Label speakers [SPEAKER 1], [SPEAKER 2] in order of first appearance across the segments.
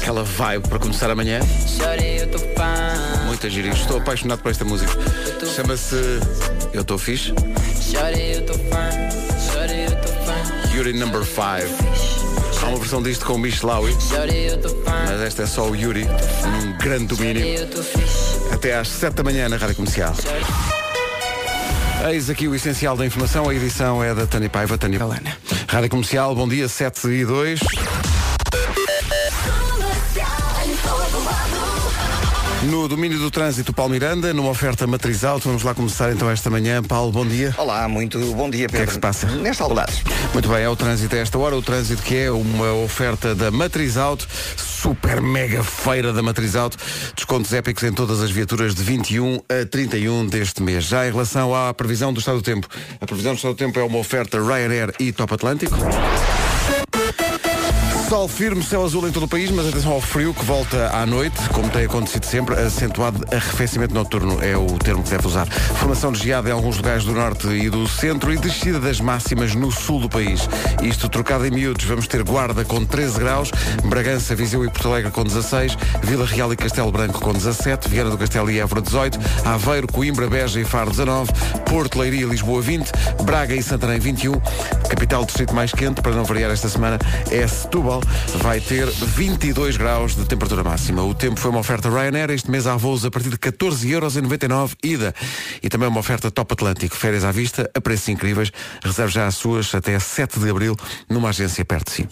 [SPEAKER 1] aquela vibe para começar amanhã. Muita giro. Estou apaixonado por esta música. Chama-se Eu Estou Fixe. Yuri Number 5. Há uma versão disto com o Michelawi, mas esta é só o Yuri, num grande domínio. Até às 7 da manhã na Rádio Comercial. Eis aqui o essencial da informação. A edição é da Tânia Paiva, Tânia Palana. Rádio Comercial, bom dia, 7 e 2. No domínio do trânsito, Paulo Miranda, numa oferta matriz alto. Vamos lá começar então esta manhã. Paulo, bom dia.
[SPEAKER 2] Olá, muito bom dia, Pedro. O
[SPEAKER 1] que é que se passa?
[SPEAKER 2] Nesta aldade.
[SPEAKER 1] Muito bem, é o trânsito a esta hora, o trânsito que é uma oferta da Matriz Auto, super mega feira da Matriz Auto, descontos épicos em todas as viaturas de 21 a 31 deste mês. Já em relação à previsão do estado do tempo, a previsão do estado do tempo é uma oferta Ryanair e Top Atlântico. Sol firme, céu azul em todo o país, mas atenção ao frio que volta à noite, como tem acontecido sempre, acentuado arrefecimento noturno é o termo que deve usar. Formação de geada em alguns lugares do norte e do centro e descida das máximas no sul do país. Isto trocado em miúdos, vamos ter Guarda com 13 graus, Bragança, Viseu e Porto Alegre com 16, Vila Real e Castelo Branco com 17, Viana do Castelo e Évora 18, Aveiro, Coimbra, Beja e Faro 19, Porto, Leiria e Lisboa 20, Braga e Santarém 21, capital do distrito mais quente, para não variar esta semana, é Setúbal, vai ter 22 graus de temperatura máxima. O tempo foi uma oferta Ryanair, este mês há voos a partir de 14,99€ ida. E também uma oferta Top Atlântico, férias à vista, a preços incríveis. Reserve já as suas até 7 de abril numa agência perto de si.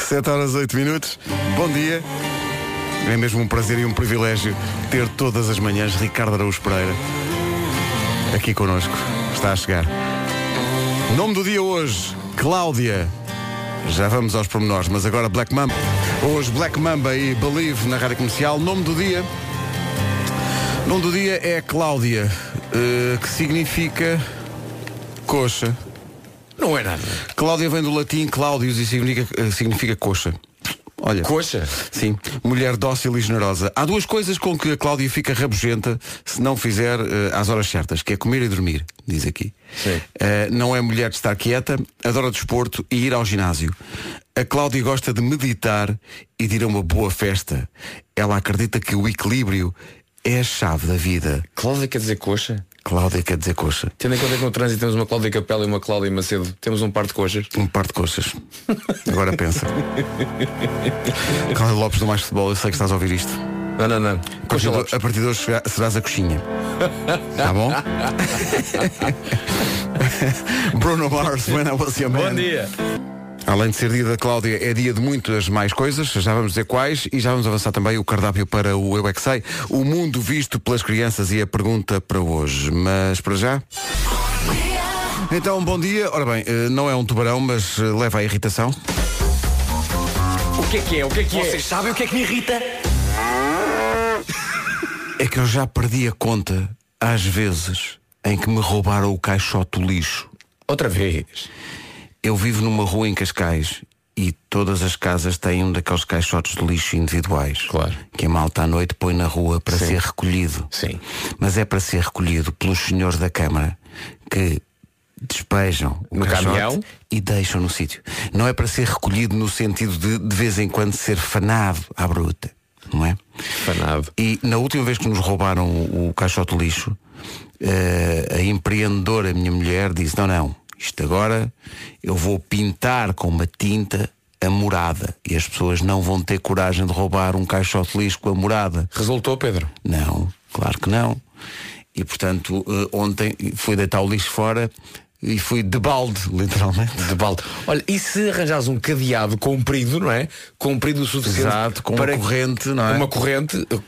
[SPEAKER 1] 7 horas 8 minutos. Bom dia. É mesmo um prazer e um privilégio ter todas as manhãs Ricardo Araújo Pereira aqui connosco. Está a chegar. Nome do dia hoje, Cláudia. Já vamos aos pormenores, mas agora Black Mamba. Hoje Black Mamba e Believe na rádio comercial. Nome do dia. Nome do dia é Cláudia, eh, que significa coxa.
[SPEAKER 3] Não é nada.
[SPEAKER 1] Cláudia vem do latim Claudius e significa, eh, significa coxa. Olha.
[SPEAKER 3] Coxa?
[SPEAKER 1] Sim, mulher dócil e generosa. Há duas coisas com que a Cláudia fica rabugenta se não fizer eh, às horas certas, que é comer e dormir, diz aqui.
[SPEAKER 3] Sim.
[SPEAKER 1] Eh, não é mulher de estar quieta, adora desporto e ir ao ginásio. A Cláudia gosta de meditar e de ir a uma boa festa. Ela acredita que o equilíbrio é a chave da vida.
[SPEAKER 3] Cláudia quer dizer coxa?
[SPEAKER 1] Cláudia quer dizer coxa.
[SPEAKER 3] Tendo em conta que no trânsito temos uma Cláudia Capela e uma Cláudia Macedo, temos um par de coxas.
[SPEAKER 1] Um par de coxas. Agora pensa. Cláudia Lopes do Mais Futebol, eu sei que estás a ouvir isto.
[SPEAKER 3] Não, não, não.
[SPEAKER 1] A partir
[SPEAKER 3] Coxa
[SPEAKER 1] de-
[SPEAKER 3] Lopes.
[SPEAKER 1] a partir de hoje será- serás a coxinha. Tá bom? Bruno Mars, When I Was Your Man.
[SPEAKER 3] Bom dia.
[SPEAKER 1] Além de ser dia da Cláudia, é dia de muitas mais coisas, já vamos dizer quais, e já vamos avançar também o cardápio para o Eu É Que Sei, o mundo visto pelas crianças e a pergunta para hoje. Mas para já... Então, bom dia. Ora bem, eh, não é um tubarão, mas eh, leva à irritação.
[SPEAKER 3] O que é que é? O que é que é?
[SPEAKER 4] Vocês sabem o que é que me irrita?
[SPEAKER 1] É que eu já perdi a conta, às vezes, em que me roubaram o caixote do lixo.
[SPEAKER 3] Outra vez.
[SPEAKER 1] Eu vivo numa rua em Cascais e todas as casas têm um daqueles caixotes de lixo individuais.
[SPEAKER 3] Claro.
[SPEAKER 1] Que a malta à noite põe na rua para
[SPEAKER 3] Sim.
[SPEAKER 1] ser recolhido.
[SPEAKER 3] Sim.
[SPEAKER 1] Mas é para ser recolhido pelos senhores da Câmara que despejam o
[SPEAKER 3] No
[SPEAKER 1] caixote
[SPEAKER 3] caminhão?
[SPEAKER 1] e deixam no sítio. Não é para ser recolhido no sentido de de vez em quando ser fanado à bruta, não é?
[SPEAKER 3] Fanado.
[SPEAKER 1] E na última vez que nos roubaram o o caixote de lixo, eh, a empreendedora, a minha mulher, disse: Não, não, isto agora eu vou pintar com uma tinta a morada. E as pessoas não vão ter coragem de roubar um caixote de lixo com a morada.
[SPEAKER 3] Resultou, Pedro?
[SPEAKER 1] Não, claro que não. E portanto, eh, ontem fui deitar o lixo fora e fui de balde, literalmente.
[SPEAKER 3] De balde. Olha, e se arranjares um cadeado comprido, não é? Comprido o suficiente
[SPEAKER 1] Exato, com uma
[SPEAKER 3] para que-
[SPEAKER 1] corrente, não é?
[SPEAKER 3] Uma corrente eh,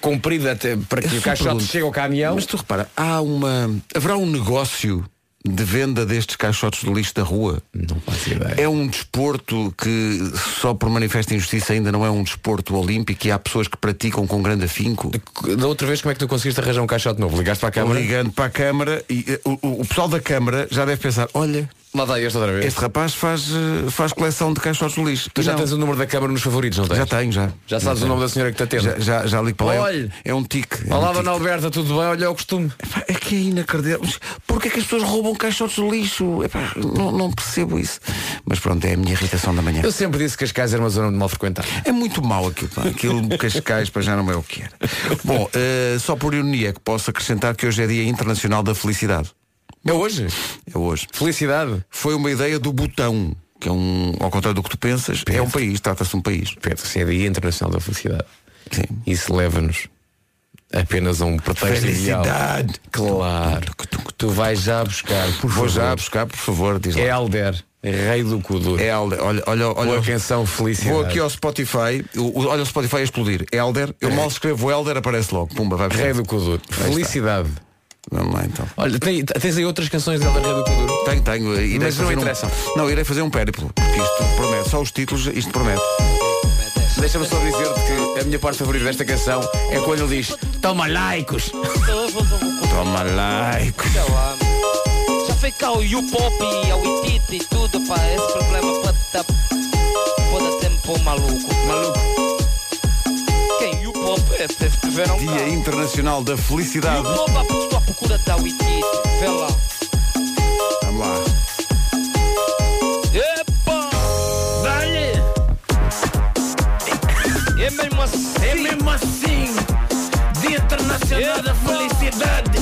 [SPEAKER 3] comprida até para que
[SPEAKER 1] Eu
[SPEAKER 3] o
[SPEAKER 1] só
[SPEAKER 3] caixote
[SPEAKER 1] pergunto,
[SPEAKER 3] chegue ao caminhão.
[SPEAKER 1] Mas tu repara, há uma. Haverá um negócio de venda destes caixotes de lixo da rua?
[SPEAKER 3] Não faço ideia.
[SPEAKER 1] É um desporto que só por manifesta injustiça ainda não é um desporto olímpico e há pessoas que praticam com grande afinco.
[SPEAKER 3] Da outra vez como é que tu conseguiste arranjar um caixote novo? Ligaste para a câmara?
[SPEAKER 1] Ligando para a Câmara e eh, o, o- o pessoal da Câmara já deve pensar, olha,
[SPEAKER 3] Lá está este outra vez.
[SPEAKER 1] Este rapaz faz, eh, faz coleção de caixotes de lixo.
[SPEAKER 3] É. Tu já
[SPEAKER 1] Não.
[SPEAKER 3] tens o número da câmara nos favoritos, não tens?
[SPEAKER 1] Já tenho, já.
[SPEAKER 3] Já sabes o nome da senhora que te atende.
[SPEAKER 1] Já, já, já ligo para lá. É um-
[SPEAKER 3] Olhe.
[SPEAKER 1] É um tique. É um
[SPEAKER 3] Olá,
[SPEAKER 1] tique.
[SPEAKER 3] Dona Alberta, tudo bem? Olha, é o costume.
[SPEAKER 1] Epá, É que é inacreditável. Mas Porquê é que as pessoas roubam caixotes de lixo? Epá, não, não percebo isso. Mas pronto, é a minha irritação da manhã.
[SPEAKER 3] Eu sempre disse que Cascais era uma zona mal frequentada.
[SPEAKER 1] É muito mau aquilo, pá. Aquilo de Cascais para já não é o que era. Bom, eh, só por ironia que posso acrescentar que hoje é Dia Internacional da Felicidade.
[SPEAKER 3] É hoje?
[SPEAKER 1] É hoje.
[SPEAKER 3] Felicidade.
[SPEAKER 1] Foi uma ideia do Botão, que é um, ao contrário do que tu pensas, é um país, trata-se de um país.
[SPEAKER 3] Pedro, se é Dia Internacional da Felicidade.
[SPEAKER 1] Sim.
[SPEAKER 3] Isso leva-nos apenas a um pretexto ideal.
[SPEAKER 1] Felicidade.
[SPEAKER 3] Claro. Tu vais já buscar, por
[SPEAKER 1] Vou
[SPEAKER 3] favor.
[SPEAKER 1] já buscar, por favor, diz lá.
[SPEAKER 3] Helder, rei do Kudur.
[SPEAKER 1] É Helder. Olha, olha, olha.
[SPEAKER 3] Boa canção, felicidade.
[SPEAKER 1] Vou aqui ao Spotify. O- o- olha o Spotify a explodir. Helder. Eu mal escrevo Helder, aparece logo. Pumba, vai
[SPEAKER 3] É. Rei do Kudur.
[SPEAKER 1] está.
[SPEAKER 3] Felicidade.
[SPEAKER 1] Vamos lá então.
[SPEAKER 3] Olha, tem- tens aí outras canções de Helder, rei do Kudur?
[SPEAKER 1] Tenho, tenho. Irei
[SPEAKER 3] Mas
[SPEAKER 1] fazer
[SPEAKER 3] não
[SPEAKER 1] um-
[SPEAKER 3] interessa.
[SPEAKER 1] Não, irei fazer um périplo. Porque isto promete. Só os títulos, isto promete.
[SPEAKER 3] Deixa-me só dizer-te que a minha parte favorita desta canção é quando ele diz Toma laicos!
[SPEAKER 1] Toma like.
[SPEAKER 2] Já foi cá o Yupop e ao Ititi e tudo para esse problema pode dar pode dar tempo é um maluco. Maluco. Quem Yupop é se estiveram cá.
[SPEAKER 1] Dia Internacional da Felicidade.
[SPEAKER 2] Yupop a estou à procura da Ititi. Vê lá.
[SPEAKER 1] Vamos lá.
[SPEAKER 2] Epa! Vale! É mesmo assim. É mesmo assim. Dia Internacional da Felicidade.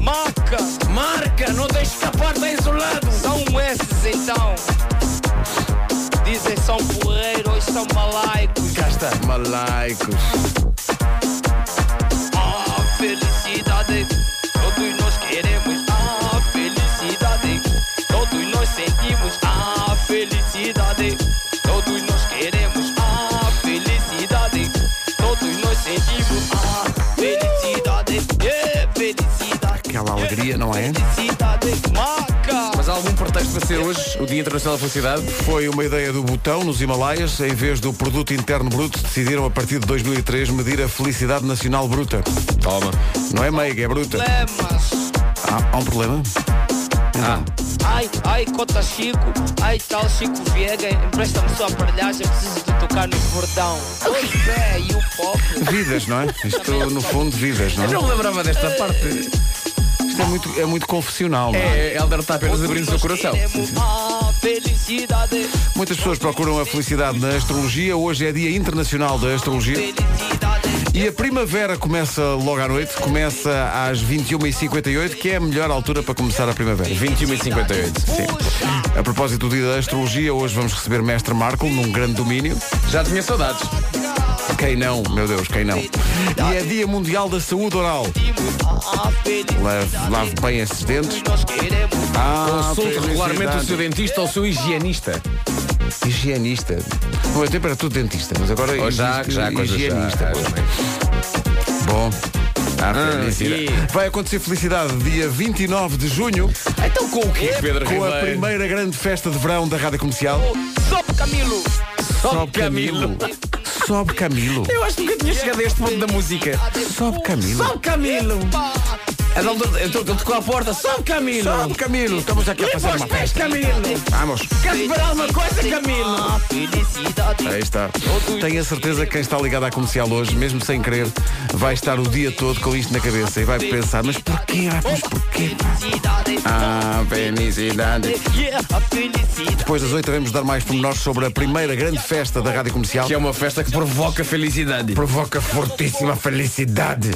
[SPEAKER 2] Marca. Marca, não deixe escapar, tá isolado. São esses então. Dizem são porreiros, são malaicos.
[SPEAKER 1] Cá está. Malaicos.
[SPEAKER 2] Ah, felicidade, todos nós queremos. Ah, felicidade, todos nós sentimos. Ah, felicidade, todos nós queremos. Ah, felicidade, todos nós sentimos. Ah, felicidade, é felicidade.
[SPEAKER 1] Aquela alegria, não é?
[SPEAKER 2] Felicidade, marca.
[SPEAKER 3] Mas há algum pretexto para ser hoje o Dia Internacional da Felicidade?
[SPEAKER 1] Foi uma ideia do Botão nos Himalaias. Em vez do Produto Interno Bruto, decidiram a partir de 2003 medir a felicidade nacional bruta.
[SPEAKER 3] Toma.
[SPEAKER 1] Não é meiga, é bruta.
[SPEAKER 2] Problemas.
[SPEAKER 1] Há, há um problema?
[SPEAKER 3] Ah,
[SPEAKER 2] Ai, ai, cota Chico, ai tal Chico Viega, empresta-me sua aparelhagem, preciso de tocar no bordão. Hoje é e o pop.
[SPEAKER 1] Vidas, não é? Isto, no fundo, vidas, não
[SPEAKER 3] eu
[SPEAKER 1] é?
[SPEAKER 3] não me lembrava desta parte.
[SPEAKER 1] Isto é muito, é muito confessional, não é?
[SPEAKER 3] É, Helder está apenas abrindo o seu coração.
[SPEAKER 2] Ah, felicidade,
[SPEAKER 1] Muitas pessoas procuram a felicidade na astrologia. Hoje é Dia Internacional da Astrologia.
[SPEAKER 2] felicidade.
[SPEAKER 1] E a primavera começa logo à noite. Começa às 21h58, que é a melhor altura para começar a primavera.
[SPEAKER 3] 21 e 58.
[SPEAKER 2] Puxa,
[SPEAKER 1] A propósito do dia da astrologia, hoje vamos receber Mestre Marco num grande domínio.
[SPEAKER 3] Já tinha saudades.
[SPEAKER 1] Quem não, meu Deus, quem não? E é Dia Mundial da Saúde Oral.
[SPEAKER 2] ah,
[SPEAKER 1] Lave,
[SPEAKER 2] felicidade.
[SPEAKER 1] lave bem esses dentes.
[SPEAKER 2] Nós queremos
[SPEAKER 1] Ah,
[SPEAKER 3] Consulte regularmente o seu
[SPEAKER 1] felicidade.
[SPEAKER 3] dentista ou o seu higienista.
[SPEAKER 1] Higienista. No meu tempo era tudo dentista, mas agora
[SPEAKER 3] Ou Oh, já,
[SPEAKER 1] existe
[SPEAKER 3] já, coisas já.
[SPEAKER 1] higienista. Bom.
[SPEAKER 3] Ah,
[SPEAKER 1] há felicidade.
[SPEAKER 3] sim.
[SPEAKER 1] Vai acontecer felicidade dia 29 de junho
[SPEAKER 3] Então com o quê, Pedro
[SPEAKER 1] com a
[SPEAKER 3] Ribeiro?
[SPEAKER 1] primeira grande festa de verão da Rádio Comercial.
[SPEAKER 2] Sobe Camilo.
[SPEAKER 1] Sobe Camilo. Sobe Camilo.
[SPEAKER 3] Eu acho que nunca tinha chegado a este ponto da música.
[SPEAKER 1] Sobe Camilo.
[SPEAKER 3] Sobe Camilo! Então tocou à porta, sobe Camilo!
[SPEAKER 1] Sobe Camilo. Estamos aqui a fazer uma festa.
[SPEAKER 3] Camilo!
[SPEAKER 1] Vamos.
[SPEAKER 3] Queres ver alguma coisa, Camilo?
[SPEAKER 2] Ah, felicidade.
[SPEAKER 1] Aí está. Tenho a certeza que quem está ligado à comercial hoje, mesmo sem querer, vai estar o dia todo com isto na cabeça e vai pensar, mas porquê? Ah, Mas porquê?
[SPEAKER 2] Felicidade.
[SPEAKER 1] Ah, felicidade.
[SPEAKER 2] Yeah, a felicidade.
[SPEAKER 1] Depois das 8 vamos dar mais pormenores sobre a primeira grande festa da Rádio Comercial.
[SPEAKER 3] Que é uma festa que provoca felicidade.
[SPEAKER 1] provoca fortíssima felicidade.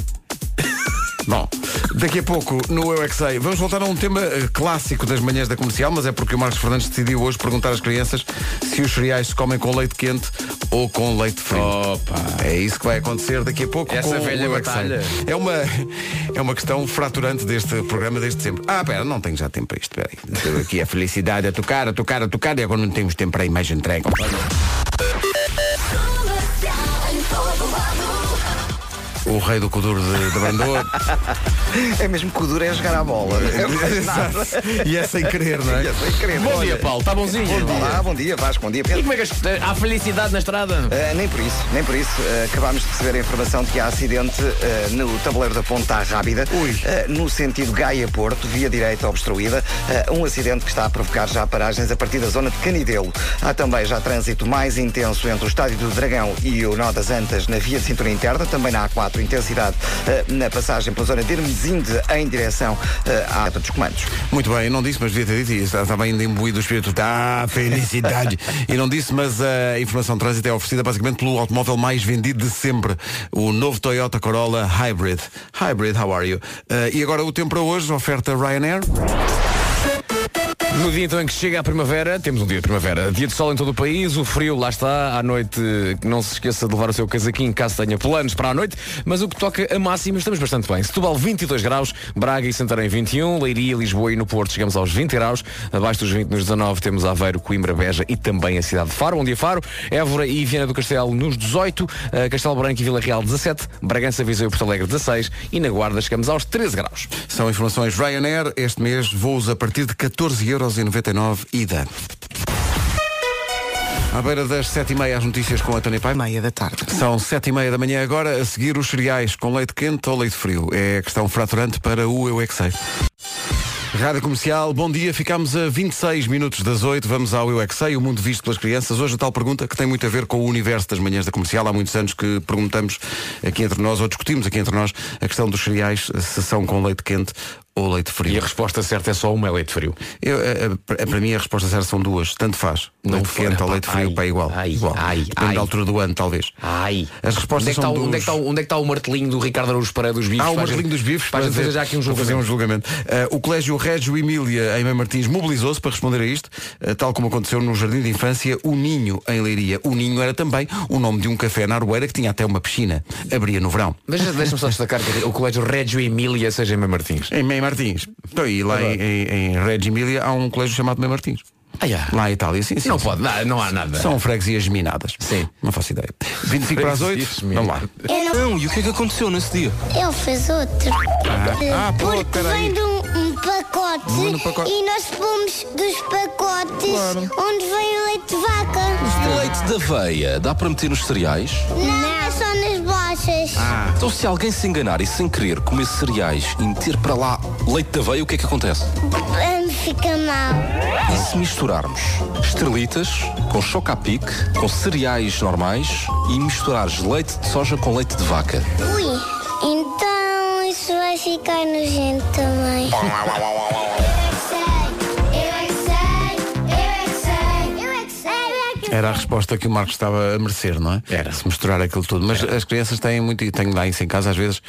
[SPEAKER 1] Bom, daqui a pouco no Eu é Que Sei, vamos voltar a um tema eh, clássico das manhãs da comercial, mas é porque o Marcos Fernandes decidiu hoje perguntar às crianças se os cereais se comem com leite quente ou com leite frio.
[SPEAKER 3] Opa!
[SPEAKER 1] É isso que vai acontecer daqui a pouco.
[SPEAKER 3] Essa
[SPEAKER 1] com o
[SPEAKER 3] velha
[SPEAKER 1] Eu É Que Sei.
[SPEAKER 3] batalha.
[SPEAKER 1] É uma, é uma questão fraturante deste programa desde sempre. Ah, pera, não tenho já tempo para isto. Pera aí. Aqui a felicidade a tocar, a tocar, a tocar e agora não temos tempo para a imagem entregue. o rei do Kudur de, de Brandoa.
[SPEAKER 4] É mesmo que o duro é jogar à bola.
[SPEAKER 1] Exato. É e é sem querer, não é?
[SPEAKER 3] Bom dia, Paulo. Está bonzinho?
[SPEAKER 4] Olá, bom dia, Vasco, bom dia,
[SPEAKER 3] E
[SPEAKER 4] Pedro.
[SPEAKER 3] como é que as- há felicidade na estrada?
[SPEAKER 4] Ah, nem por isso, nem por isso. Ah, acabámos de receber a informação de que há acidente ah, no tabuleiro da Ponta à Rábida,
[SPEAKER 1] Ui.
[SPEAKER 4] ah, no sentido Gaia-Porto, via direita obstruída. Ah, um acidente que está a provocar já paragens a partir da zona de Canidelo. Há também já trânsito mais intenso entre o Estádio do Dragão e o Nó das Antas na via de cintura interna, também na A4, intensidade ah, na passagem pela zona de Hermesinde em direção ah, à Ata dos Comandos.
[SPEAKER 1] Muito bem, eu não disse, mas devia ter dito, e está- estava ainda imbuído do espírito da felicidade. e não disse, mas a informação de trânsito é oferecida basicamente pelo automóvel mais vendido de sempre, o novo Toyota Corolla Hybrid. Hybrid, how are you? Eh, e agora o tempo para hoje, oferta Ryanair.
[SPEAKER 3] No dia então em que chega a primavera, temos um dia de primavera, dia de sol em todo o país, o frio lá está, à noite que não se esqueça de levar o seu casaquinho caso tenha planos para a noite, mas o que toca a máxima estamos bastante bem. Setúbal 22 graus, Braga e Santarém 21, Leiria, Lisboa e no Porto chegamos aos 20 graus, abaixo dos 20 nos 19 temos Aveiro, Coimbra, Beja e também a cidade de Faro, onde é Faro, Évora e Viana do Castelo nos 18, eh, Castelo Branco e Vila Real 17, Bragança, Viseu e Porto Alegre 16 e na Guarda chegamos aos 13 graus.
[SPEAKER 1] São informações Ryanair, este mês voos a partir de 14,99€ ida. À beira das 7h30 as notícias com a Tânia Pai.
[SPEAKER 5] Meia da tarde.
[SPEAKER 1] São sete e meia da manhã agora, a seguir os cereais com leite quente ou leite frio. É a questão fraturante para o Eu É Que Sei. Rádio Comercial, bom dia. Ficámos a 26 minutos das 8. Vamos ao Eu É Que Sei, o mundo visto pelas crianças. Hoje a tal pergunta que tem muito a ver com o universo das manhãs da comercial. Há muitos anos que perguntamos aqui entre nós, ou discutimos aqui entre nós, a questão dos cereais, se são com leite quente ou leite
[SPEAKER 3] E
[SPEAKER 1] frio.
[SPEAKER 3] a resposta certa é só uma, é leite frio.
[SPEAKER 1] Eu, eh, a- a- a- para mim a resposta certa são duas. Tanto faz.
[SPEAKER 3] Não
[SPEAKER 1] leite
[SPEAKER 3] foi.
[SPEAKER 1] quente ou
[SPEAKER 3] Epá,
[SPEAKER 1] leite frio,
[SPEAKER 3] ai,
[SPEAKER 1] para igual.
[SPEAKER 3] ai,
[SPEAKER 1] igual.
[SPEAKER 3] ai,
[SPEAKER 1] Depende
[SPEAKER 3] ai.
[SPEAKER 1] da altura do ano, talvez.
[SPEAKER 3] Ai.
[SPEAKER 1] As
[SPEAKER 3] Onde é,
[SPEAKER 1] respostas
[SPEAKER 3] que está,
[SPEAKER 1] são
[SPEAKER 3] o-
[SPEAKER 1] duas.
[SPEAKER 3] onde, é que está, o- onde é que está o martelinho do Ricardo Araújo Pereira dos Bifes?
[SPEAKER 1] Há o
[SPEAKER 3] Para a gente-
[SPEAKER 1] martelinho dos bifes
[SPEAKER 3] Para a gente fazer já aqui um
[SPEAKER 1] para fazer um
[SPEAKER 3] julgamento.
[SPEAKER 1] julgamento. Eh, o Colégio Régio Emília, em Mãe Martins, mobilizou-se para responder a isto, eh, tal como aconteceu no Jardim de Infância O Ninho, em Leiria. O Ninho era também o nome de um café na Arueira que tinha até uma piscina. Abria no verão.
[SPEAKER 3] Mas deixa-me só destacar que o colégio Régio Emília seja em Mãe Martins.
[SPEAKER 1] Em Mãe Martins. Então, e lá em, em, em Régio Emília há um colégio chamado Mãe Martins.
[SPEAKER 3] Ai, ai.
[SPEAKER 1] Lá em Itália, sim, sim.
[SPEAKER 3] Ah. Não
[SPEAKER 1] sim.
[SPEAKER 3] pode, não, não há nada.
[SPEAKER 1] Ah, São freguesias minadas.
[SPEAKER 3] Né? Sim.
[SPEAKER 1] Não faço ideia. 25 para as 8.
[SPEAKER 3] Freguesias
[SPEAKER 1] Vamos lá.
[SPEAKER 6] Não, e o que é que aconteceu nesse dia?
[SPEAKER 7] Ele fez outro.
[SPEAKER 1] ah, pô,
[SPEAKER 7] Porque
[SPEAKER 1] peraí.
[SPEAKER 7] vem de um, um pacote,
[SPEAKER 1] Manda um pacote.
[SPEAKER 7] e nós pomos dos pacotes onde vem o leite de vaca.
[SPEAKER 6] Leite da veia, dá para meter nos cereais?
[SPEAKER 7] Não, é só nas bolachas.
[SPEAKER 1] Ah.
[SPEAKER 6] Então se alguém se enganar e sem querer comer cereais e meter para lá leite da veia, o que é que acontece?
[SPEAKER 7] Ah, Fica mal.
[SPEAKER 6] E se misturarmos estrelitas com chocapic, com cereais normais e misturares leite de soja com leite de vaca?
[SPEAKER 7] Ui, então isso vai ficar nojento também. é é
[SPEAKER 1] Era a resposta que o Marcos estava a merecer, não é?
[SPEAKER 3] Era.
[SPEAKER 1] Se misturar aquilo tudo. Mas as crianças têm muito, e tenho lá isso em casa, às vezes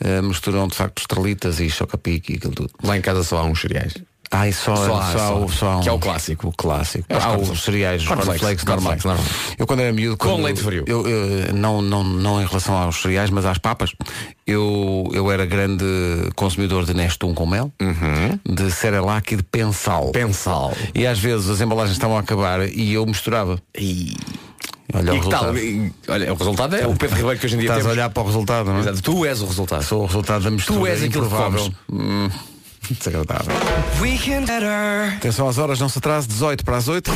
[SPEAKER 1] eh, misturam de facto estrelitas e chocapique e aquilo tudo.
[SPEAKER 3] Lá em casa só há uns cereais.
[SPEAKER 1] Ai, só,
[SPEAKER 3] Só
[SPEAKER 1] só,
[SPEAKER 3] há,
[SPEAKER 1] só,
[SPEAKER 3] só
[SPEAKER 1] o-
[SPEAKER 3] há.
[SPEAKER 1] só há um-
[SPEAKER 3] Que é o clássico.
[SPEAKER 1] O clássico.
[SPEAKER 3] É os
[SPEAKER 1] há
[SPEAKER 3] cornflakes.
[SPEAKER 1] os cereais, os
[SPEAKER 3] Cornflakes,
[SPEAKER 1] cornflakes normais.
[SPEAKER 3] cornflakes, normal.
[SPEAKER 1] Eu quando era miúdo.
[SPEAKER 3] Com
[SPEAKER 1] quando-
[SPEAKER 3] leite frio.
[SPEAKER 1] Eu, eu, eh, não, não, não em relação aos cereais, mas às papas. Eu, eu era grande consumidor de Nestum com mel,
[SPEAKER 3] Uhum.
[SPEAKER 1] de Cerelac e de Pensal.
[SPEAKER 3] Pensal.
[SPEAKER 1] E às vezes as embalagens estavam a acabar e eu misturava.
[SPEAKER 3] E,
[SPEAKER 1] Olha o
[SPEAKER 3] e que tal?
[SPEAKER 1] resultado.
[SPEAKER 3] E- olha, o resultado é o Pedro Ribeiro que hoje em dia
[SPEAKER 1] Estás a
[SPEAKER 3] temos.
[SPEAKER 1] olhar para o resultado, não é?
[SPEAKER 3] Exato, tu és o resultado.
[SPEAKER 1] Sou o resultado da mistura.
[SPEAKER 3] Tu és aquilo que
[SPEAKER 1] improvável. Hum, desagradável. Atenção às horas, não se atrase, 18 para as 8.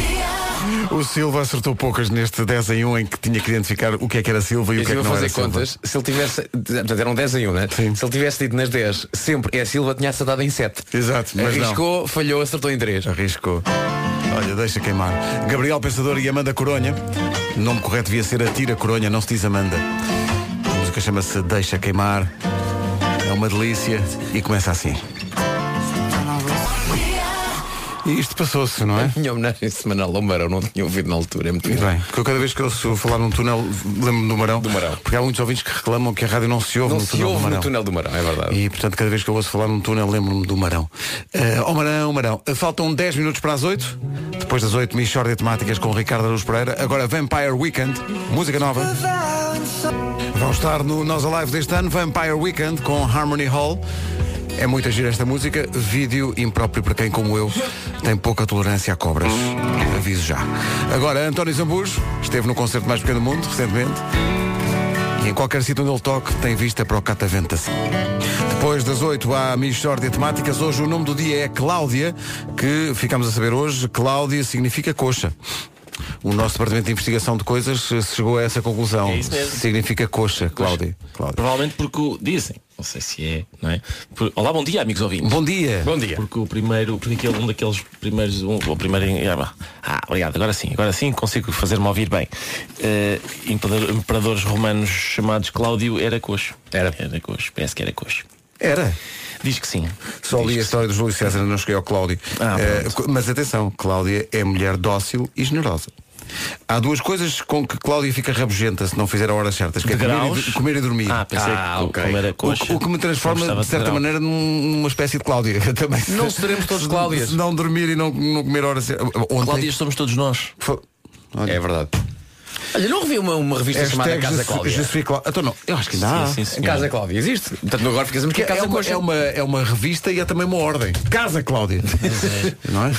[SPEAKER 1] O Silva acertou poucas neste 10 em 1 em que tinha que identificar o que é que era Silva e,
[SPEAKER 3] E
[SPEAKER 1] o que é que
[SPEAKER 3] se eu
[SPEAKER 1] não era
[SPEAKER 3] fazer
[SPEAKER 1] Silva.
[SPEAKER 3] contas, se ele tivesse. Portanto, eram 10 em 1, né?
[SPEAKER 1] Sim.
[SPEAKER 3] Se ele tivesse dito nas 10, sempre é Silva, tinha acertado em 7.
[SPEAKER 1] Exato, mas não.
[SPEAKER 3] Arriscou, falhou, acertou em 3.
[SPEAKER 1] Arriscou. Olha, deixa queimar. Gabriel Pensador e Amanda Coronha. O nome correto devia ser Atira Coronha, não se diz Amanda. A música chama-se Deixa Queimar. É uma delícia e começa assim. E isto passou-se, não é?
[SPEAKER 3] Minha homenagem semanal ao Marão, não tinha ouvido na altura, é muito
[SPEAKER 1] Muito bem, porque eu cada vez que eu ouço falar num túnel, lembro-me do Marão.
[SPEAKER 3] Do Marão.
[SPEAKER 1] Porque há muitos ouvintes que reclamam que a rádio não se ouve
[SPEAKER 3] Não
[SPEAKER 1] no
[SPEAKER 3] se
[SPEAKER 1] túnel do
[SPEAKER 3] ouve
[SPEAKER 1] Marão.
[SPEAKER 3] no túnel do Marão, é verdade.
[SPEAKER 1] E portanto, cada vez que eu ouço falar num túnel, lembro-me do Marão. Uh, oh Marão, oh Marão, eh, faltam 10 minutos para as 8. Depois das 8, Michórdia de Temáticas com Ricardo Aruz Pereira. Agora Vampire Weekend, música nova. Vão estar no Nós Alive deste ano, Vampire Weekend com Harmony Hall. É muito gira esta música, vídeo impróprio para quem, como eu, tem pouca tolerância a cobras. Aviso já. Agora, António Zambujo esteve no concerto mais pequeno do mundo, recentemente. Em qualquer sítio onde ele toque, tem vista para o Catavento. Depois das 8 há a Michórdia de Temáticas. Hoje o nome do dia é Cláudia, que ficamos a saber hoje. Cláudia significa coxa. O nosso departamento de investigação de coisas eh, chegou a essa conclusão.
[SPEAKER 5] É isso mesmo.
[SPEAKER 1] Significa coxa, Cláudia. Cláudia.
[SPEAKER 5] Provavelmente porque o- dizem, não sei se é, não é? Por- Olá, bom dia, amigos ouvintes.
[SPEAKER 1] Bom dia.
[SPEAKER 3] Bom dia.
[SPEAKER 5] Porque o primeiro, porque aquele, um daqueles primeiros, um, o primeiro em- Ah, obrigado, agora sim, agora sim consigo fazer-me ouvir bem. Eh, imperador- imperadores romanos chamados Cláudio era coxo. Era. Era coxo, parece que era coxo.
[SPEAKER 1] Era.
[SPEAKER 5] Diz que sim.
[SPEAKER 1] Só li a história do Júlio César, não cheguei ao Cláudio.
[SPEAKER 5] Ah,
[SPEAKER 1] Eh, co- mas atenção, Cláudia é mulher dócil e generosa. Há duas coisas com que Cláudia fica rabugenta se não fizer a horas certas, que é comer e,
[SPEAKER 5] Degraus.
[SPEAKER 1] do- comer e dormir.
[SPEAKER 5] Ah, pensei
[SPEAKER 3] Ah,
[SPEAKER 5] que
[SPEAKER 3] ok.
[SPEAKER 5] como era
[SPEAKER 1] O,
[SPEAKER 5] coxa.
[SPEAKER 1] o que me transforma,
[SPEAKER 5] gostava
[SPEAKER 1] de certa
[SPEAKER 5] grau.
[SPEAKER 1] maneira, num- numa espécie de Cláudia. Eu Também, se-
[SPEAKER 3] Não seremos todos
[SPEAKER 1] se-
[SPEAKER 3] Cláudias.
[SPEAKER 1] Se não dormir e não, não comer a horas certas. Ontem,
[SPEAKER 5] Cláudio somos todos nós.
[SPEAKER 1] foi- Olha,
[SPEAKER 3] É verdade. Olha, não revi uma, uma revista chamada
[SPEAKER 1] hashtag
[SPEAKER 3] Casa é
[SPEAKER 1] je suis- je
[SPEAKER 3] Cláudia.
[SPEAKER 1] suis Clá- Então não, eu acho que ainda há.
[SPEAKER 5] Sim, sim, senhor.
[SPEAKER 3] Casa Cláudia existe. Portanto, agora ficas a
[SPEAKER 1] Que
[SPEAKER 3] que é
[SPEAKER 1] é,
[SPEAKER 3] Casa
[SPEAKER 1] uma,
[SPEAKER 3] Coxa.
[SPEAKER 1] é, uma, é uma revista e é também uma ordem. Casa Cláudia. não é?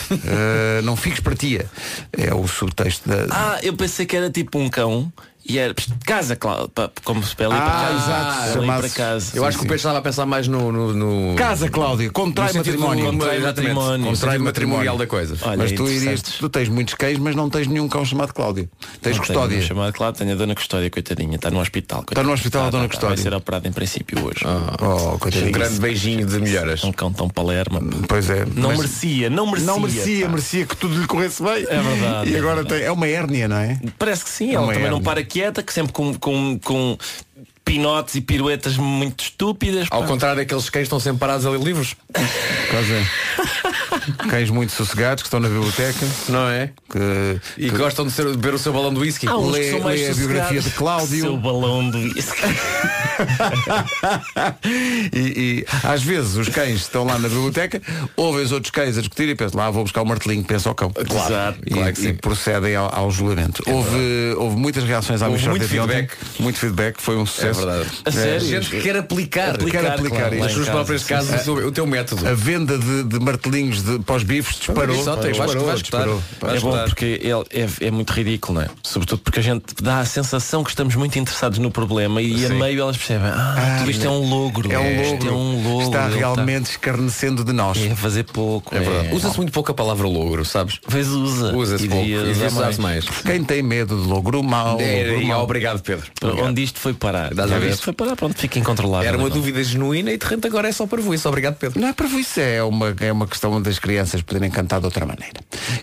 [SPEAKER 1] Eh, não fiques para tia. É o subtexto da.
[SPEAKER 5] Ah, eu pensei que era tipo um cão e era pst, casa, Cláudio, pa- como se para ali para
[SPEAKER 1] Ah,
[SPEAKER 5] casa.
[SPEAKER 1] exato,
[SPEAKER 5] Para ali
[SPEAKER 1] chamasse-
[SPEAKER 5] para casa.
[SPEAKER 3] Eu acho que o Pedro estava a pensar mais no. no, no...
[SPEAKER 1] Casa Cláudia, contrai
[SPEAKER 3] No sentido
[SPEAKER 1] matrimónio.
[SPEAKER 3] do-
[SPEAKER 5] Contrai
[SPEAKER 3] exatamente,
[SPEAKER 5] matrimónio.
[SPEAKER 3] no
[SPEAKER 1] tipo Contrai
[SPEAKER 3] sentido é tipo matrimonial
[SPEAKER 1] matrimónio.
[SPEAKER 3] da coisa.
[SPEAKER 5] Olha,
[SPEAKER 1] mas tu
[SPEAKER 5] interessante.
[SPEAKER 1] irias, tu tens muitos cães, mas não tens nenhum cão chamado Cláudio. Tens
[SPEAKER 5] Não tenho
[SPEAKER 1] custódia.
[SPEAKER 5] nenhum chamado Cláudio, tenho a dona Custódia, coitadinha, está no hospital. coitada.
[SPEAKER 1] Está no hospital a
[SPEAKER 5] Tá,
[SPEAKER 1] dona
[SPEAKER 5] tá, tá,
[SPEAKER 1] Custódia.
[SPEAKER 5] Vai ser operada em princípio hoje.
[SPEAKER 1] Oh, coitadinho.
[SPEAKER 3] Um grande beijinho de melhoras.
[SPEAKER 5] É um cão tão palerma.
[SPEAKER 1] Pois é.
[SPEAKER 5] Não
[SPEAKER 1] mas-
[SPEAKER 5] merecia, não merecia.
[SPEAKER 1] Não merecia,
[SPEAKER 5] pá.
[SPEAKER 1] merecia que tudo lhe corresse bem.
[SPEAKER 5] É verdade,
[SPEAKER 1] E
[SPEAKER 5] é
[SPEAKER 1] agora
[SPEAKER 5] verdade.
[SPEAKER 1] tem. É uma hérnia, não é?
[SPEAKER 5] Parece que sim,
[SPEAKER 1] Não
[SPEAKER 5] ela
[SPEAKER 1] é
[SPEAKER 5] também não
[SPEAKER 1] ela.
[SPEAKER 5] para quieta, que sempre com, com, com pinotes e piruetas muito estúpidas.
[SPEAKER 3] Ao
[SPEAKER 5] pá.
[SPEAKER 3] contrário daqueles cães que estão sempre parados ali livres,
[SPEAKER 1] Quase é. Cães muito sossegados que estão na biblioteca.
[SPEAKER 3] não é?
[SPEAKER 1] Que,
[SPEAKER 3] E
[SPEAKER 1] que-
[SPEAKER 3] gostam de, ser- de beber o seu balão de whisky.
[SPEAKER 5] Há uns
[SPEAKER 1] Lê-
[SPEAKER 5] que são mais
[SPEAKER 1] lê a biografia
[SPEAKER 5] sossegados
[SPEAKER 1] de Cláudio.
[SPEAKER 5] que o Seu balão do whisky.
[SPEAKER 1] e, e às vezes os cães estão lá na biblioteca, ouvem os outros cães a discutir e pensam, lá vou buscar o martelinho, pensa ao cão.
[SPEAKER 5] Claro, Exato.
[SPEAKER 1] e,
[SPEAKER 3] claro que
[SPEAKER 1] e
[SPEAKER 3] sim. É
[SPEAKER 1] procedem ao, ao julgamento. houve, houve muitas reações à
[SPEAKER 3] Houve
[SPEAKER 1] Michordia
[SPEAKER 3] muito
[SPEAKER 1] de ontem.
[SPEAKER 3] feedback. É
[SPEAKER 1] Muito feedback, foi um sucesso.
[SPEAKER 3] A
[SPEAKER 5] A sério?
[SPEAKER 3] Gente que quer aplicar.
[SPEAKER 5] Aplicar,
[SPEAKER 1] Quer aplicar
[SPEAKER 5] claro,
[SPEAKER 1] isto.
[SPEAKER 5] lá
[SPEAKER 3] Nas
[SPEAKER 5] em
[SPEAKER 3] suas
[SPEAKER 5] casa,
[SPEAKER 3] próprias
[SPEAKER 5] sim.
[SPEAKER 3] casas, o, o teu método.
[SPEAKER 1] A venda de, de martelinhos de, para os bifes disparou.
[SPEAKER 3] Só tem,
[SPEAKER 1] disparou,
[SPEAKER 3] vais- vais
[SPEAKER 1] disparou.
[SPEAKER 3] gostar.
[SPEAKER 5] É bom
[SPEAKER 3] estar.
[SPEAKER 5] porque ele é, é muito ridículo, não é? Sobretudo porque a gente dá a sensação que estamos muito interessados no problema e a meio elas percebem, ah, tudo isto é um logro.
[SPEAKER 1] É um
[SPEAKER 5] Isto é
[SPEAKER 1] logro.
[SPEAKER 5] um logro.
[SPEAKER 1] Está
[SPEAKER 5] ele
[SPEAKER 1] realmente escarnecendo de nós.
[SPEAKER 5] É fazer pouco. É
[SPEAKER 3] É. Usa-se muito pouco a palavra logro, sabes?
[SPEAKER 5] Pois usa. é
[SPEAKER 3] Usa-se
[SPEAKER 5] E
[SPEAKER 3] pouco.
[SPEAKER 5] devia
[SPEAKER 3] E
[SPEAKER 5] usar
[SPEAKER 3] usa-se mais.
[SPEAKER 1] Quem tem medo de logro mau,
[SPEAKER 3] É,
[SPEAKER 1] logro
[SPEAKER 3] e
[SPEAKER 1] mau.
[SPEAKER 3] obrigado, Pedro.
[SPEAKER 5] Onde isto foi parar?
[SPEAKER 3] Dás a ver?
[SPEAKER 5] Isto foi parar, pronto, fica incontrolável.
[SPEAKER 3] Era uma
[SPEAKER 5] Não.
[SPEAKER 3] dúvida genuína e de repente agora é só para isso. Obrigado, Pedro.
[SPEAKER 1] Não é para isso, é uma, é uma questão das crianças poderem cantar de outra maneira.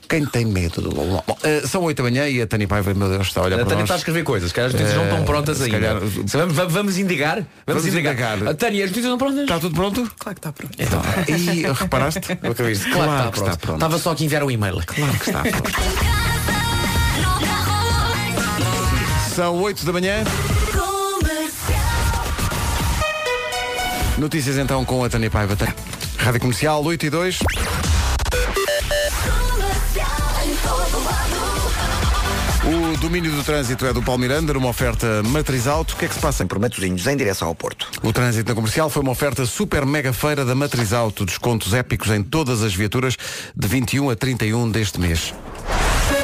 [SPEAKER 1] Quem tem medo do Lolo? Bom, eh, são 8 da manhã e a Tânia Paiva, meu Deus, está a olhar
[SPEAKER 3] A
[SPEAKER 1] é para
[SPEAKER 3] Tânia
[SPEAKER 1] nós. É,
[SPEAKER 3] está a escrever coisas, que as notícias não estão prontas
[SPEAKER 1] se
[SPEAKER 3] ainda.
[SPEAKER 1] calhar-
[SPEAKER 3] Se Vamos, vamos, vamos indigar? Vamos,
[SPEAKER 1] Vamos
[SPEAKER 3] indigar.
[SPEAKER 1] indagar.
[SPEAKER 3] A Tânia, as notícias não prontas?
[SPEAKER 1] Está tudo pronto? Então,
[SPEAKER 3] Claro que está pronto.
[SPEAKER 1] E reparaste?
[SPEAKER 3] Claro, que está,
[SPEAKER 1] Claro que
[SPEAKER 3] pronto.
[SPEAKER 1] está pronto.
[SPEAKER 3] Estava só aqui a enviar um e-mail.
[SPEAKER 1] Claro que está pronto. São 8 da manhã. Notícias então com a Tânia Paiva. Tânia- Rádio Comercial 8 e 2. O domínio do trânsito é do Palmiranda, numa oferta matriz alto. O que é que se passa?
[SPEAKER 4] Por Matosinhos, em direção ao Porto.
[SPEAKER 1] O trânsito na comercial foi uma oferta super mega feira da Matriz Auto. Descontos épicos em todas as viaturas de 21 a 31 deste mês.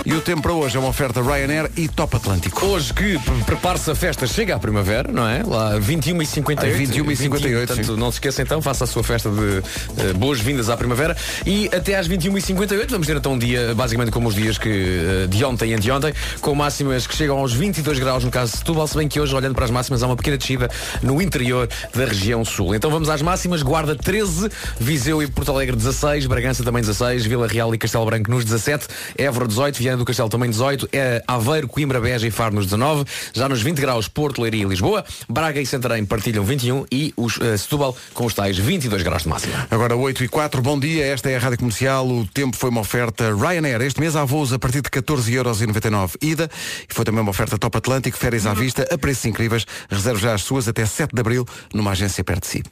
[SPEAKER 1] E o tempo para hoje é uma oferta Ryanair e Top Atlântico.
[SPEAKER 3] Hoje que pre- prepara-se a festa, chega à primavera, não é? Lá 21 e 58.
[SPEAKER 1] Ah, 21 e 58,
[SPEAKER 3] Portanto,
[SPEAKER 1] sim.
[SPEAKER 3] não se esqueça então, faça a sua festa de eh, boas-vindas à primavera. E até às 21 e 58 vamos ter então um dia, basicamente como os dias que eh, de ontem e anteontem, com máximas que chegam aos 22 graus no caso de Setúbal, se bem que hoje, olhando para as máximas, há uma pequena descida no interior da região sul. Então vamos às máximas. Guarda 13, Viseu e Porto Alegre 16, Bragança também 16, Vila Real e Castelo Branco nos 17, Évora 18, Viana do Castelo também 18, eh, Aveiro, Coimbra, Beja e Faro nos 19, já nos 20 graus Porto, Leiria e Lisboa, Braga e Santarém partilham 21 e os, eh, Setúbal com os tais 22 graus de máxima.
[SPEAKER 1] Agora 8 e 4, bom dia, esta é a Rádio Comercial, o tempo foi uma oferta Ryanair. Este mês há voos a partir de 14,99€ ida, e foi também uma oferta Top Atlântico, férias à vista, a preços incríveis. Reserve já as suas até 7 de Abril, numa agência perto de si.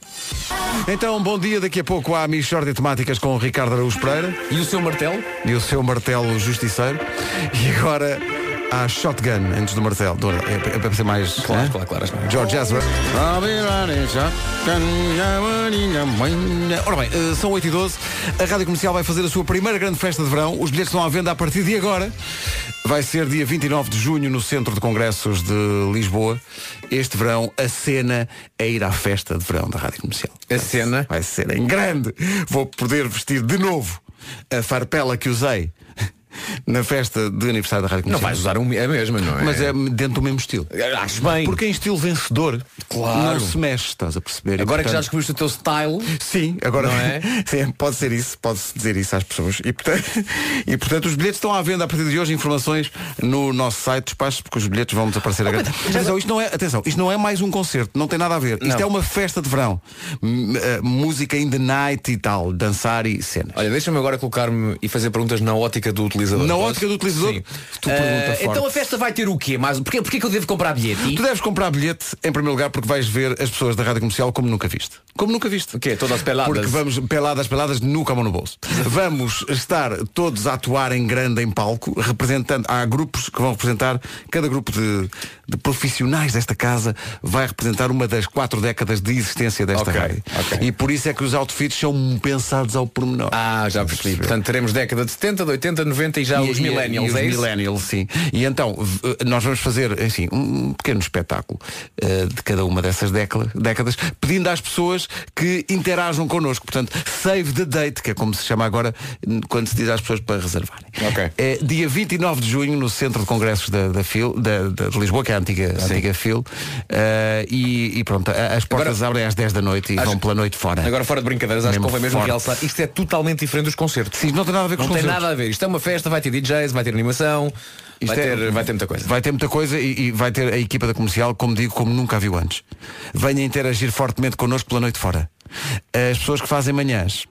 [SPEAKER 1] Então, bom dia, daqui a pouco há a Michórdia de Temáticas com o Ricardo Araújo Pereira
[SPEAKER 3] E o seu martelo?
[SPEAKER 1] e o seu martelo justiceiro. E agora à Shotgun antes do martelo. Do- É, é para ser mais.
[SPEAKER 3] Claro,
[SPEAKER 1] né?
[SPEAKER 3] claro, claro, acho que não é.
[SPEAKER 1] George Ezra. Ora bem, eh, são 8 e 12 A Rádio Comercial vai fazer a sua primeira grande festa de verão. Os bilhetes estão à venda a partir de agora. Vai ser dia 29 de junho no Centro de Congressos de Lisboa. Este verão, a cena é ir à festa de verão da Rádio Comercial.
[SPEAKER 3] A cena?
[SPEAKER 1] Vai ser em grande. Vou poder vestir de novo a farpela que usei na festa de aniversário da Rádio
[SPEAKER 3] Não
[SPEAKER 1] Comercial.
[SPEAKER 3] vais usar um, a mesma, não é?
[SPEAKER 1] Mas é dentro do mesmo estilo.
[SPEAKER 3] Acho bem.
[SPEAKER 1] Porque é em estilo vencedor, não
[SPEAKER 3] Claro.
[SPEAKER 1] se mexe, estás a perceber? E,
[SPEAKER 3] Agora que já
[SPEAKER 1] portanto,
[SPEAKER 3] descobriste o teu style,
[SPEAKER 1] Sim, agora
[SPEAKER 3] Não é?
[SPEAKER 1] Sim, pode ser isso, pode-se dizer isso às pessoas. E portanto, e, portanto, os bilhetes estão à venda a partir de hoje, informações no nosso site, despacho, porque os bilhetes vão desaparecer agora. Atenção, isto não Ah, é, atenção, isto não é mais um concerto, não tem nada a ver. Isto é uma festa de verão. M- eh, música in the night e tal, dançar e cenas.
[SPEAKER 3] Olha, deixa-me agora colocar-me e fazer perguntas na ótica do utilizador.
[SPEAKER 1] Na
[SPEAKER 3] Posso?
[SPEAKER 1] ótica do utilizador? eh,
[SPEAKER 3] Sim.
[SPEAKER 1] Tu
[SPEAKER 3] Ah,
[SPEAKER 1] pergunta forte.
[SPEAKER 3] então a festa vai ter o quê? Mas porquê, porquê que eu devo comprar bilhete?
[SPEAKER 1] Tu deves comprar bilhete, em primeiro lugar, porque vais ver as pessoas da rádio comercial como nunca viste. Como nunca viste.
[SPEAKER 3] O quê? Todas peladas?
[SPEAKER 1] Porque vamos, peladas, peladas, nunca a mão no bolso. Vamos estar todos a atuar em grande em palco, representando. Há grupos que vão representar, cada grupo de, de profissionais desta casa vai representar uma das quatro décadas de existência desta
[SPEAKER 3] Ok,
[SPEAKER 1] rádio.
[SPEAKER 3] ok.
[SPEAKER 1] E por isso é que os outfits são pensados ao pormenor.
[SPEAKER 3] Ah, já percebi. Portanto, teremos década de 70, de 80, 90 e já os
[SPEAKER 1] E- e-
[SPEAKER 3] millennials,
[SPEAKER 1] e
[SPEAKER 3] é
[SPEAKER 1] os
[SPEAKER 3] isso?
[SPEAKER 1] millennials, sim. E então, v- nós vamos fazer, assim, um pequeno espetáculo eh, de cada uma dessas décla- décadas, pedindo às pessoas que interajam connosco. Portanto, save the date, que é como se chama agora, n- quando se diz às pessoas para reservarem.
[SPEAKER 3] Ok.
[SPEAKER 1] É dia 29 de junho, no Centro de Congressos da, da Fil, da, da- de Lisboa, que é a antiga, a antiga Fil. eh, e, e pronto, a- as portas abrem às 10 da noite e
[SPEAKER 3] Acho-
[SPEAKER 1] vão pela noite fora.
[SPEAKER 3] Agora, fora de brincadeiras, acho que
[SPEAKER 1] Mesmo
[SPEAKER 3] convém mesmo
[SPEAKER 1] forte.
[SPEAKER 3] realçar. Isto é totalmente diferente dos concertos.
[SPEAKER 1] Sim, não tem nada a ver com
[SPEAKER 3] Não
[SPEAKER 1] os
[SPEAKER 3] tem
[SPEAKER 1] concertos.
[SPEAKER 3] nada a ver. Isto é uma festa, vai ter DJs, vai ter animação, vai,
[SPEAKER 1] Isto é-
[SPEAKER 3] ter, vai ter muita coisa.
[SPEAKER 1] Vai ter muita coisa e, e vai ter a equipa da comercial, como digo, como nunca a viu antes. Venha interagir fortemente connosco pela noite fora. As pessoas que fazem manhãs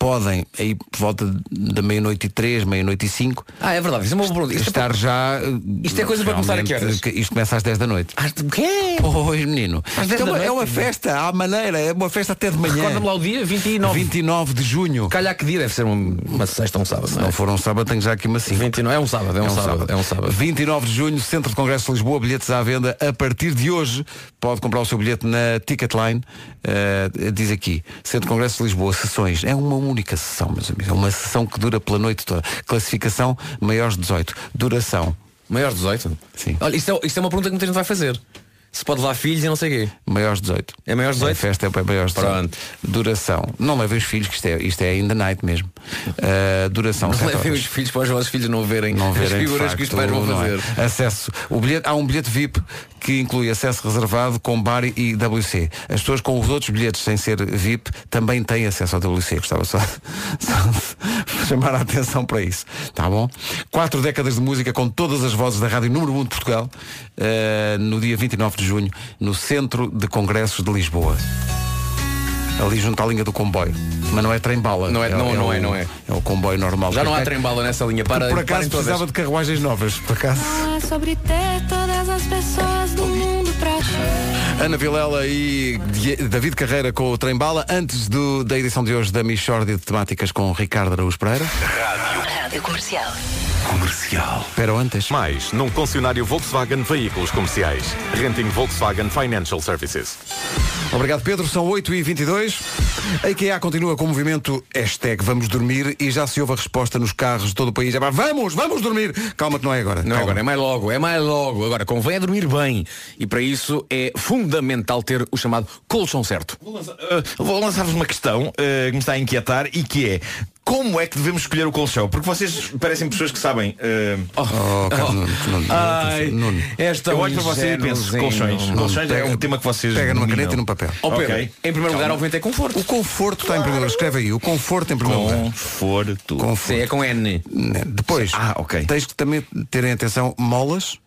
[SPEAKER 1] podem, aí por volta da meia-noite e três, meia-noite e cinco,
[SPEAKER 3] Ah, é verdade. Isso é uma boa pergunta. Isto é
[SPEAKER 1] estar já.
[SPEAKER 3] Isto é coisa para começar a que horas?
[SPEAKER 1] realmente, Isto começa às 10 da noite.
[SPEAKER 3] Ah, o quê?
[SPEAKER 1] Pois, menino.
[SPEAKER 3] Às dez
[SPEAKER 1] Isto é
[SPEAKER 3] da
[SPEAKER 1] uma, é
[SPEAKER 3] noite,
[SPEAKER 1] uma
[SPEAKER 3] menino.
[SPEAKER 1] festa à maneira, é uma festa até de manhã.
[SPEAKER 5] Recorda-me lá o dia, 29.
[SPEAKER 1] 29 de junho.
[SPEAKER 3] Calhar que dia deve ser um- uma sexta ou um sábado,
[SPEAKER 1] Se
[SPEAKER 3] não é?
[SPEAKER 1] não for um sábado, tenho já aqui uma 5.
[SPEAKER 3] 29, é um sábado, é um, sábado, é um sábado.
[SPEAKER 1] 29 de junho, Centro de Congresso de Lisboa, bilhetes à venda a partir de hoje. Pode comprar o seu bilhete na Ticketline. Eh, diz aqui, Centro de Congresso de Lisboa, sessões. É uma única sessão, meus amigos. É uma sessão que dura pela noite toda. Classificação, maiores de 18. Duração,
[SPEAKER 3] Maior de 18?
[SPEAKER 1] Sim.
[SPEAKER 3] Olha, isto é, isto é uma pergunta que muita gente vai fazer. Se pode levar filhos e não sei o quê.
[SPEAKER 1] maiores de 18.
[SPEAKER 3] É maiores de 18?
[SPEAKER 1] A festa é para maiores de 18.
[SPEAKER 3] Pronto.
[SPEAKER 1] Duração. Não levem os filhos, que isto é, isto é ainda night mesmo. Eh, duração,
[SPEAKER 3] Não
[SPEAKER 1] sete
[SPEAKER 3] levem
[SPEAKER 1] horas.
[SPEAKER 3] os filhos para os vossos filhos não verem,
[SPEAKER 1] não verem de
[SPEAKER 3] as figuras
[SPEAKER 1] facto,
[SPEAKER 3] que os pais vão
[SPEAKER 1] não
[SPEAKER 3] fazer.
[SPEAKER 1] é? Acesso. O bilhete, há um bilhete VIP que inclui acesso reservado com bar e WC. As pessoas com os outros bilhetes sem ser VIP também têm acesso ao WC. Gostava só, só de chamar a atenção para isso. Tá bom? Quatro décadas de música com todas as vozes da Rádio Número 1 de Portugal eh, no dia 29 de junho no Centro de Congressos de Lisboa. Ali junto à linha do comboio. Mas não é trem-bala.
[SPEAKER 3] Não é- não- não é,
[SPEAKER 1] o-
[SPEAKER 3] não é.
[SPEAKER 1] É o comboio normal.
[SPEAKER 3] Já não há
[SPEAKER 1] É-
[SPEAKER 3] trem-bala nessa linha. Para,
[SPEAKER 1] que por
[SPEAKER 3] parem
[SPEAKER 1] acaso
[SPEAKER 3] todas.
[SPEAKER 1] precisava de carruagens novas, por acaso.
[SPEAKER 8] Ah, sobre ter todas as pessoas do mundo pra
[SPEAKER 1] Ana Vilela e Die- David Carreira com o Trem Bala, antes do- da edição de hoje da Michórdia de Temáticas com Ricardo Araújo Pereira.
[SPEAKER 9] Rádio Comercial.
[SPEAKER 1] Pero antes.
[SPEAKER 10] Mais, num concessionário Volkswagen Veículos Comerciais. Renting Volkswagen Financial Services.
[SPEAKER 1] Obrigado Pedro, são 8h22. A IKEA continua com o movimento hashtag Vamos Dormir e já se ouve a resposta nos carros de todo o país. É pá, vamos, vamos dormir! Calma que não é agora.
[SPEAKER 3] Não é
[SPEAKER 1] Calma.
[SPEAKER 3] agora, é mais logo, é mais logo. Agora, convém é dormir bem. E para isso é fundamental ter o chamado colchão certo.
[SPEAKER 11] Vou lançar- eh, Vou lançar-vos uma questão eh, que me está a inquietar e que é como é que devemos escolher o colchão? Porque vocês parecem pessoas que sabem. eh,
[SPEAKER 1] Oh, Carlos Nuno, Nuno, Nuno,
[SPEAKER 3] Ai,
[SPEAKER 1] Nuno.
[SPEAKER 3] és tão
[SPEAKER 11] eu olho para vocês e penso,
[SPEAKER 3] ingenuzinho.
[SPEAKER 11] colchões. colchões é
[SPEAKER 1] Pega-
[SPEAKER 11] um tema que vocês.
[SPEAKER 1] Pega numa
[SPEAKER 11] dominam.
[SPEAKER 1] caneta e num papel.
[SPEAKER 3] Ó Oh, Pedro,
[SPEAKER 11] Ok.
[SPEAKER 3] em primeiro lugar, obviamente é conforto.
[SPEAKER 1] O conforto está em primeiro lugar. Escreve aí, o conforto em primeiro lugar.
[SPEAKER 11] Conforto.
[SPEAKER 1] Conforto.
[SPEAKER 3] Sim, é com N.
[SPEAKER 1] Né? Depois,
[SPEAKER 11] Ah, ok.
[SPEAKER 1] tens que também terem atenção molas,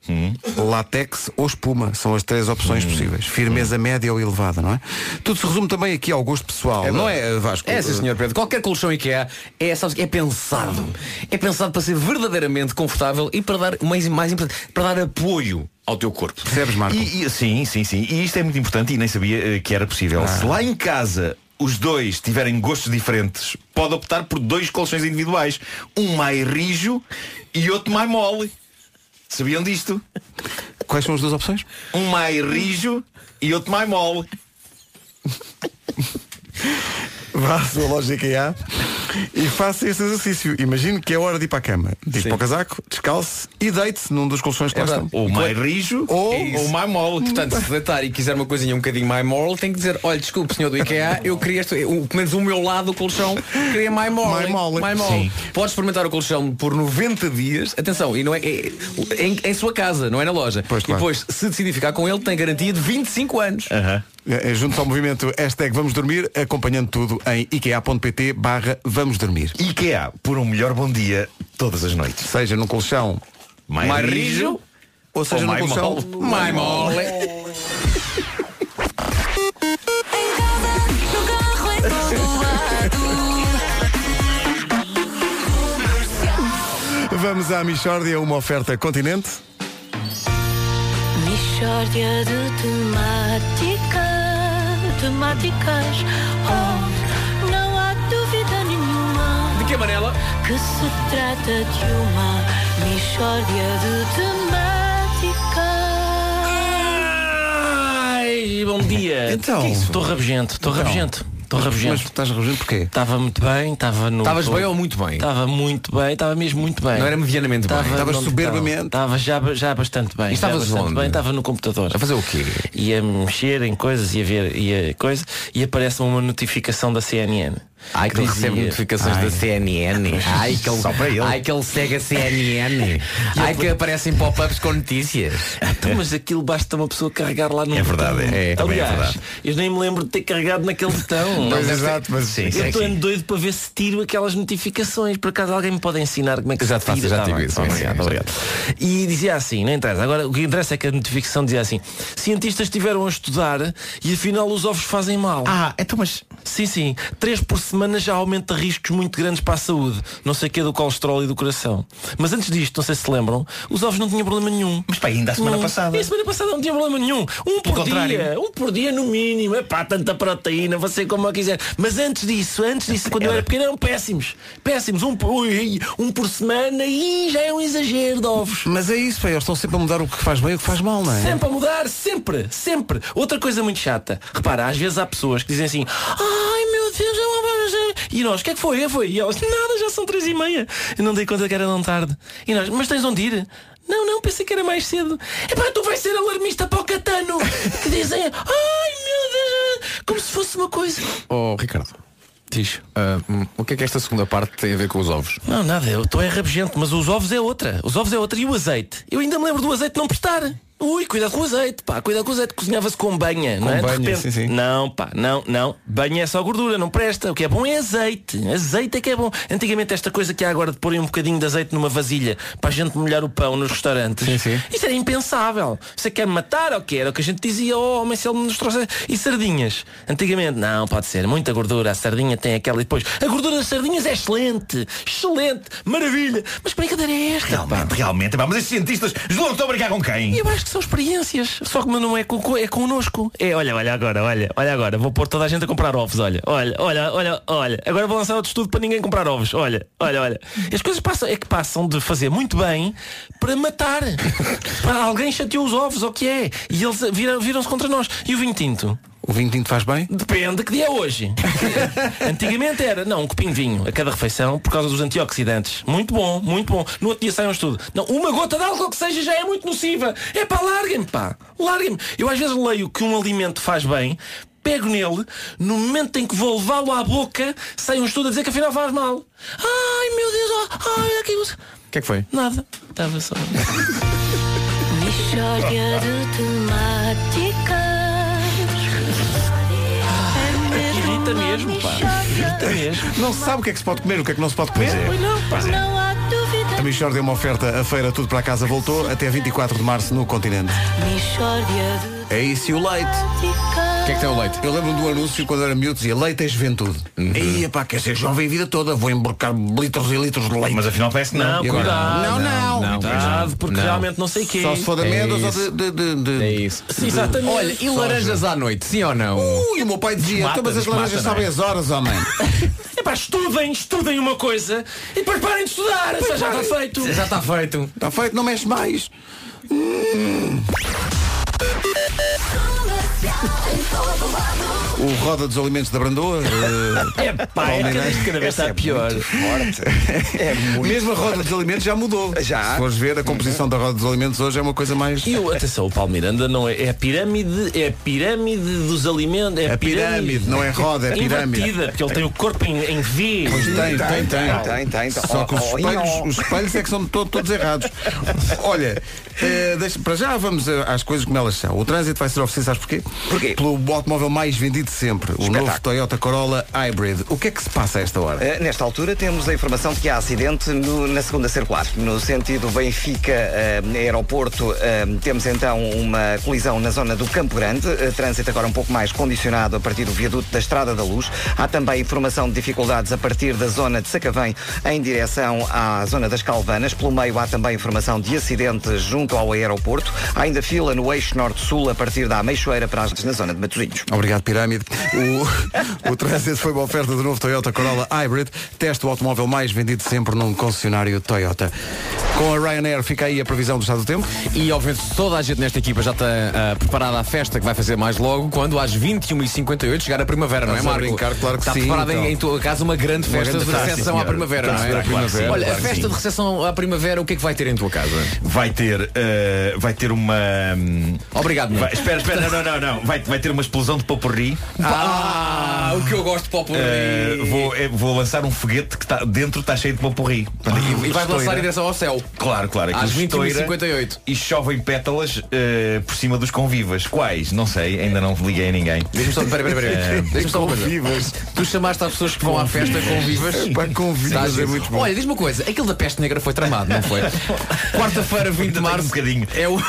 [SPEAKER 1] látex ou espuma. São as três opções possíveis. Firmeza média ou elevada, não é? Tudo se resume também aqui ao gosto pessoal, não é, Vasco?
[SPEAKER 3] É, sim, senhor Pedro. Qualquer colchão IKEA é, sabes, é pensado. É pensado para ser verdadeiramente confortável e para dar, mais, mais importante, para dar apoio ao teu corpo.
[SPEAKER 1] Percebes, Marco?
[SPEAKER 11] E, e- sim, sim, sim. E isto é muito importante e nem sabia eh, que era possível. Se lá em casa os dois tiverem gostos diferentes, pode optar por dois colchões individuais. Um mais rijo e outro mais mole. Sabiam disto?
[SPEAKER 1] Quais são as duas opções?
[SPEAKER 11] Um mais rijo e outro mais mole.
[SPEAKER 1] Vá à sua loja IKEA e faça este exercício. Imagine que é hora de ir para a cama. Diz para o casaco, descalce e deite-se num dos colchões
[SPEAKER 3] É
[SPEAKER 1] que lá estão.
[SPEAKER 11] Ou mais rijo
[SPEAKER 1] ou,
[SPEAKER 5] é
[SPEAKER 3] isso.
[SPEAKER 1] ou mais mole.
[SPEAKER 3] Portanto, se deitar e quiser uma coisinha um bocadinho mais mole, tem que dizer, olha, desculpe, senhor do IKEA, eu queria este, o- pelo menos o meu lado do colchão, queria mais mole.
[SPEAKER 1] Mais mole.
[SPEAKER 3] Mais
[SPEAKER 1] Sim.
[SPEAKER 3] mole. Pode experimentar o colchão por 90 dias, atenção, e não é, é- em, em sua casa, não é na loja.
[SPEAKER 1] Pois, claro.
[SPEAKER 3] E depois, se decidir ficar com ele, tem garantia de 25 anos.
[SPEAKER 1] É, é, Junto ao movimento hashtag Vamos Dormir, acompanhando tudo em ikea.pt barra Vamos Dormir.
[SPEAKER 5] é
[SPEAKER 11] IKEA, por um melhor bom dia todas as noites.
[SPEAKER 1] Seja num colchão
[SPEAKER 11] Mais, rijo.
[SPEAKER 1] ou seja
[SPEAKER 11] Ou
[SPEAKER 1] num
[SPEAKER 11] mais
[SPEAKER 1] colchão
[SPEAKER 11] mole.
[SPEAKER 1] mais mole.
[SPEAKER 3] Mole.
[SPEAKER 1] Vamos à Michórdia, uma oferta continente.
[SPEAKER 8] Mistória de temáticas, temáticas. Oh, não há dúvida nenhuma
[SPEAKER 3] De que amarela?
[SPEAKER 8] que se trata de uma mistória de temáticas.
[SPEAKER 5] Ai, bom dia.
[SPEAKER 1] Então.
[SPEAKER 5] Que é isso? Estou rabugento, estou
[SPEAKER 3] Então.
[SPEAKER 5] rabugento, estou
[SPEAKER 1] Mas
[SPEAKER 5] rabugento.
[SPEAKER 1] estás rabugento porquê?
[SPEAKER 5] Estava muito bem, estava no.
[SPEAKER 3] Estavas bem ou muito bem?
[SPEAKER 5] Estava muito bem, estava mesmo muito bem.
[SPEAKER 3] Não era medianamente bem.
[SPEAKER 1] Estavas
[SPEAKER 5] não-
[SPEAKER 1] soberbamente?
[SPEAKER 5] Estava já, já bastante bem.
[SPEAKER 3] E
[SPEAKER 5] já
[SPEAKER 3] estavas
[SPEAKER 5] bastante
[SPEAKER 3] onde?
[SPEAKER 5] bem, estava no computador.
[SPEAKER 3] A fazer o quê?
[SPEAKER 5] E a mexer em coisas e a ver e a coisa e aparece uma notificação da CNN.
[SPEAKER 3] Ai, que ele
[SPEAKER 5] dizia-
[SPEAKER 3] recebe notificações
[SPEAKER 5] Ai.
[SPEAKER 3] da CNN. Ai, que ele,
[SPEAKER 11] Só para ele.
[SPEAKER 3] Ai, que ele segue a CNN. Ai, que aparecem pop-ups com notícias.
[SPEAKER 5] Então, mas aquilo basta uma pessoa carregar lá no
[SPEAKER 11] É verdade,
[SPEAKER 5] botão.
[SPEAKER 11] é. É, também é
[SPEAKER 5] Aliás,
[SPEAKER 11] verdade.
[SPEAKER 5] eu nem me lembro de ter carregado naquele botão.
[SPEAKER 3] é,
[SPEAKER 1] Pois exato, mas sim.
[SPEAKER 5] Eu estou doido para ver se tiro aquelas notificações. Por acaso alguém me pode ensinar como é que
[SPEAKER 3] Já
[SPEAKER 5] se
[SPEAKER 3] te faço,
[SPEAKER 5] tira?
[SPEAKER 3] já
[SPEAKER 5] Tá
[SPEAKER 3] te
[SPEAKER 5] bem,
[SPEAKER 3] digo isso,
[SPEAKER 5] tá,
[SPEAKER 3] sim,
[SPEAKER 5] obrigado,
[SPEAKER 3] sim.
[SPEAKER 5] obrigado. E dizia assim, não interessa. Agora o que interessa é que a notificação dizia assim: cientistas estiveram a estudar e afinal os ovos fazem mal.
[SPEAKER 11] Ah, então mas.
[SPEAKER 5] Sim, sim. Três por semana já aumenta riscos muito grandes para a saúde. Não sei o que é do colesterol e do coração. Mas antes disto, não sei se lembram, os ovos não tinham problema nenhum.
[SPEAKER 11] Mas pá, ainda a semana
[SPEAKER 5] Não.
[SPEAKER 11] passada.
[SPEAKER 5] E a semana passada não tinha problema nenhum. Um por
[SPEAKER 11] contrário.
[SPEAKER 5] dia. Um por dia no mínimo. É pá, tanta proteína, você como eu quiser. Mas antes disso, antes disso, quando eu era pequeno, eram péssimos. Péssimos. Um por, ui, um por semana e já é um exagero de ovos.
[SPEAKER 1] Mas é isso, pá, eles estão sempre a mudar o que faz bem e o que faz mal, não é?
[SPEAKER 5] Sempre a mudar, sempre, sempre. Outra coisa muito chata. Repara, às vezes há pessoas que dizem assim, ai meu Deus, é uma E nós, o que é que foi? É, foi. E elas, nada, já são três e meia. Eu não dei conta que era tão tarde. E nós, mas tens onde ir? Não, não, pensei que era mais cedo. Epá, tu vais ser alarmista para o Catano. Que dizem, ai meu Deus, como se fosse uma coisa.
[SPEAKER 3] Oh, Ricardo.
[SPEAKER 5] Diz.
[SPEAKER 3] ah, hum, o que é que esta segunda parte tem a ver com os ovos?
[SPEAKER 5] Não, nada, eu estou é rabugento, mas os ovos é outra. Os ovos é outra e o azeite. Eu ainda me lembro do azeite não prestar. Ui, cuidado com o azeite, pá, cuidado com o azeite. Cozinhava-se com banha, não é?
[SPEAKER 1] banha,
[SPEAKER 5] De repente,
[SPEAKER 1] sim, sim.
[SPEAKER 5] Não, pá, não, não. Banha é só gordura, não presta. O que é bom é azeite. Azeite é que é bom. Antigamente esta coisa que há agora de porem um bocadinho de azeite numa vasilha para a gente molhar o pão nos restaurantes.
[SPEAKER 1] Sim, sim.
[SPEAKER 5] Isso era impensável. Você quer matar ou que era o que a gente dizia, oh homem, se ele nos trouxer. E sardinhas. Antigamente, não, pode ser, muita gordura, a sardinha tem aquela e depois. A gordura das sardinhas é excelente, excelente, maravilha. Mas que brincadeira é esta? pá?
[SPEAKER 11] Realmente, realmente. Pá, mas estes cientistas, João, estão a brincar com quem?
[SPEAKER 5] E eu acho que são experiências. Só que não é, co- co- é connosco. É, olha, olha agora, olha, olha agora. Vou pôr toda a gente a comprar ovos, olha. Olha, olha, olha, olha. Agora vou lançar outro estudo para ninguém comprar ovos. Olha, olha, olha. As coisas passam, é que passam de fazer muito bem para matar. Pá, alguém chateou os ovos, ou o que é? E eles viram- viram-se contra nós. E o vinho tinto?
[SPEAKER 1] O vinho tinto faz bem?
[SPEAKER 5] Depende que dia é hoje. Antigamente era, não, um copinho de vinho a cada refeição por causa dos antioxidantes. Muito bom, muito bom. No outro dia sai um estudo. Não, uma gota de álcool que seja já é muito nociva. É pá, larguem-me, pá. Larguem-me. Eu às vezes leio que um alimento faz bem, pego nele, no momento em que vou levá-lo à boca, sai um estudo a dizer que afinal faz mal. Ai, meu Deus, oh, ai, aqui...
[SPEAKER 3] O que é que foi?
[SPEAKER 5] Nada. Estava só...
[SPEAKER 8] Mistória de temáticas. É mesmo
[SPEAKER 5] Irrita
[SPEAKER 8] uma
[SPEAKER 5] Ah, mesmo, pá.
[SPEAKER 8] mistória.
[SPEAKER 5] Mesmo.
[SPEAKER 1] Não se sabe o que é que se pode comer, o que é que não se pode comer.
[SPEAKER 5] Pois não, pá.
[SPEAKER 8] Não há
[SPEAKER 1] A
[SPEAKER 8] dúvida.
[SPEAKER 1] Michórdia é uma oferta, a feira tudo para casa voltou até 24 de março no continente.
[SPEAKER 8] Mistória de
[SPEAKER 1] É isso e o leite.
[SPEAKER 8] temáticas.
[SPEAKER 1] O que é que tem o leite? Eu lembro do anúncio quando era miúdo dizia leite é juventude. E aí, pá, quer ser jovem a vida toda, vou emborcar litros e litros de leite.
[SPEAKER 11] Mas afinal parece que
[SPEAKER 1] E agora? Não, não.
[SPEAKER 5] Cuidado, porque realmente não sei o quê.
[SPEAKER 1] Só se for de
[SPEAKER 5] É
[SPEAKER 1] amêndoas ou
[SPEAKER 5] isso.
[SPEAKER 1] de- de- de- de-
[SPEAKER 3] É isso.
[SPEAKER 5] Sim, exatamente.
[SPEAKER 3] Olha, e laranjas à noite, sim ou não?
[SPEAKER 1] Ui, o meu pai dizia,
[SPEAKER 5] Mata,
[SPEAKER 1] "Então, mas as
[SPEAKER 5] desmata,
[SPEAKER 1] laranjas
[SPEAKER 5] não é?"
[SPEAKER 1] sabem as horas, homem.
[SPEAKER 5] Epá, estudem, estudem uma coisa e depois parem de estudar.
[SPEAKER 1] Pois
[SPEAKER 5] Isso já
[SPEAKER 1] parem.
[SPEAKER 5] está feito.
[SPEAKER 3] Já está feito.
[SPEAKER 1] Está feito, não mexe mais. Hum. O Roda dos Alimentos da Brandoa. eh,
[SPEAKER 5] Epá,
[SPEAKER 1] Paulo
[SPEAKER 5] é cada
[SPEAKER 1] Menezes.
[SPEAKER 5] vez que cada vez
[SPEAKER 4] Essa
[SPEAKER 5] está
[SPEAKER 4] é
[SPEAKER 5] pior.
[SPEAKER 4] muito forte. É muito.
[SPEAKER 1] Mesmo a Roda dos Alimentos já mudou.
[SPEAKER 4] Já.
[SPEAKER 1] Se fores ver, a composição da Roda dos Alimentos hoje é uma coisa mais...
[SPEAKER 5] E o, atenção, o Paulo Miranda não é, é a pirâmide, é a pirâmide dos alimentos, é
[SPEAKER 1] A pirâmide, não é roda, é pirâmide.
[SPEAKER 5] Invertida, porque ele tem o corpo em, em V.
[SPEAKER 1] Pois tem, tem, tem.
[SPEAKER 4] Tem, tem, tem.
[SPEAKER 1] Só que os
[SPEAKER 4] Oh, oh,
[SPEAKER 1] espelhos,
[SPEAKER 4] oh.
[SPEAKER 1] os espelhos é que são to- todos errados. Olha, eh, deixa- para já vamos eh, às coisas como elas são. O trânsito vai ser oferecido, sabes porquê?
[SPEAKER 4] Porquê?
[SPEAKER 1] Pelo automóvel mais vendido sempre, o
[SPEAKER 4] Espetáculo.
[SPEAKER 1] novo Toyota Corolla Hybrid. O que é que se passa a esta hora?
[SPEAKER 4] Eh, Nesta altura temos a informação de que há acidente no- na segunda circular. No sentido Benfica eh, aeroporto, eh, temos então uma colisão na zona do Campo Grande. Eh, trânsito agora um pouco mais condicionado a partir do viaduto da Estrada da Luz. Há também informação de dificuldades a partir da zona de Sacavém em direção à zona das Calvanas. Pelo meio há também informação de acidente junto ao aeroporto. Há ainda fila no eixo norte-sul a partir da Ameixoeira para as na zona de Matosinhos.
[SPEAKER 1] Obrigado, Pirâmide. O, o trânsito foi uma oferta do novo Toyota Corolla Hybrid. Teste o automóvel mais vendido sempre num concessionário Toyota. Com a Ryanair fica aí a previsão do estado do tempo.
[SPEAKER 3] E obviamente toda a gente nesta equipa já está ah, preparada à festa que vai fazer mais logo, quando às 21h58 chegar a primavera, não é,
[SPEAKER 1] Estás a
[SPEAKER 3] Marco?
[SPEAKER 1] brincar, claro que
[SPEAKER 3] está
[SPEAKER 1] sim,
[SPEAKER 3] preparada
[SPEAKER 1] então.
[SPEAKER 3] em, em tua casa uma grande
[SPEAKER 1] Uma
[SPEAKER 3] festa
[SPEAKER 1] grande
[SPEAKER 3] de
[SPEAKER 1] festa,
[SPEAKER 3] recepção
[SPEAKER 1] sim,
[SPEAKER 3] à primavera,
[SPEAKER 1] Tá,
[SPEAKER 3] não é?
[SPEAKER 1] claro que sim,
[SPEAKER 3] Olha,
[SPEAKER 1] claro
[SPEAKER 3] a
[SPEAKER 1] que
[SPEAKER 3] festa
[SPEAKER 1] sim.
[SPEAKER 3] de recepção à primavera, o que é que vai ter em tua casa?
[SPEAKER 11] Vai ter, eh, vai ter uma. hum,
[SPEAKER 3] Obrigado, Nuno.
[SPEAKER 11] vai- espera, espera, não, não, não, não. Vai, vai ter uma explosão de poporri.
[SPEAKER 3] Ah, o que eu gosto de pop
[SPEAKER 11] Eh, vou, eh, vou lançar um foguete que tá, dentro está cheio de poporri.
[SPEAKER 5] Ah,
[SPEAKER 11] Portanto,
[SPEAKER 3] E vais
[SPEAKER 11] estoura.
[SPEAKER 3] lançar em direção ao céu.
[SPEAKER 11] Claro, claro. aquilo
[SPEAKER 3] Às 21
[SPEAKER 11] estoura
[SPEAKER 3] 58.
[SPEAKER 11] E chovem pétalas eh, por cima dos convivas. Quais? Não sei, ainda não liguei a ninguém.
[SPEAKER 3] Deixa-me só, peraí, peraí,
[SPEAKER 11] É.
[SPEAKER 3] peraí. Deixa-me só uma coisa. Tu chamaste às pessoas que vão à festa com vivas.
[SPEAKER 1] Pá, com vivas
[SPEAKER 3] Estás-
[SPEAKER 1] é muito bom.
[SPEAKER 3] Olha, diz-me uma coisa, aquele da peste negra foi tramado, não foi? Quarta-feira, 20 de
[SPEAKER 11] Ainda tenho um
[SPEAKER 3] março.
[SPEAKER 11] bocadinho.
[SPEAKER 3] É, o...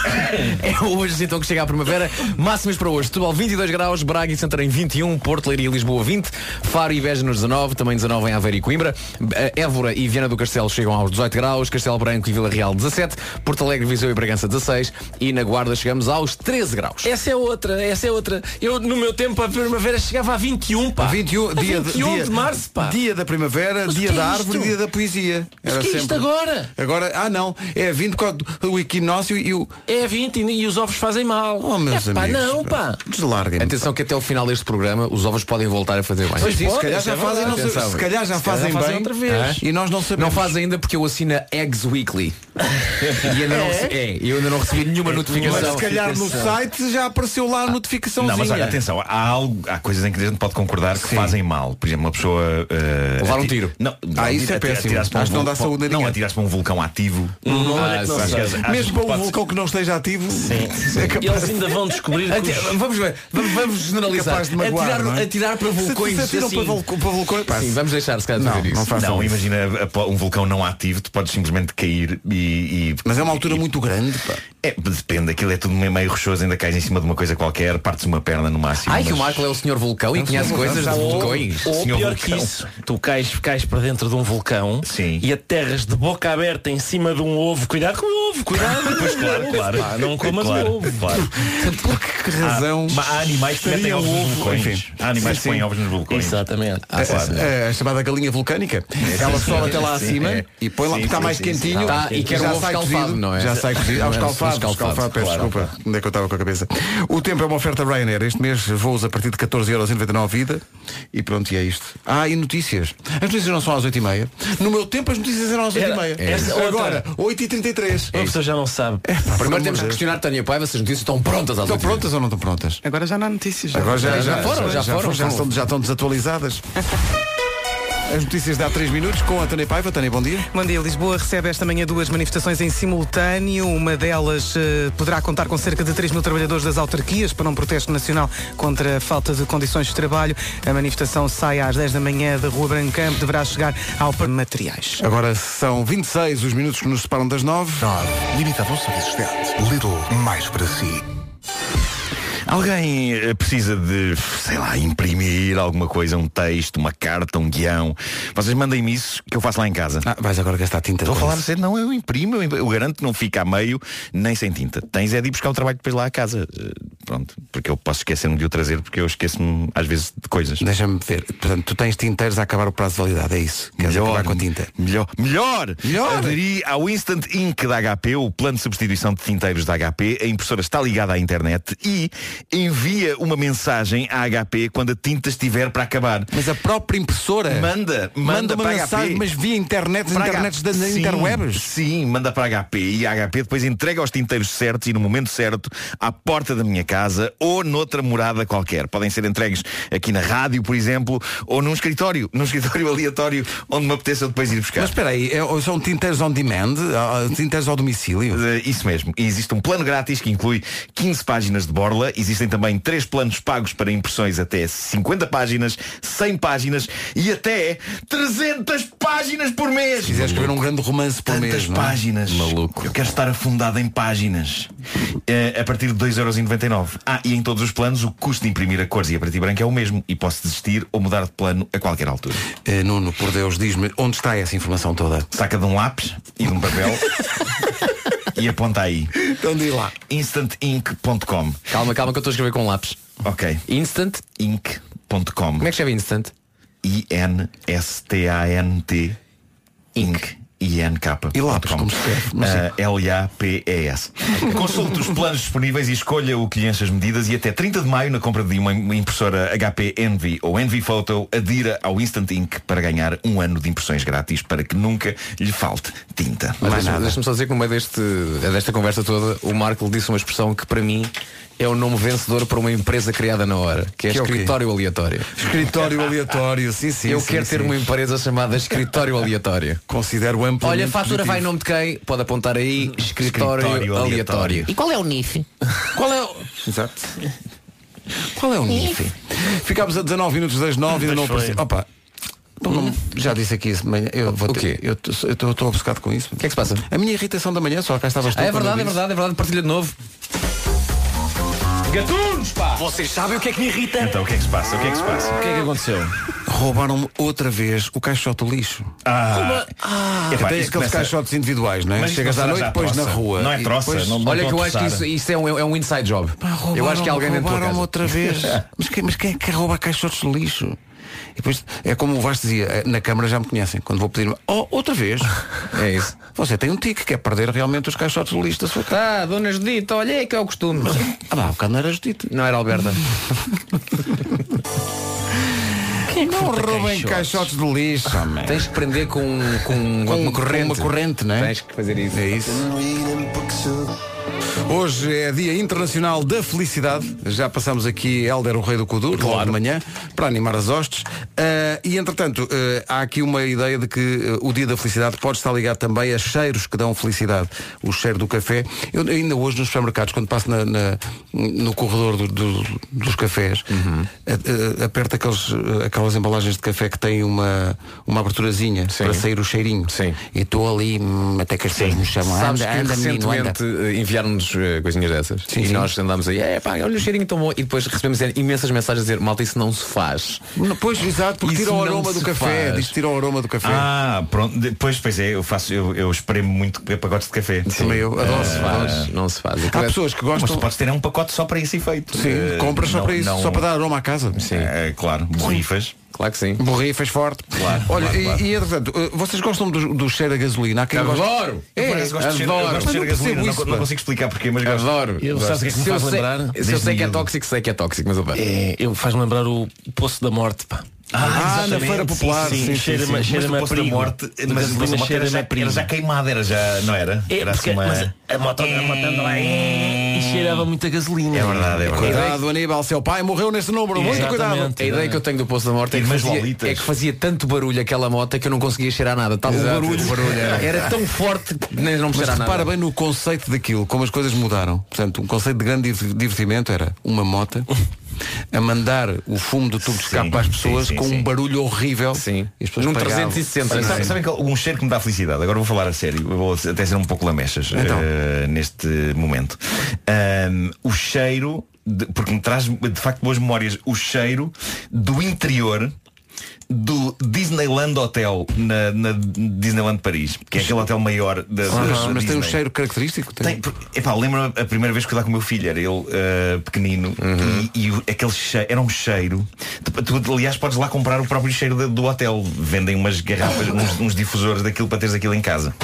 [SPEAKER 3] é hoje então que chega a primavera. Máximas para hoje. Setúbal 22 graus, Braga e Santarém 21, Porto, Leiria e Lisboa 20, Faro e Beja nos 19, também 19 em Aveiro e Coimbra. Eh, Évora e Viana do Castelo chegam aos 18 graus, Castelo Branco e Vila Real 17, Porto Alegre, Viseu e Bragança 16 e na Guarda chegamos aos 13 graus.
[SPEAKER 5] Essa é outra, essa é outra. Eu, no meu tempo, a primavera chegava a 21, pá.
[SPEAKER 1] 21,
[SPEAKER 5] A
[SPEAKER 1] dia,
[SPEAKER 5] 21
[SPEAKER 1] dia-
[SPEAKER 5] de março, pá.
[SPEAKER 1] dia da primavera,
[SPEAKER 5] Mas o
[SPEAKER 1] dia
[SPEAKER 5] que é
[SPEAKER 1] da
[SPEAKER 5] isto?
[SPEAKER 1] árvore, dia da poesia.
[SPEAKER 5] Mas o que é isto agora?
[SPEAKER 1] Agora, ah não, é 24 o equinócio e o.
[SPEAKER 5] É 20 e, e os ovos fazem mal.
[SPEAKER 1] Oh meus
[SPEAKER 5] é, pá,
[SPEAKER 1] amigos.
[SPEAKER 5] não, pá.
[SPEAKER 1] Deslarguem.
[SPEAKER 3] Atenção que até o final deste programa os ovos podem voltar a fazer bem.
[SPEAKER 5] Pois
[SPEAKER 1] Se
[SPEAKER 5] pode,
[SPEAKER 1] calhar
[SPEAKER 5] isso
[SPEAKER 1] já
[SPEAKER 5] é
[SPEAKER 1] fazem, não
[SPEAKER 5] verdade.
[SPEAKER 1] sei-
[SPEAKER 3] Atenção.
[SPEAKER 1] se calhar já
[SPEAKER 5] Se calhar
[SPEAKER 1] fazem
[SPEAKER 5] já fazem
[SPEAKER 1] bem
[SPEAKER 5] outra vez.
[SPEAKER 1] e nós não
[SPEAKER 3] Não
[SPEAKER 1] sabemos.
[SPEAKER 3] faz ainda porque eu assino a Eggs Weekly. E ainda não, rece- é, eu ainda não recebi nenhuma
[SPEAKER 1] mas
[SPEAKER 3] notificação.
[SPEAKER 1] se calhar no site já apareceu lá a notificaçãozinha.
[SPEAKER 11] Não, mas olha, atenção, há, algo, há coisas em que a gente pode concordar que fazem mal. Por exemplo, uma pessoa. eh,
[SPEAKER 3] Levar um
[SPEAKER 11] ati-
[SPEAKER 3] tiro.
[SPEAKER 11] Não,
[SPEAKER 1] Ah, isso é
[SPEAKER 11] ati-
[SPEAKER 1] péssimo.
[SPEAKER 11] atirar-se para
[SPEAKER 1] Acho que não dá
[SPEAKER 11] vulcão-
[SPEAKER 1] saúde a
[SPEAKER 11] Não,
[SPEAKER 1] ninguém.
[SPEAKER 11] atirar-se para um vulcão ativo.
[SPEAKER 5] Olha que não
[SPEAKER 11] Acho
[SPEAKER 5] sei.
[SPEAKER 11] que- acho que
[SPEAKER 1] Mesmo para um
[SPEAKER 11] pode-
[SPEAKER 1] vulcão que não esteja ativo, é capaz
[SPEAKER 5] Eles ainda vão descobrir que
[SPEAKER 3] Até-
[SPEAKER 5] os-
[SPEAKER 3] vamos ver, vamos, vamos generalizar.
[SPEAKER 1] capaz de magoar,
[SPEAKER 3] atirar,
[SPEAKER 1] não é?
[SPEAKER 3] atirar para
[SPEAKER 1] Se- se
[SPEAKER 3] vulcões.
[SPEAKER 1] atiram
[SPEAKER 3] assim.
[SPEAKER 1] para vulcão- para vulcões, pá,
[SPEAKER 3] Sim, vamos deixar se calhar de
[SPEAKER 1] Não,
[SPEAKER 3] fazer isso.
[SPEAKER 1] não faz- façam
[SPEAKER 11] Não,
[SPEAKER 1] isso.
[SPEAKER 11] imagina apó- um vulcão não ativo, tu podes simplesmente cair e. e-
[SPEAKER 1] Mas é uma altura
[SPEAKER 11] e-
[SPEAKER 1] muito grande, pá.
[SPEAKER 11] É, depende, aquilo é tudo meio meio rochoso, ainda cais em cima de uma coisa qualquer, partes uma perna no máximo.
[SPEAKER 3] Ai que o
[SPEAKER 11] mas-
[SPEAKER 3] Marco é o senhor vulcão e conhece coisas de vulcões.
[SPEAKER 5] Ou
[SPEAKER 11] Senhor
[SPEAKER 5] pior
[SPEAKER 11] vulcão.
[SPEAKER 5] que isso, tu cais, cais para dentro de um vulcão
[SPEAKER 11] Sim.
[SPEAKER 5] e aterras de boca aberta em cima de um ovo. Cuidado com o ovo, cuidado.
[SPEAKER 11] Pois claro, claro.
[SPEAKER 5] Pá, não comas
[SPEAKER 11] claro,
[SPEAKER 5] o ovo.
[SPEAKER 11] Claro.
[SPEAKER 1] Por que razão?
[SPEAKER 11] Mas há animais que metem
[SPEAKER 1] Seria
[SPEAKER 11] ovos nos
[SPEAKER 1] ovo,
[SPEAKER 11] vulcões.
[SPEAKER 1] enfim.
[SPEAKER 11] Há animais
[SPEAKER 1] Sim,
[SPEAKER 11] que põem ovos nos vulcões.
[SPEAKER 5] Exatamente.
[SPEAKER 1] A- a, a é, chamada galinha vulcânica. Ela sobe até lá
[SPEAKER 11] sim,
[SPEAKER 1] acima
[SPEAKER 11] é.
[SPEAKER 1] e põe lá
[SPEAKER 11] Sim,
[SPEAKER 1] porque está
[SPEAKER 11] sim,
[SPEAKER 1] mais
[SPEAKER 11] sim,
[SPEAKER 1] quentinho.
[SPEAKER 11] sim.
[SPEAKER 3] Tá, e quer um ovo escalfado,
[SPEAKER 1] cozido,
[SPEAKER 3] não é?
[SPEAKER 1] Já sai cozido. Ao
[SPEAKER 3] Não,
[SPEAKER 1] escalfado,
[SPEAKER 3] escalfado.
[SPEAKER 1] escalfado, peço
[SPEAKER 11] Claro.
[SPEAKER 1] desculpa. Onde é que eu estava com a cabeça? O tempo é uma oferta Ryanair. Este mês voos a partir de 14,99€ vida. E pronto, e é isto. Ah, e notícias. As notícias não são às 8h30. No meu tempo as notícias eram às
[SPEAKER 5] Era-
[SPEAKER 1] 8h30.
[SPEAKER 5] essa outra. É
[SPEAKER 1] Agora, 8h33.
[SPEAKER 5] A pessoa já não sabe.
[SPEAKER 3] Primeiro temos que
[SPEAKER 1] Estão
[SPEAKER 3] questionar Tânia Paiva se as notícias estão prontas às oito.
[SPEAKER 1] prontas ou não estão prontas?
[SPEAKER 12] Agora já não há notícias.
[SPEAKER 1] Agora já,
[SPEAKER 3] Já foram, já foram,
[SPEAKER 1] já,
[SPEAKER 3] foram.
[SPEAKER 1] estão, já estão desatualizadas. As notícias de há 3 minutos com a Tânia Paiva. Tânia, bom dia.
[SPEAKER 12] Bom dia, Lisboa recebe esta manhã duas manifestações em simultâneo. Uma delas eh, poderá contar com cerca de 3 mil trabalhadores das autarquias para um protesto nacional contra a falta de condições de trabalho. A manifestação sai às 10 da manhã da Rua Brancamp, deverá chegar ao Parque de Materiais.
[SPEAKER 1] Agora são 26 os minutos que nos separam das 9.
[SPEAKER 6] Então,
[SPEAKER 13] Limitado aos serviços de arte. Lidl, mais para si.
[SPEAKER 5] Alguém eh, precisa de, sei lá, imprimir alguma coisa, um texto, uma carta, um guião. Vocês mandem-me isso que eu faço lá em casa.
[SPEAKER 1] Ah, vais agora gastar tinta.
[SPEAKER 5] Estou a
[SPEAKER 1] com
[SPEAKER 5] falar
[SPEAKER 1] isso.
[SPEAKER 5] sério, Então não, eu imprimo, eu, imp- eu garanto que não fica a meio nem sem tinta. Tens é de ir buscar o trabalho depois lá à casa. Eh, Pronto, porque eu posso esquecer-me de o trazer, porque eu esqueço-me às vezes de coisas.
[SPEAKER 1] Deixa-me ver. Portanto, tu tens tinteiros a acabar o prazo de validade, é isso? Queres acabar com a tinta?
[SPEAKER 5] Melhor, melhor!
[SPEAKER 1] Melhor!
[SPEAKER 5] Aderi ao Instant Ink da HP, o plano de substituição de tinteiros da HP. A impressora está ligada à internet e envia uma mensagem à HP quando a tinta estiver para acabar.
[SPEAKER 1] Mas a própria impressora
[SPEAKER 5] manda, manda,
[SPEAKER 1] manda uma
[SPEAKER 5] para a
[SPEAKER 1] mensagem,
[SPEAKER 5] HP.
[SPEAKER 1] mas via internet,
[SPEAKER 5] Para
[SPEAKER 1] internet
[SPEAKER 5] H-
[SPEAKER 1] das
[SPEAKER 5] Sim,
[SPEAKER 1] interwebs.
[SPEAKER 5] Sim, manda para a HP e a HP depois entrega aos tinteiros certos e no momento certo à porta da minha casa ou noutra morada qualquer. Podem ser entregues aqui na rádio, por exemplo, ou num escritório, num escritório aleatório onde me apeteça depois ir buscar.
[SPEAKER 1] Mas espera aí, é- são tinteiros on demand? Ah, ah, Tinteiros ao domicílio?
[SPEAKER 5] Eh, Isso mesmo. E existe um plano grátis que inclui 15 páginas de borla. Existem também três planos pagos para impressões até 50 páginas, 100 páginas e até 300 páginas por mês. Se
[SPEAKER 1] quiser escrever um grande romance por
[SPEAKER 5] Tantas
[SPEAKER 1] mês, não é?
[SPEAKER 5] páginas. Maluco. Eu quero estar afundado em páginas. Eh, a partir de 2,99€. Ah, e em todos os planos o custo de imprimir a cores e a preto e branco é o mesmo. E posso desistir ou mudar de plano a qualquer altura.
[SPEAKER 1] Eh, Nuno, por Deus, diz-me onde está essa informação toda?
[SPEAKER 5] Saca de um lápis e de um papel e aponta aí.
[SPEAKER 1] Então diz lá.
[SPEAKER 5] instantink.com
[SPEAKER 3] Calma, calma que eu estou a escrever com um lápis.
[SPEAKER 5] Ok. Instantink.com Como
[SPEAKER 3] é que escreve instant?
[SPEAKER 5] I-N-S-T-A-N-T Inc. I-N-K. E lápis, como se L-A-P-E-S. Consulte os planos disponíveis e escolha o que lhe enche as medidas e até 30 de maio, na compra de uma impressora HP Envy ou Envy Photo, adira ao Instant Ink para ganhar um ano de impressões grátis para que nunca lhe falte tinta.
[SPEAKER 3] Mas
[SPEAKER 5] Mais
[SPEAKER 3] deixa-
[SPEAKER 5] nada.
[SPEAKER 3] deixa-me só dizer que no meio deste, desta conversa toda, o Marco disse uma expressão que para mim é o nome vencedor para uma empresa criada na hora, que é
[SPEAKER 1] Que é o quê?
[SPEAKER 3] escritório aleatório.
[SPEAKER 1] Escritório aleatório, sim, sim.
[SPEAKER 3] Eu
[SPEAKER 1] sim,
[SPEAKER 3] quero
[SPEAKER 1] sim.
[SPEAKER 3] ter uma empresa chamada escritório aleatório.
[SPEAKER 1] Considero amplo.
[SPEAKER 3] Olha, a fatura vai em nome de quem? Pode apontar aí escritório,
[SPEAKER 1] Escritório
[SPEAKER 3] aleatório.
[SPEAKER 1] aleatório.
[SPEAKER 14] qual é o NIF?
[SPEAKER 1] Qual é o. Exato. Qual é o NIF? Ficámos a 19 minutos das 9 e ainda não
[SPEAKER 3] Pois foi.
[SPEAKER 1] apareceu. Opa! então não- já disse aqui isso de manhã. Eu vou ter- eu t- eu estou- eu estou obcecado com isso. O que
[SPEAKER 3] é que se passa?
[SPEAKER 1] A minha irritação da manhã, só cá estavas tu
[SPEAKER 3] Ah, é
[SPEAKER 1] quando eu
[SPEAKER 3] verdade, é
[SPEAKER 1] disse.
[SPEAKER 3] verdade, é verdade. Partilha de novo.
[SPEAKER 5] Gatunos, pá!
[SPEAKER 3] Vocês sabem o que é que me irrita?
[SPEAKER 5] Então, o que é que se passa? O que é que se passa? O que é que aconteceu?
[SPEAKER 1] Roubaram-me outra vez o caixote do lixo.
[SPEAKER 5] Ah!
[SPEAKER 1] Ah,
[SPEAKER 5] Epá,
[SPEAKER 1] tem
[SPEAKER 5] isso
[SPEAKER 1] aqueles
[SPEAKER 5] começa-
[SPEAKER 1] caixotes individuais, não é?
[SPEAKER 5] Mas
[SPEAKER 1] Chegas
[SPEAKER 5] isso
[SPEAKER 1] à
[SPEAKER 5] não
[SPEAKER 1] noite,
[SPEAKER 5] será
[SPEAKER 1] depois na
[SPEAKER 5] troça.
[SPEAKER 1] rua.
[SPEAKER 5] Não é
[SPEAKER 1] e
[SPEAKER 5] troça,
[SPEAKER 1] depois-
[SPEAKER 5] não- não
[SPEAKER 3] Olha que eu acho que
[SPEAKER 5] troçar.
[SPEAKER 3] isso, isso é, um, é um inside job. eu acho que há alguém dentro da
[SPEAKER 1] roubaram
[SPEAKER 3] tua casa.
[SPEAKER 1] outra vez. mas, quem, mas quem é que quer roubar caixotes de lixo? E depois, é como o Vasco dizia, eh, na Câmara já me conhecem. Quando vou pedir, oh, outra vez.
[SPEAKER 3] É isso.
[SPEAKER 1] Você tem um tique, quer perder realmente os caixotes de lixo da sua casa.
[SPEAKER 3] Ah, dona Judita, olha é que é o costume.
[SPEAKER 1] Ah, pá, há bocado não era Judite.
[SPEAKER 3] Não era Alberta.
[SPEAKER 1] Não roubem caixotes de lixo, homem.
[SPEAKER 3] Tens que prender com, um, com,
[SPEAKER 1] Com
[SPEAKER 3] uma
[SPEAKER 1] uma
[SPEAKER 3] corrente.
[SPEAKER 1] corrente, não é?
[SPEAKER 3] Tens que fazer isso.
[SPEAKER 1] É isso. Hoje é Dia Internacional da Felicidade. Já passamos aqui Hélder, o Rei do Kudur, logo de manhã, para animar as hostes. Ah, e, entretanto, ah, há aqui uma ideia de que ah, o Dia da Felicidade pode estar ligado também a cheiros que dão felicidade. O cheiro do café. Eu ainda hoje nos supermercados, quando passo na- na- no corredor do- do- dos cafés,
[SPEAKER 3] Uhum.
[SPEAKER 1] a- a- aperto aqueles, ah, aquelas embalagens de café que têm uma, uma aberturazinha para sair o cheirinho. E estou ali, hum, até que as pessoas me chamam.
[SPEAKER 3] Sabes
[SPEAKER 1] anda,
[SPEAKER 3] que
[SPEAKER 1] anda, menino, anda.
[SPEAKER 3] recentemente eh, enviaram-nos eh, coisinhas dessas e
[SPEAKER 1] sim.
[SPEAKER 3] nós andámos aí, é pá, olha o cheirinho tão bom e depois recebemos eh, imensas mensagens a dizer, malta, isso não se faz.
[SPEAKER 1] Não, Pois, exato, porque
[SPEAKER 3] Isso
[SPEAKER 1] tira o
[SPEAKER 3] não
[SPEAKER 1] aroma
[SPEAKER 3] se
[SPEAKER 1] do café.
[SPEAKER 3] faz.
[SPEAKER 1] Diz que tira o aroma do café.
[SPEAKER 5] Ah, pronto. Depois, pois é, eu faço, eu, eu espremo muito pacotes de café.
[SPEAKER 1] Também eu adoro.
[SPEAKER 3] Não se faz, não se faz.
[SPEAKER 1] Há pessoas que gostam.
[SPEAKER 5] É, Mas tu podes ter um pacote só para esse efeito.
[SPEAKER 1] Sim,
[SPEAKER 5] Eh,
[SPEAKER 1] compras só
[SPEAKER 5] não-
[SPEAKER 1] para isso,
[SPEAKER 5] não-
[SPEAKER 1] só para dar aroma à casa.
[SPEAKER 3] Sim.
[SPEAKER 5] Eh, claro, borrifas.
[SPEAKER 3] Claro que sim.
[SPEAKER 1] Borrifas forte.
[SPEAKER 5] Claro,
[SPEAKER 1] Olha,
[SPEAKER 5] claro,
[SPEAKER 1] e,
[SPEAKER 5] claro.
[SPEAKER 1] e, entretanto, eh, vocês gostam do, do cheiro a gasolina? Há quem goste-
[SPEAKER 3] Adoro!
[SPEAKER 1] É,
[SPEAKER 5] Eu parece que gosto de cheiro- eu
[SPEAKER 3] adoro.
[SPEAKER 5] gosto de
[SPEAKER 1] Mas
[SPEAKER 5] cheiro
[SPEAKER 1] não
[SPEAKER 5] a gasolina,
[SPEAKER 1] percebo
[SPEAKER 5] não,
[SPEAKER 1] isso,
[SPEAKER 5] não
[SPEAKER 1] pá.
[SPEAKER 5] consigo explicar porquê, mas gosto.
[SPEAKER 3] Adoro.
[SPEAKER 11] Eu- sabes o que é que me
[SPEAKER 3] se eu
[SPEAKER 11] faz
[SPEAKER 3] sei,
[SPEAKER 11] lembrar?
[SPEAKER 3] Ah, se eu
[SPEAKER 11] Desde
[SPEAKER 3] sei que é
[SPEAKER 11] miúdo.
[SPEAKER 3] tóxico, sei que é tóxico, mas opa.
[SPEAKER 11] É, eu faz-me lembrar o Poço da Morte, pá.
[SPEAKER 1] Ah, na
[SPEAKER 5] Exatamente,
[SPEAKER 1] Feira
[SPEAKER 5] sim,
[SPEAKER 1] Popular.
[SPEAKER 5] sim,
[SPEAKER 1] Sim, sim,
[SPEAKER 11] cheira-me-
[SPEAKER 1] sim.
[SPEAKER 5] Mas
[SPEAKER 11] cheira-me
[SPEAKER 5] no
[SPEAKER 11] a
[SPEAKER 5] posto da
[SPEAKER 11] perigo.
[SPEAKER 5] morte,
[SPEAKER 11] A
[SPEAKER 5] mas o
[SPEAKER 11] gasolina
[SPEAKER 5] posto da morte era
[SPEAKER 11] cheira-me
[SPEAKER 5] já,
[SPEAKER 11] a perigo.
[SPEAKER 5] era já queimada, era já, não era?
[SPEAKER 11] É,
[SPEAKER 5] era
[SPEAKER 11] porque
[SPEAKER 5] assim uma-
[SPEAKER 11] mas a moto, a moto andava aí e cheirava muito a gasolina.
[SPEAKER 5] É verdade, é verdade.
[SPEAKER 1] Cuidado, Aníbal, seu pai morreu nesse número. Muito cuidado.
[SPEAKER 11] Exatamente.
[SPEAKER 3] A ideia que eu tenho do Poço da Morte é que,
[SPEAKER 5] Irmãs
[SPEAKER 3] fazia,
[SPEAKER 5] Lolitas.
[SPEAKER 3] é que fazia tanto barulho aquela moto que eu não conseguia cheirar nada. Tal, o barulho,
[SPEAKER 1] É,
[SPEAKER 5] é.
[SPEAKER 3] era tão forte que nem não me
[SPEAKER 1] Mas
[SPEAKER 3] cheirava
[SPEAKER 1] repara
[SPEAKER 3] nada.
[SPEAKER 1] bem no conceito daquilo, como as coisas mudaram. Portanto, um conceito de grande div- divertimento era uma mota a mandar o fumo do tubo de escape
[SPEAKER 5] Sim,
[SPEAKER 1] para as pessoas
[SPEAKER 5] sim, sim,
[SPEAKER 1] com
[SPEAKER 5] sim.
[SPEAKER 1] um barulho horrível.
[SPEAKER 3] Sim.
[SPEAKER 1] E as pessoas
[SPEAKER 3] Num
[SPEAKER 1] pagavam.
[SPEAKER 3] 360.
[SPEAKER 5] Olha,
[SPEAKER 3] não é?
[SPEAKER 5] sabe- Sabem que um cheiro que me dá felicidade, agora vou falar a sério, eu vou até ser um pouco lamechas
[SPEAKER 1] Então.
[SPEAKER 5] eh, neste momento. Ahm, o cheiro de- porque me traz de facto boas memórias, o cheiro do interior do Disneyland Hotel na, na Disneyland Paris, que é aquele hotel maior da, da-
[SPEAKER 1] Mas-
[SPEAKER 5] da
[SPEAKER 1] mas tem um
[SPEAKER 5] Disney.
[SPEAKER 1] cheiro característico?
[SPEAKER 5] Tem, porque, epá, lembro a primeira vez que fui lá com o meu filho, era ele eh, pequenino,
[SPEAKER 1] Uhum.
[SPEAKER 5] e, e o- aquele cheiro, era um cheiro. Tu, tu, aliás, podes lá comprar o próprio cheiro da- do hotel. Vendem umas garrafas,
[SPEAKER 1] Ah,
[SPEAKER 5] uns, uns difusores daquilo para teres aquilo em casa.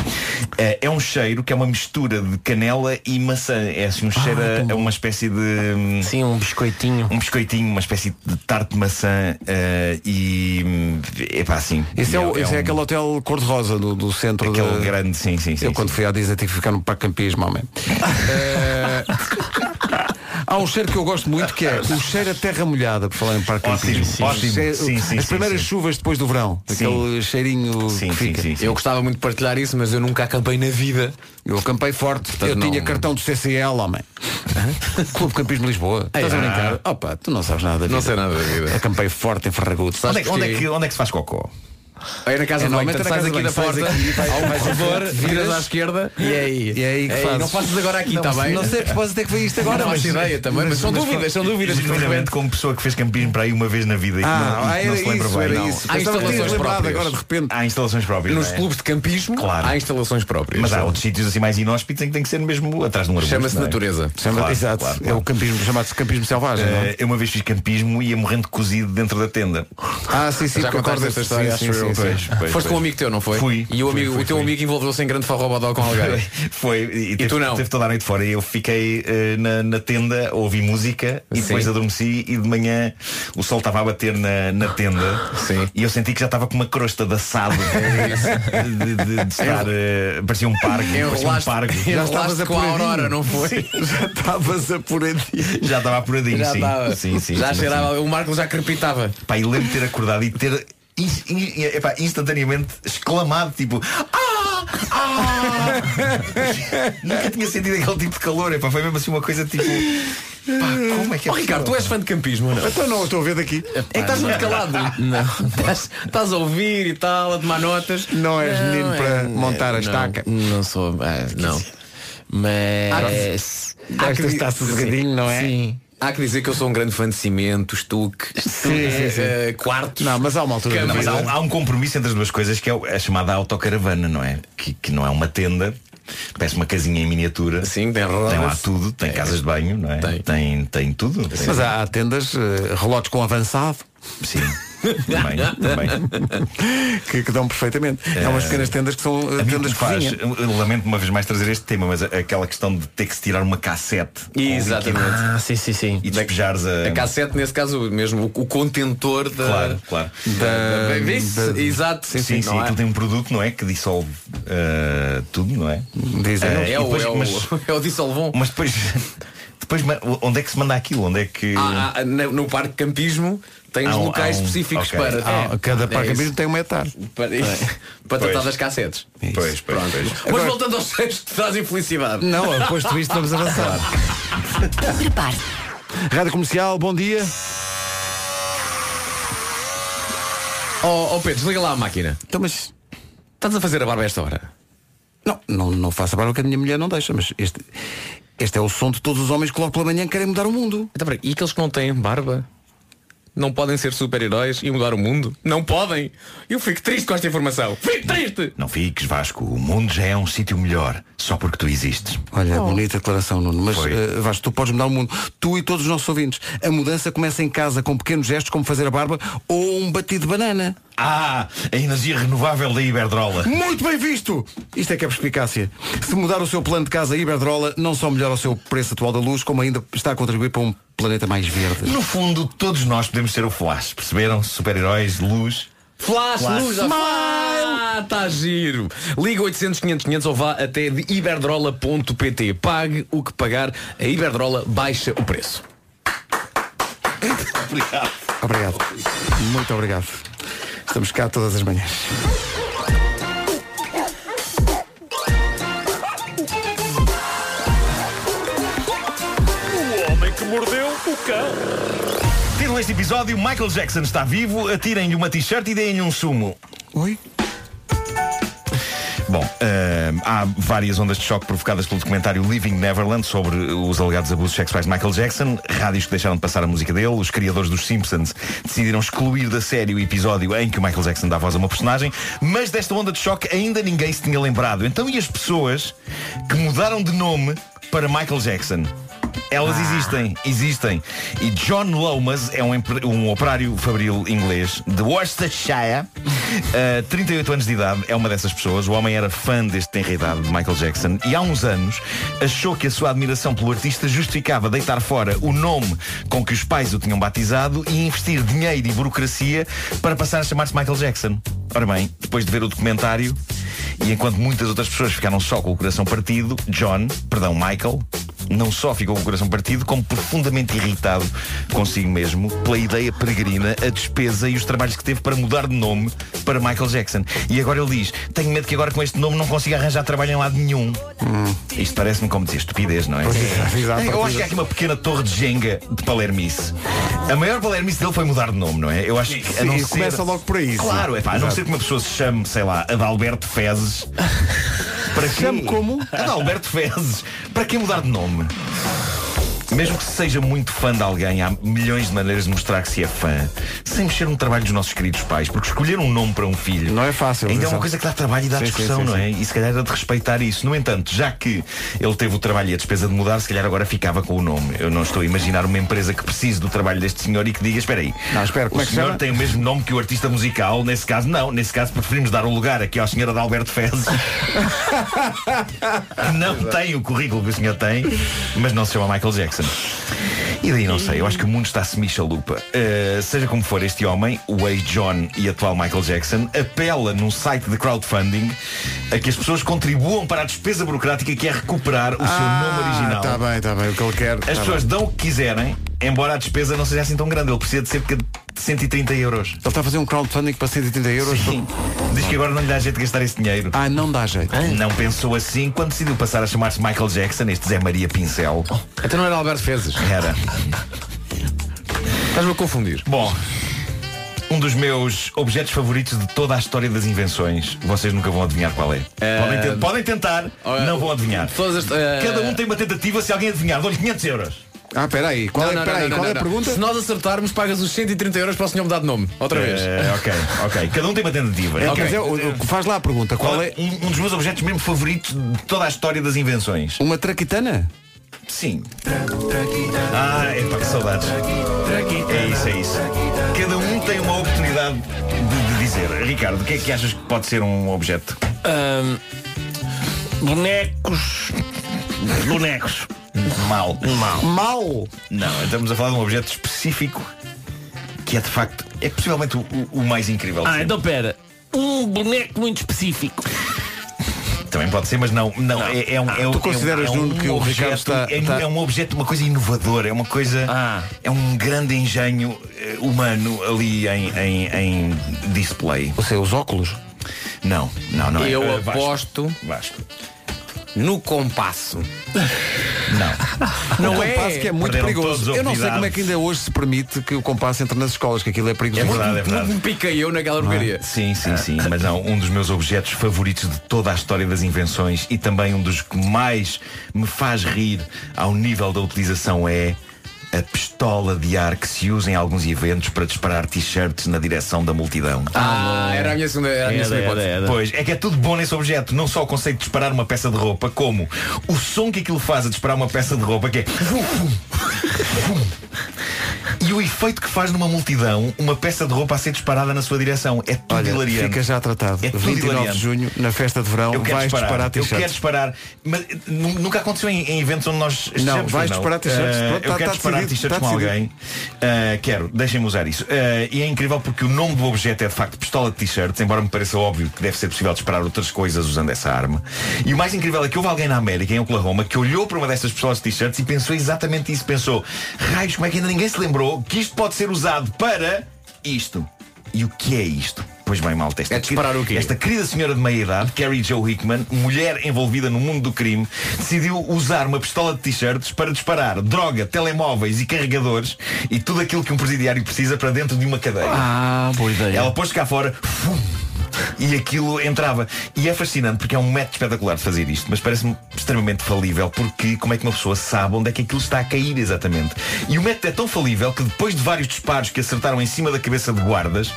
[SPEAKER 5] Eh, é um cheiro que é uma mistura de canela e maçã. É assim um
[SPEAKER 1] Ah,
[SPEAKER 5] cheiro a-
[SPEAKER 1] então
[SPEAKER 5] a, uma espécie de.
[SPEAKER 15] Sim, um biscoitinho.
[SPEAKER 5] Um biscoitinho, uma espécie de tarte de maçã eh, e. Epá, assim.
[SPEAKER 1] Esse é, o-
[SPEAKER 5] um-
[SPEAKER 1] esse é aquele hotel cor-de-rosa do, do centro
[SPEAKER 5] Aquele
[SPEAKER 1] da-
[SPEAKER 5] grande, sim, sim, sim.
[SPEAKER 1] Eu quando fui à Disney tive que ficar no Parque Campismo, homem. Eh, Há um cheiro que eu gosto muito que é o cheiro a terra molhada, por falar em Parque
[SPEAKER 5] Ótimo,
[SPEAKER 1] Campismo.
[SPEAKER 5] sim,
[SPEAKER 1] O cheiro-
[SPEAKER 5] sim, sim,
[SPEAKER 1] As
[SPEAKER 5] sim,
[SPEAKER 1] primeiras
[SPEAKER 5] sim.
[SPEAKER 1] chuvas depois do verão. Aquele cheirinho que fica.
[SPEAKER 3] Eu gostava muito de partilhar isso, mas eu nunca acampei na vida.
[SPEAKER 1] Eu acampei forte. Eu tinha cartão do CCL, homem. Clube Campismo Lisboa.
[SPEAKER 3] Ei,
[SPEAKER 1] Estás a
[SPEAKER 3] ah.
[SPEAKER 1] brincar? Opa, tu não sabes nada da vida.
[SPEAKER 3] Não sei nada da vida.
[SPEAKER 1] Acampei forte em Ferragudo.
[SPEAKER 5] Onde é, que- onde é que, onde é que se faz cocó?
[SPEAKER 3] Aí na casa
[SPEAKER 1] É,
[SPEAKER 3] do banho,
[SPEAKER 1] normalmente
[SPEAKER 3] portanto,
[SPEAKER 1] é na
[SPEAKER 3] sais
[SPEAKER 1] casa
[SPEAKER 3] aqui da
[SPEAKER 1] do banho,
[SPEAKER 3] porta,
[SPEAKER 1] sais aqui, vais-
[SPEAKER 3] há um
[SPEAKER 1] vais à
[SPEAKER 3] corredor,
[SPEAKER 1] frente,
[SPEAKER 3] viras
[SPEAKER 1] viras.
[SPEAKER 3] à esquerda e é aí.
[SPEAKER 1] E é aí que
[SPEAKER 3] É
[SPEAKER 1] fazes.
[SPEAKER 3] Não fazes agora aqui,
[SPEAKER 1] Não,
[SPEAKER 3] está bem?
[SPEAKER 1] Não sei a propósito é que foi isto agora.
[SPEAKER 3] Não
[SPEAKER 1] mas-
[SPEAKER 3] faço ideia também, mas são dúvidas, são dúvidas.
[SPEAKER 5] Eu, Genuinamente como pessoa que fez campismo para aí uma vez na vida e
[SPEAKER 1] Ah,
[SPEAKER 5] que não, e
[SPEAKER 1] ah,
[SPEAKER 5] que não
[SPEAKER 1] era
[SPEAKER 5] se lembra
[SPEAKER 1] isso,
[SPEAKER 5] bem.
[SPEAKER 1] era
[SPEAKER 5] não.
[SPEAKER 1] isso. Há Pensava que instalações tinhas lembrado próprias. agora, de repente.
[SPEAKER 5] Há instalações próprias.
[SPEAKER 3] Nos
[SPEAKER 5] não é?
[SPEAKER 3] clubes de campismo
[SPEAKER 5] Claro.
[SPEAKER 3] há instalações próprias.
[SPEAKER 5] Mas há outros sítios assim mais inóspitos em que tem que ser mesmo atrás de um arbusto.
[SPEAKER 3] Chama-se
[SPEAKER 5] não é?
[SPEAKER 3] natureza.
[SPEAKER 1] Chama-
[SPEAKER 5] Claro,
[SPEAKER 1] Exato.
[SPEAKER 5] claro,
[SPEAKER 1] É
[SPEAKER 5] claro.
[SPEAKER 1] o campismo, chamado-se campismo selvagem. não é?
[SPEAKER 5] Eh, eu uma vez fiz campismo e ia morrendo cozido dentro da tenda.
[SPEAKER 1] Ah, sim, sim,
[SPEAKER 3] Já
[SPEAKER 1] porque
[SPEAKER 3] contaste
[SPEAKER 1] acordas-
[SPEAKER 3] esta história,
[SPEAKER 1] sim,
[SPEAKER 3] acho
[SPEAKER 1] sim,
[SPEAKER 3] eu.
[SPEAKER 1] sim,
[SPEAKER 3] Pois,
[SPEAKER 1] sim.
[SPEAKER 3] pois, Foste com um amigo teu, não foi?
[SPEAKER 5] Fui.
[SPEAKER 3] E o,
[SPEAKER 5] Fui,
[SPEAKER 3] amigo,
[SPEAKER 5] fui,
[SPEAKER 3] o teu
[SPEAKER 5] fui.
[SPEAKER 3] amigo envolveu-se em grande farrobadó com alguém.
[SPEAKER 5] Foi, e, teve,
[SPEAKER 3] tu não?
[SPEAKER 5] teve toda a noite fora e eu fiquei eh, na, na tenda, ouvi música e depois
[SPEAKER 3] Sim.
[SPEAKER 5] adormeci e de manhã o sol estava a bater na, na tenda e eu senti que já estava com uma crosta de assado
[SPEAKER 3] É
[SPEAKER 5] de, de- de- de estar. eh, parecia um pargo, parecia um
[SPEAKER 3] Enrolaste-
[SPEAKER 5] pargo.
[SPEAKER 3] Já estavas a com a Aurora, não foi?
[SPEAKER 1] Já estavas apuradinho.
[SPEAKER 5] Já estava apuradinho,
[SPEAKER 3] Já
[SPEAKER 5] sim.
[SPEAKER 3] estava.
[SPEAKER 5] sim, sim.
[SPEAKER 3] Já
[SPEAKER 5] sim,
[SPEAKER 3] cheirava,
[SPEAKER 5] sim.
[SPEAKER 3] o Marco já crepitava.
[SPEAKER 5] Pá, e lembro de ter acordado e ter in- in- epá, instantaneamente exclamado, tipo, ah! Ah! Nunca tinha sentido aquele tipo de calor, epá, foi mesmo assim uma coisa tipo. Pá, como é que é
[SPEAKER 3] Oh, Ricardo, tu
[SPEAKER 5] possível?
[SPEAKER 3] és fã de campismo, não? É
[SPEAKER 1] Então não, eu estou a ver daqui.
[SPEAKER 3] que estás muito calado. Não. Estás, estás a ouvir e tal, a tomar notas.
[SPEAKER 1] Não és menino
[SPEAKER 3] é-
[SPEAKER 1] para montar a estaca.
[SPEAKER 15] Não sou. ah, não. Mas.
[SPEAKER 3] Há
[SPEAKER 1] Esta
[SPEAKER 3] que di-
[SPEAKER 1] está sossegadinho, não é?
[SPEAKER 15] Sim.
[SPEAKER 3] Há que dizer que eu sou um grande fã de cimento, estuque, eh, eh, quartos.
[SPEAKER 1] Não, mas há uma altura.
[SPEAKER 5] Não,
[SPEAKER 1] da
[SPEAKER 5] mas há,
[SPEAKER 1] vida-
[SPEAKER 5] um- há um compromisso entre as duas coisas que é o- a chamada autocaravana, não é? Que, que não é uma tenda, parece uma casinha em miniatura.
[SPEAKER 3] Sim, tem
[SPEAKER 5] Tem lá
[SPEAKER 3] rodas.
[SPEAKER 5] tudo, tem casas de banho, não é?
[SPEAKER 3] Tem.
[SPEAKER 5] tem, tem tudo.
[SPEAKER 1] Mas há há tendas, eh, relotes com avançado,
[SPEAKER 5] Sim. também, também.
[SPEAKER 1] que, que dão perfeitamente. Há umas pequenas tendas que são eh,
[SPEAKER 5] A mim o que
[SPEAKER 1] tendas
[SPEAKER 5] me
[SPEAKER 1] de
[SPEAKER 5] faz,
[SPEAKER 1] cozinha.
[SPEAKER 5] eu lamento uma vez mais trazer este tema, mas a- aquela questão de ter que se tirar uma cassete com
[SPEAKER 3] Exatamente.
[SPEAKER 5] líquido
[SPEAKER 15] Ah, sim, sim, sim.
[SPEAKER 5] e despejares a.
[SPEAKER 3] A cassete, nesse caso, mesmo o, o contentor da.
[SPEAKER 5] Claro, claro.
[SPEAKER 3] da- da- isso,
[SPEAKER 1] da-
[SPEAKER 3] Exato, sim,
[SPEAKER 5] Sim,
[SPEAKER 3] sim.
[SPEAKER 5] sim,
[SPEAKER 3] não é?
[SPEAKER 5] aquilo tem um produto, não é? Que dissolve ah, tudo, não é?
[SPEAKER 1] Dizem.
[SPEAKER 5] Eh,
[SPEAKER 3] É
[SPEAKER 5] e
[SPEAKER 3] o,
[SPEAKER 5] depois-
[SPEAKER 3] é, o,
[SPEAKER 5] mas-
[SPEAKER 3] é o dissolvon.
[SPEAKER 5] Mas depois, depois ma- onde é que se manda aquilo? Onde é que.
[SPEAKER 3] Há- há- na- no parque de campismo Ah, tens
[SPEAKER 5] Há um-
[SPEAKER 3] locais
[SPEAKER 5] há um-
[SPEAKER 3] específicos
[SPEAKER 5] ok. Ah,
[SPEAKER 3] para.
[SPEAKER 1] Há-
[SPEAKER 3] É,
[SPEAKER 1] Ah, cada
[SPEAKER 3] é
[SPEAKER 1] parque
[SPEAKER 3] isso.
[SPEAKER 1] mesmo tem uma etar.
[SPEAKER 3] para, para tratar
[SPEAKER 5] Pois.
[SPEAKER 3] das cassetes.
[SPEAKER 5] Pois, pois, pois.
[SPEAKER 3] Mas voltando aos cheiros que trazem felicidade.
[SPEAKER 1] Não, depois de isto vamos avançar.
[SPEAKER 16] Prepare-se.
[SPEAKER 1] Rádio Comercial, bom dia.
[SPEAKER 3] Oh, oh Pedro, desliga lá a máquina.
[SPEAKER 1] Então, mas.
[SPEAKER 3] Estás a fazer a barba a esta hora?
[SPEAKER 1] Não, não, não faço a barba que a minha mulher não deixa, mas este, este é o som de todos os homens que logo pela manhã querem mudar o mundo.
[SPEAKER 3] Então, peraí, e aqueles que não têm barba? Não podem ser super-heróis e mudar o mundo? Não podem! Eu fico triste com esta informação. Fico triste!
[SPEAKER 5] Não fiques, Vasco. O mundo já é um sítio melhor só porque tu existes.
[SPEAKER 1] Olha, bonita declaração, Nuno. Mas
[SPEAKER 5] Foi.
[SPEAKER 1] eh, Vasco, tu podes mudar o mundo. Tu e todos os nossos ouvintes. A mudança começa em casa com pequenos gestos como fazer a barba ou um batido de banana.
[SPEAKER 5] Ah, a energia renovável da Iberdrola.
[SPEAKER 1] Muito bem visto! Isto é que é perspicácia. Se mudar o seu plano de casa a Iberdrola, não só melhora o seu preço atual da luz, como ainda está a contribuir para um planeta mais verde.
[SPEAKER 5] No fundo, todos nós podemos ser o Flash, perceberam? Super-heróis, luz.
[SPEAKER 3] Flash,
[SPEAKER 5] Flash.
[SPEAKER 3] luz, a Ah, tá giro. Liga 800 500 500 ou vá até de iberdrola.pt. Pague o que pagar, a Iberdrola baixa o preço.
[SPEAKER 1] Obrigado. Muito obrigado. Estamos cá todas as manhãs.
[SPEAKER 5] Título deste episódio, Michael Jackson está vivo, atirem-lhe uma t-shirt e deem-lhe um sumo.
[SPEAKER 1] Oi?
[SPEAKER 5] Bom, ahm,
[SPEAKER 11] ehm, há várias ondas de choque provocadas pelo documentário Living Neverland sobre os alegados abusos sexuais de Michael Jackson. Rádios que deixaram de passar a música dele. Os criadores dos Simpsons decidiram excluir da série o episódio em que o Michael Jackson dá voz a uma personagem. Mas desta onda de choque ainda ninguém se tinha lembrado. Então e as pessoas que mudaram de nome para Michael Jackson? Elas existem, existem. E John Lomas é um, empre- um operário fabril inglês de Worcestershire, eh, 38 anos de idade, é uma dessas pessoas. O homem era fã deste tenra idade de Michael Jackson e há uns anos achou que a sua admiração pelo artista justificava deitar fora o nome com que os pais o tinham batizado e investir dinheiro e burocracia para passar a chamar-se Michael Jackson. Ora bem, depois de ver o documentário e enquanto muitas outras pessoas ficaram só com o coração partido, John, perdão, Michael, não só ficou com o coração partido, como profundamente irritado consigo mesmo pela ideia peregrina, a despesa e os trabalhos que teve para mudar de nome para Michael Jackson. E agora ele diz: Tenho medo que agora com este nome não consiga arranjar trabalho em lado nenhum. Isto parece-me como dizer estupidez, não é?
[SPEAKER 1] É, exato,
[SPEAKER 11] Eu acho
[SPEAKER 1] partida.
[SPEAKER 11] que há aqui uma pequena torre de Jenga de Palermice. A maior Palermice dele foi mudar de nome, não é? Eu acho que a
[SPEAKER 1] Sim,
[SPEAKER 11] não ser...
[SPEAKER 1] começa logo por aí, sim.
[SPEAKER 11] Claro, é pá, a não
[SPEAKER 1] Exato.
[SPEAKER 11] ser que uma pessoa se chame, sei lá, Adalberto Fezes. Para chame como? Adalberto Fezes. Para quem mudar de nome? Mesmo que se seja muito fã de alguém, há milhões de maneiras de mostrar que se é fã, sem mexer no trabalho dos nossos queridos pais, porque escolher um nome para um filho não é fácil. Ainda é uma
[SPEAKER 1] atenção.
[SPEAKER 11] coisa que dá trabalho e dá
[SPEAKER 1] Sim, sim,
[SPEAKER 11] discussão,
[SPEAKER 1] sim,
[SPEAKER 11] não
[SPEAKER 1] sim.
[SPEAKER 11] é? E se calhar era de respeitar isso. No entanto, já que ele teve o trabalho e a despesa de mudar, se calhar agora ficava com o nome. Eu não estou a imaginar uma empresa que precise do trabalho deste senhor e que diga, espera aí,
[SPEAKER 1] Não, espera,
[SPEAKER 11] o
[SPEAKER 1] como é que
[SPEAKER 11] senhor
[SPEAKER 1] chama?"
[SPEAKER 11] tem o mesmo nome que o artista musical, nesse caso não, nesse caso preferimos dar o lugar aqui ao senhor Adalberto Fezes. que não tem o currículo que o senhor tem, mas não se chama Michael Jackson. E daí não sei, eu acho que o mundo está semi-chalupa. Uh, seja como for, este homem, o ex-John e atual Michael Jackson, apela num site de crowdfunding a que as pessoas contribuam para a despesa burocrática que é recuperar o seu nome original.
[SPEAKER 1] Está Ah, tá bem, está bem, o que ele quer.
[SPEAKER 11] As pessoas dão o que quiserem, embora a despesa não seja assim tão grande. Ele precisa de cerca de 130 euros. Ele
[SPEAKER 1] está a fazer um crowdfunding para 130 euros.
[SPEAKER 11] Sim. Diz que agora não lhe dá jeito de gastar esse dinheiro.
[SPEAKER 1] Ah, não dá jeito.
[SPEAKER 11] Não pensou assim quando decidiu passar a chamar-se Michael Jackson, este Zé Maria Pincel.
[SPEAKER 3] Então não era Alberto Fezes.
[SPEAKER 11] Era.
[SPEAKER 3] Estás-me a confundir.
[SPEAKER 11] Bom, um dos meus objetos favoritos de toda a história das invenções, vocês nunca vão adivinhar qual é.
[SPEAKER 3] Eh,
[SPEAKER 11] Podem, ten- podem tentar,
[SPEAKER 1] oh,
[SPEAKER 11] não vão adivinhar.
[SPEAKER 3] todas as- eh,
[SPEAKER 11] Cada um tem uma tentativa, se alguém adivinhar, dou-lhe 500 euros.
[SPEAKER 1] Ah, peraí, qual
[SPEAKER 3] Não,
[SPEAKER 1] é,
[SPEAKER 3] não,
[SPEAKER 1] peraí,
[SPEAKER 3] não, não,
[SPEAKER 1] qual é
[SPEAKER 3] não,
[SPEAKER 1] a
[SPEAKER 3] não.
[SPEAKER 1] pergunta?
[SPEAKER 3] Se nós acertarmos, pagas os 130 euros para o senhor mudar de nome. Outra vez.
[SPEAKER 11] Eh, ok, ok. Cada um tem uma tentativa.
[SPEAKER 1] É,
[SPEAKER 11] Ok.
[SPEAKER 1] quer dizer, o- o- faz lá a pergunta. Qual é
[SPEAKER 11] um, um dos meus objetos mesmo favoritos de toda a história das invenções?
[SPEAKER 1] é- uma traquitana?
[SPEAKER 11] Sim. Ah, é para que saudades. É isso, é isso. Cada um tem uma oportunidade de, de dizer. Ricardo, o que é que achas que pode ser um objeto?
[SPEAKER 5] Ahm, bonecos. Bonecos.
[SPEAKER 11] Mal.
[SPEAKER 5] Mal.
[SPEAKER 1] Um Mal?
[SPEAKER 11] Não, estamos a falar de um objeto específico que é de facto, é possivelmente o, o- o mais incrível. de
[SPEAKER 5] Ah,
[SPEAKER 11] sempre.
[SPEAKER 5] então pera. Um boneco muito específico.
[SPEAKER 11] Também pode ser, mas não. não, É, é um, é, um-
[SPEAKER 1] Tu
[SPEAKER 11] é um-
[SPEAKER 1] consideras,
[SPEAKER 11] é um
[SPEAKER 1] Nuno, que o Ricardo
[SPEAKER 11] objeto-
[SPEAKER 1] está-
[SPEAKER 11] é,
[SPEAKER 1] está-
[SPEAKER 11] é um objeto, uma coisa inovadora, é uma coisa. É um grande engenho eh, humano ali em, em, em display.
[SPEAKER 1] Ou seja, os óculos?
[SPEAKER 11] Não, não, não é.
[SPEAKER 3] Eu
[SPEAKER 11] Eh, Vasco.
[SPEAKER 3] aposto
[SPEAKER 11] Vasco.
[SPEAKER 3] no compasso.
[SPEAKER 11] Não.
[SPEAKER 3] Não
[SPEAKER 1] o
[SPEAKER 3] é.
[SPEAKER 1] compasso que é muito
[SPEAKER 11] Perderam todos
[SPEAKER 1] perigoso.
[SPEAKER 11] a
[SPEAKER 1] Eu não sei
[SPEAKER 11] oportunidade.
[SPEAKER 1] como é que ainda hoje se permite que o compasso entre nas escolas, que aquilo é perigoso. é?
[SPEAKER 11] É verdade, é verdade.
[SPEAKER 3] Me piquei eu naquela porcaria.
[SPEAKER 11] Sim, sim, sim. Mas não, um dos meus objetos favoritos de toda a história das invenções e também um dos que mais me faz rir ao nível da utilização é a pistola de ar que se usa em alguns eventos para disparar t-shirts na direção da multidão.
[SPEAKER 3] Ah, era a minha segunda, era a minha
[SPEAKER 5] Era,
[SPEAKER 3] segunda
[SPEAKER 5] era,
[SPEAKER 3] hipótese.
[SPEAKER 5] era.
[SPEAKER 11] Pois, é que é tudo bom nesse objeto. Não só o conceito de disparar uma peça de roupa, como o som que aquilo faz a disparar uma peça de roupa, que é. vum, vum, vum. E o efeito que faz numa multidão uma peça de roupa a ser disparada na sua direção. É tudo
[SPEAKER 1] Olha,
[SPEAKER 11] hilariante.
[SPEAKER 1] fica já tratado.
[SPEAKER 11] É tudo
[SPEAKER 1] 29
[SPEAKER 11] hilariante.
[SPEAKER 1] de junho, na festa de verão,
[SPEAKER 11] Eu quero
[SPEAKER 1] vais disparar,
[SPEAKER 11] disparar, eu
[SPEAKER 1] t-shirts.
[SPEAKER 11] quero disparar. Mas eh, nu- nunca aconteceu em, em eventos onde nós estejamos. pois
[SPEAKER 1] vais disparar t-shirts.
[SPEAKER 11] Eh,
[SPEAKER 1] Pronto,
[SPEAKER 11] eu
[SPEAKER 1] tá-
[SPEAKER 11] quero
[SPEAKER 1] tá
[SPEAKER 11] disparar
[SPEAKER 1] decidido,
[SPEAKER 11] t-shirts
[SPEAKER 1] tá
[SPEAKER 11] com
[SPEAKER 1] decidido.
[SPEAKER 11] alguém. Eh, quero, deixem-me usar isso. Eh, e é incrível porque o nome do objeto é de facto pistola de t-shirts, embora me pareça óbvio que deve ser possível disparar outras coisas usando essa arma. E o mais incrível é que houve alguém na América, em Oklahoma, que olhou para uma dessas pistolas de t-shirts e pensou exatamente isso. Pensou, raios, como é que ainda ninguém se lembrou que isto pode ser usado para isto? E o que é isto? Pois bem, malta, esta,
[SPEAKER 3] É disparar o quê?
[SPEAKER 11] esta querida senhora de meia-idade, Carrie Jo Hickman, mulher envolvida no mundo do crime, decidiu usar uma pistola de t-shirts para disparar droga, telemóveis e carregadores e tudo aquilo que um presidiário precisa para dentro de uma cadeia.
[SPEAKER 5] Ah, boa ideia.
[SPEAKER 11] Ela pôs cá fora fum, e aquilo entrava. E é fascinante porque é um método espetacular de fazer isto, mas parece-me extremamente falível porque como é que uma pessoa sabe onde é que aquilo está a cair exatamente? E o método é tão falível que depois de vários disparos que acertaram em cima da cabeça de guardas,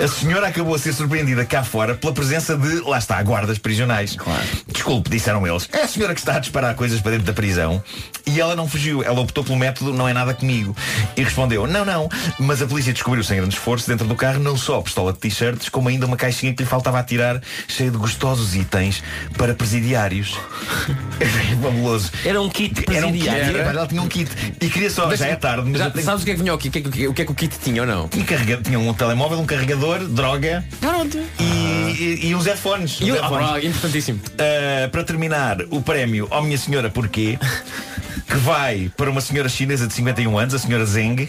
[SPEAKER 11] a senhora acabou a ser surpreendida cá fora pela presença de, lá está, guardas prisionais. Claro. Desculpe, disseram eles. É a senhora que está a disparar coisas para dentro da prisão e ela não fugiu. Ela optou pelo método não é nada comigo. E respondeu, não, não. Mas a polícia descobriu sem grande esforço dentro do carro não só a pistola de t-shirts, como ainda uma caixinha que lhe faltava atirar, cheia de gostosos itens para presidiários. É fabuloso.
[SPEAKER 5] Era um kit
[SPEAKER 11] Era um kit.
[SPEAKER 5] presidiário.
[SPEAKER 11] Era. Ela tinha um kit. E queria só, já é tarde, mas eu tenho-
[SPEAKER 3] Sabes o que é que vinha aqui? O que é que, o que é que o kit tinha ou não?
[SPEAKER 11] Tinha, carrega- tinha um telemóvel, um carregador, droga e, e- e uns headphones.
[SPEAKER 3] E
[SPEAKER 11] Uns
[SPEAKER 3] o-
[SPEAKER 11] headphones.
[SPEAKER 3] ah, importantíssimo.
[SPEAKER 11] Ah, para terminar, o prémio Ó Minha Senhora Porquê, que vai para uma senhora chinesa de 51 anos, a senhora Zeng.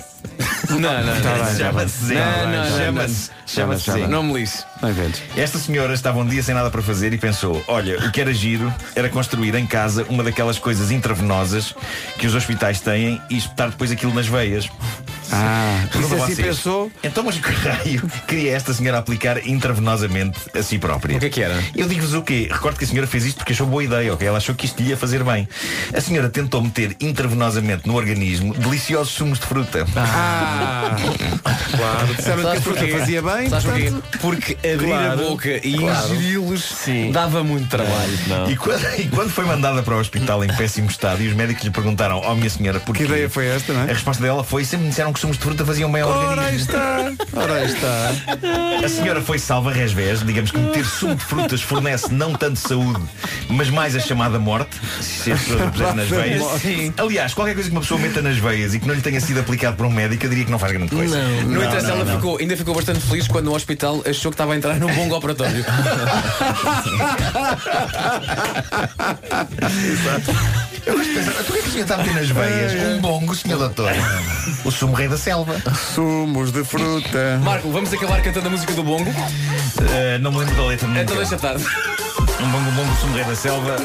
[SPEAKER 3] Não, não,
[SPEAKER 11] Tá
[SPEAKER 3] não.
[SPEAKER 11] Chama-se Zeng.
[SPEAKER 3] Não, não, não,
[SPEAKER 11] Chama-se
[SPEAKER 3] não.
[SPEAKER 11] chama-se
[SPEAKER 3] Não, não,
[SPEAKER 11] Zeng.
[SPEAKER 3] não me lixe.
[SPEAKER 11] Esta senhora estava um dia sem nada para fazer e pensou Olha, o que era giro era construir em casa uma daquelas coisas intravenosas que os hospitais têm e espetar depois aquilo nas veias Ah,
[SPEAKER 1] isso assim
[SPEAKER 11] pensou Então mas que raio queria esta senhora aplicar intravenosamente a si própria? O que é que era? Eu digo-vos o quê? Recordo que a senhora fez isto porque achou boa ideia, ok? Ela achou que isto lhe ia fazer bem A senhora tentou meter intravenosamente no organismo deliciosos sumos de fruta
[SPEAKER 1] Ah, claro. Disseram que a
[SPEAKER 3] Sabes
[SPEAKER 1] fruta
[SPEAKER 3] porquê?
[SPEAKER 1] fazia bem.
[SPEAKER 3] Sabes porquê?
[SPEAKER 1] portanto-
[SPEAKER 3] Porque abrir
[SPEAKER 11] Claro,
[SPEAKER 3] a boca e
[SPEAKER 11] claro.
[SPEAKER 3] ingeri-los dava muito trabalho.
[SPEAKER 11] E, quando, e quando foi mandada para o hospital em péssimo estado e os médicos lhe perguntaram, ó minha senhora, porquê? Que ideia
[SPEAKER 1] foi esta, não
[SPEAKER 11] é? A resposta dela foi, sempre me disseram que sumos de fruta faziam bem ao
[SPEAKER 1] Ora aí
[SPEAKER 11] organismo.
[SPEAKER 1] está. Ora aí está.
[SPEAKER 11] A senhora foi salva resvés, digamos que meter sumo de frutas fornece não tanto saúde, mas mais a chamada morte, se as pessoas o puserem nas veias.
[SPEAKER 1] Sim.
[SPEAKER 11] Aliás, qualquer coisa que uma pessoa meta nas veias e que não lhe tenha sido aplicado por um médico, eu diria que não faz grande coisa.
[SPEAKER 3] No entanto, ela
[SPEAKER 11] não.
[SPEAKER 3] Ficou, ainda ficou bastante feliz quando no hospital achou que estava a entrar num bongo operatório.
[SPEAKER 11] Eu gosto de pensar, porquê é que o senhor está a meter nas veias um bongo, senhor doutor? O sumo rei da selva.
[SPEAKER 1] Sumos de fruta.
[SPEAKER 3] Marco, vamos acabar cantando a música do bongo?
[SPEAKER 11] Eh, não me lembro da letra nunca.
[SPEAKER 3] Então deixa estar.
[SPEAKER 11] Um bongo bongo sumo rei da selva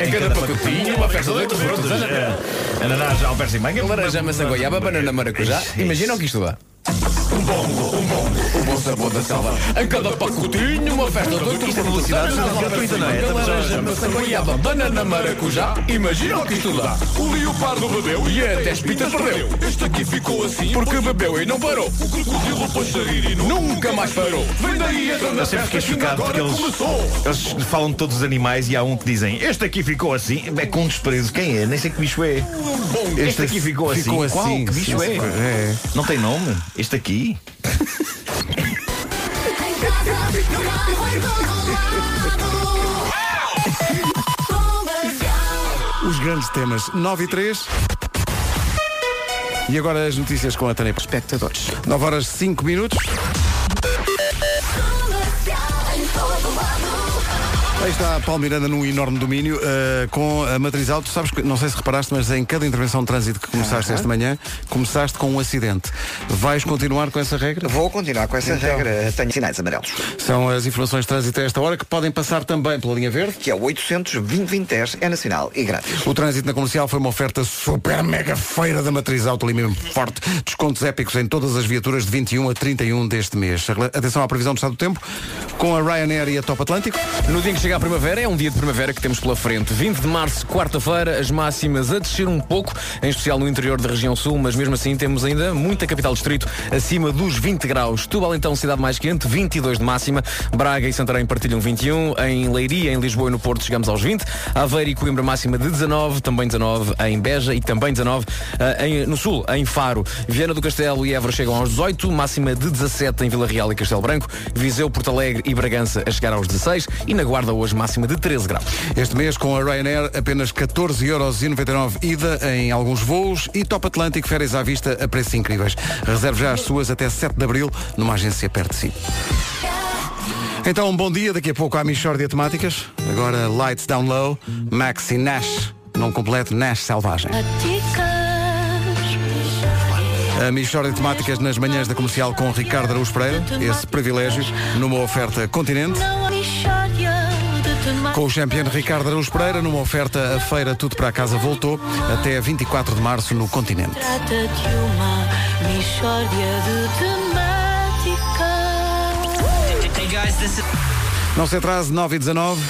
[SPEAKER 11] eh,
[SPEAKER 3] Em cada pacotinho, uma festa de
[SPEAKER 11] oito
[SPEAKER 3] oito frutas.
[SPEAKER 11] eh, Ananás, alperce e manga É
[SPEAKER 3] Laranja, maçã, goiaba, banana, maracujá. Imagina o que isto dá. Um
[SPEAKER 11] O bom sabor da selva
[SPEAKER 3] Em cada pacotinho, uma festa de oito frutas. Laranja, é laranja, maçã, goiaba, banana, maracujá. Imagina o que isto dá. O leopardo bebeu e até as pitas perdeu. Este aqui ficou assim porque bebeu e não parou. O crocodilo passarinho nunca mais parou. Vem daí a
[SPEAKER 11] Eu sempre fiquei chocado porque eles, eles falam de todos os animais e há um que dizem Este aqui ficou assim, é com desprezo Quem é? Nem sei que bicho é
[SPEAKER 3] Um
[SPEAKER 11] Este, aqui ficou,
[SPEAKER 1] ficou
[SPEAKER 11] assim, Qual?
[SPEAKER 1] assim,
[SPEAKER 11] Que bicho
[SPEAKER 1] sim,
[SPEAKER 11] é? Não tem nome? Este aqui?
[SPEAKER 1] Os grandes temas 9 e 3. E agora as notícias com a Tânia. Espectadores. 9 horas 5 minutos. Aí está a Paulo Miranda num enorme domínio eh, com a matriz alto. Sabes que, não sei se reparaste, mas em cada intervenção de trânsito que começaste
[SPEAKER 4] Aham.
[SPEAKER 1] esta manhã, começaste com um acidente. Vais continuar com essa regra?
[SPEAKER 4] Vou continuar com essa regra. Tenho sinais amarelos.
[SPEAKER 1] São as informações de trânsito a esta hora que podem passar também pela linha verde.
[SPEAKER 4] Que é o 800 é nacional e grátis.
[SPEAKER 1] O trânsito na comercial foi uma oferta super mega feira da matriz auto ali mesmo forte. Descontos épicos em todas as viaturas de 21 a 31 deste mês. Atenção à previsão do estado do tempo com a Ryanair e a Top Atlântico.
[SPEAKER 3] No dia em que chega a primavera, é um dia de primavera que temos pela frente. 20 de março, quarta-feira, as máximas a descer um pouco, em especial no interior da região sul, mas mesmo assim temos ainda muita capital distrito acima dos 20 graus. Tubal então, cidade mais quente, 22 de máxima. Braga e Santarém partilham 21. Em Leiria, em Lisboa e no Porto chegamos aos 20. Aveiro e Coimbra máxima de 19, também 19 em Beja e também 19 eh, em- no sul, em Faro. Viana do Castelo e Évora chegam aos 18, máxima de 17 em Vila Real e Castelo Branco. Viseu, Porto Alegre e Bragança a chegar aos 16 e na Guarda hoje máxima de 13 graus.
[SPEAKER 1] Este mês com a Ryanair apenas 14,99€ ida em alguns voos e Top Atlântico férias à vista a preços incríveis. Reserve já as suas até 7 de abril numa agência perto de si. Então, bom dia. Daqui a pouco há a Michórdia de Temáticas. Agora Lights Down Low, Maxi Nash. Não completo, Nash Selvagem. A Michórdia de Temáticas nas manhãs da comercial com Ricardo Araújo Pereira. Esse privilégio numa oferta Continente. Com o campeão Ricardo Araújo Pereira, numa oferta, a feira Tudo para a Casa voltou até 24 de março no Continente.
[SPEAKER 8] Trata de uma mistória de temáticas.
[SPEAKER 1] Não se atrase, 9 e 19.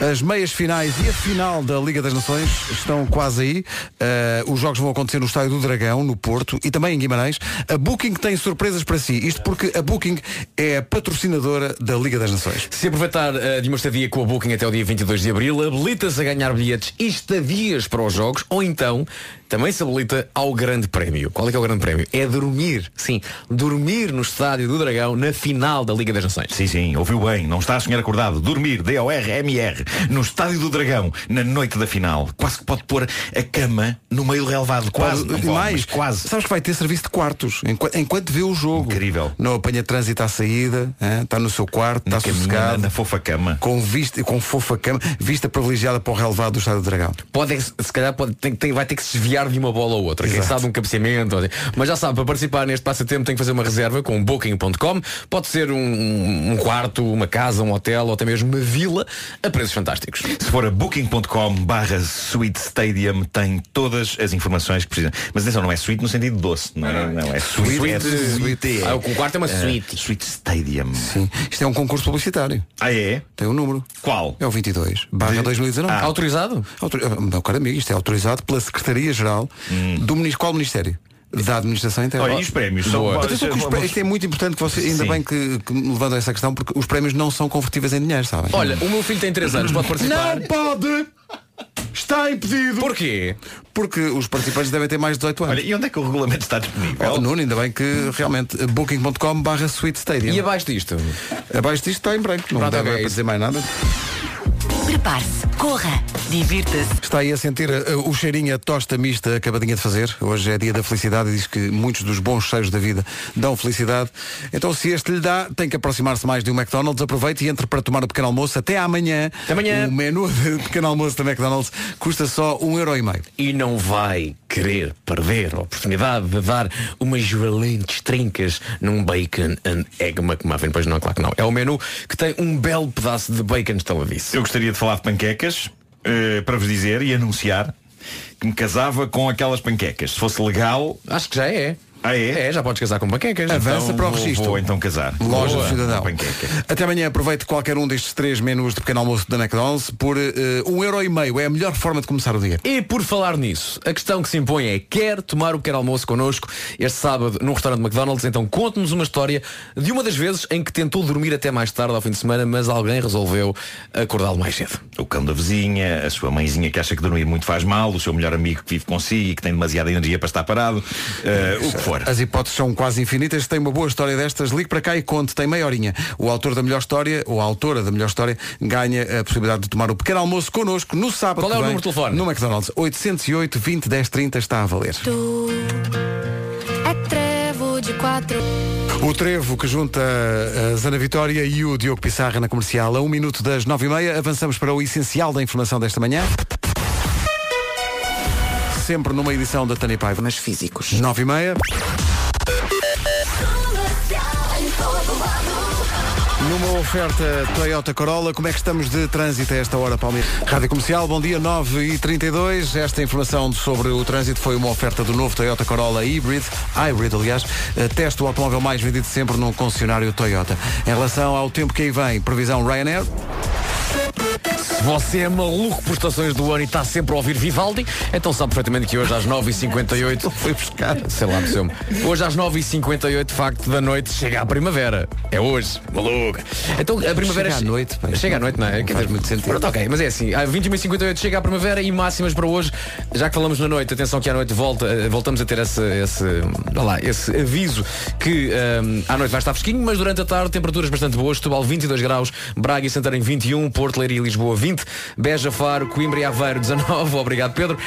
[SPEAKER 1] As meias finais e a final da Liga das Nações estão quase aí. Eh, os jogos vão acontecer no Estádio do Dragão, no Porto e também em Guimarães. A Booking tem surpresas para si. Isto porque a Booking é a patrocinadora da Liga das Nações.
[SPEAKER 3] Se aproveitar eh, de uma estadia com a Booking até o dia 22 de Abril, habilita-se a ganhar bilhetes e estadias para os jogos, ou então também se habilita ao Grande Prémio. Qual é que é o Grande Prémio? É dormir, sim, dormir no Estádio do Dragão na final da Liga das Nações.
[SPEAKER 11] Sim, sim, ouviu bem, não está a sonhar acordado. Dormir, D-O-R-M-R, no Estádio do Dragão, na noite da final. Quase que pode pôr a cama no meio do relevado, quase. não
[SPEAKER 1] Pode-
[SPEAKER 11] pode,
[SPEAKER 1] mais,
[SPEAKER 11] mas quase.
[SPEAKER 1] Sabes que vai ter serviço de quartos enqu- enquanto, vê o jogo. Incrível. Não apanha trânsito à saída, hã? está no seu quarto, está sossegado. Na
[SPEAKER 11] fofa cama.
[SPEAKER 1] Com, vista, com fofa cama, vista privilegiada para o relevado do Estádio do Dragão.
[SPEAKER 3] Pode, é que se se calhar pode, tem- tem- vai ter que se desviar de uma bola ou outra. Quem
[SPEAKER 1] Exato.
[SPEAKER 3] sabe um cabeceamento. ou assim. Mas já sabe, para participar neste passatempo tem que fazer uma reserva com booking.com. Pode ser um, um quarto, uma casa, um hotel ou até mesmo uma vila a preços fantásticos.
[SPEAKER 11] Se for a booking.com barra suite stadium tem todas as informações que precisa. Mas atenção, não é suite no sentido doce. Não, não, não é suite.
[SPEAKER 1] Suite,
[SPEAKER 11] é
[SPEAKER 1] suite.
[SPEAKER 11] é-
[SPEAKER 1] Ah, o quarto é uma suite.
[SPEAKER 11] Suite stadium.
[SPEAKER 1] Sim. Isto é um concurso publicitário.
[SPEAKER 11] Ah, é?
[SPEAKER 1] Tem um número.
[SPEAKER 11] Qual?
[SPEAKER 1] É o 22. Barra 2019.
[SPEAKER 11] Ah.
[SPEAKER 3] Autorizado?
[SPEAKER 1] Meu caro amigo, isto é autorizado pela Secretaria-Geral do Ministério. Qual Ministério? Da Administração Interna.
[SPEAKER 11] Hum. Olha, e os prémios? São- eh,
[SPEAKER 1] Boa. Atenção que os pré-
[SPEAKER 11] Vamos-
[SPEAKER 1] Isto é muito importante que você, ainda
[SPEAKER 11] Sim.
[SPEAKER 1] bem que, que me levantam essa questão, porque os prémios não são convertíveis em dinheiro, sabem?
[SPEAKER 3] Olha, o meu filho tem 3 anos, pode participar.
[SPEAKER 1] Não pode! Está impedido!
[SPEAKER 3] Porquê?
[SPEAKER 1] Porque os participantes devem ter mais de 18 anos.
[SPEAKER 11] Olha, e onde é que o regulamento está disponível?
[SPEAKER 1] Oh, Nuno, ainda bem que realmente booking.com barra Sweet Stadium.
[SPEAKER 3] E abaixo disto?
[SPEAKER 1] Abaixo disto está em branco, não
[SPEAKER 3] Pronto,
[SPEAKER 1] dá
[SPEAKER 3] ok, é
[SPEAKER 1] para
[SPEAKER 3] isso.
[SPEAKER 1] dizer mais nada.
[SPEAKER 9] Prepare-se, corra, divirta-se.
[SPEAKER 1] Está aí a sentir uh, o cheirinho a tosta mista acabadinha de fazer. Hoje é dia da felicidade e diz que muitos dos bons cheiros da vida dão felicidade. Então se este lhe dá, tem que aproximar-se mais de um McDonald's. Aproveite e entre para tomar o pequeno almoço. Até amanhã. amanhã. O menu de pequeno almoço da McDonald's custa só um euro e meio.
[SPEAKER 3] E não vai querer perder a oportunidade de dar umas valentes trincas num Bacon and Egg McMuffin. Pois não, claro que não. É o menu que tem um belo pedaço de bacon estaladiço.
[SPEAKER 11] Eu gostaria de falar de panquecas eh, para vos dizer e anunciar que me casava com aquelas panquecas. Se fosse legal.
[SPEAKER 3] Acho que já é.
[SPEAKER 11] Ah, é?
[SPEAKER 3] É, já podes casar com panquecas.
[SPEAKER 1] Avança para o
[SPEAKER 11] vou-
[SPEAKER 1] registro.
[SPEAKER 11] Vou então casar.
[SPEAKER 1] Loja
[SPEAKER 11] Boa.
[SPEAKER 1] do Cidadão.
[SPEAKER 3] Ah,
[SPEAKER 11] Com
[SPEAKER 3] é,
[SPEAKER 11] Panqueca.
[SPEAKER 1] Até amanhã aproveite qualquer um destes três menus de pequeno almoço da McDonald's por eh, um euro e meio. É a melhor forma de começar o dia.
[SPEAKER 3] E por falar nisso, a questão que se impõe é quer tomar o pequeno almoço connosco este sábado num restaurante McDonald's? Então conte-nos uma história de uma das vezes em que tentou dormir até mais tarde ao fim de semana, mas alguém resolveu acordá-lo mais cedo.
[SPEAKER 11] O cão da vizinha, a sua mãezinha que acha que dormir muito faz mal, o seu melhor amigo que vive consigo e que tem demasiada energia para estar parado, eh, o que for.
[SPEAKER 1] As hipóteses são quase infinitas. Se Tem uma boa história destas, ligue para cá e conte. Tem meia horinha. O autor da melhor história, ou a autora da melhor história, ganha a possibilidade de tomar o pequeno almoço connosco no sábado.
[SPEAKER 3] Qual é
[SPEAKER 1] que
[SPEAKER 3] o
[SPEAKER 1] vem,
[SPEAKER 3] número de telefone?
[SPEAKER 1] No McDonald's. 808 20 10 30 está a valer.
[SPEAKER 13] Tu é trevo de quatro.
[SPEAKER 1] O trevo que junta a Zana Vitória e o Diogo Pissarra na comercial a um minuto das nove e meia. Avançamos para o essencial da informação desta manhã. Sempre numa edição da Tânia Paiva. Mas físicos. Nove e meia. Numa oferta Toyota Corolla, como é que estamos de trânsito a esta hora, Palmeiras? Rádio Comercial, bom dia, 9 e 32 Esta informação sobre o trânsito foi uma oferta do novo Toyota Corolla Hybrid, Hybrid, aliás, eh, teste o automóvel mais vendido sempre num concessionário Toyota. Em relação ao tempo que aí vem, previsão Ryanair.
[SPEAKER 3] Se você é maluco por estações do ano e está sempre a ouvir Vivaldi, então sabe perfeitamente que hoje às 9h58.
[SPEAKER 1] Foi buscar.
[SPEAKER 3] Sei lá, me Hoje às 9h58, de facto, da noite, chega a primavera. É hoje, maluco. Então a primavera.
[SPEAKER 1] Chega à
[SPEAKER 3] che-
[SPEAKER 1] noite, pá.
[SPEAKER 3] Chega à noite, não é? Quer dizer,
[SPEAKER 1] muito sentido.
[SPEAKER 3] Pronto, ok, mas é assim. Às 21h58 chega a primavera e máximas para hoje. Já que falamos na noite, atenção que à noite volta, eh, voltamos a ter esse, esse, olha lá, esse aviso que ehm, à noite vai estar fresquinho, mas durante a tarde temperaturas bastante boas. Setúbal 22 graus, Braga e Santarém 21, Porto, Leiria e Lisboa 20, Beja, Faro, Coimbra e Aveiro 19. Obrigado, Pedro.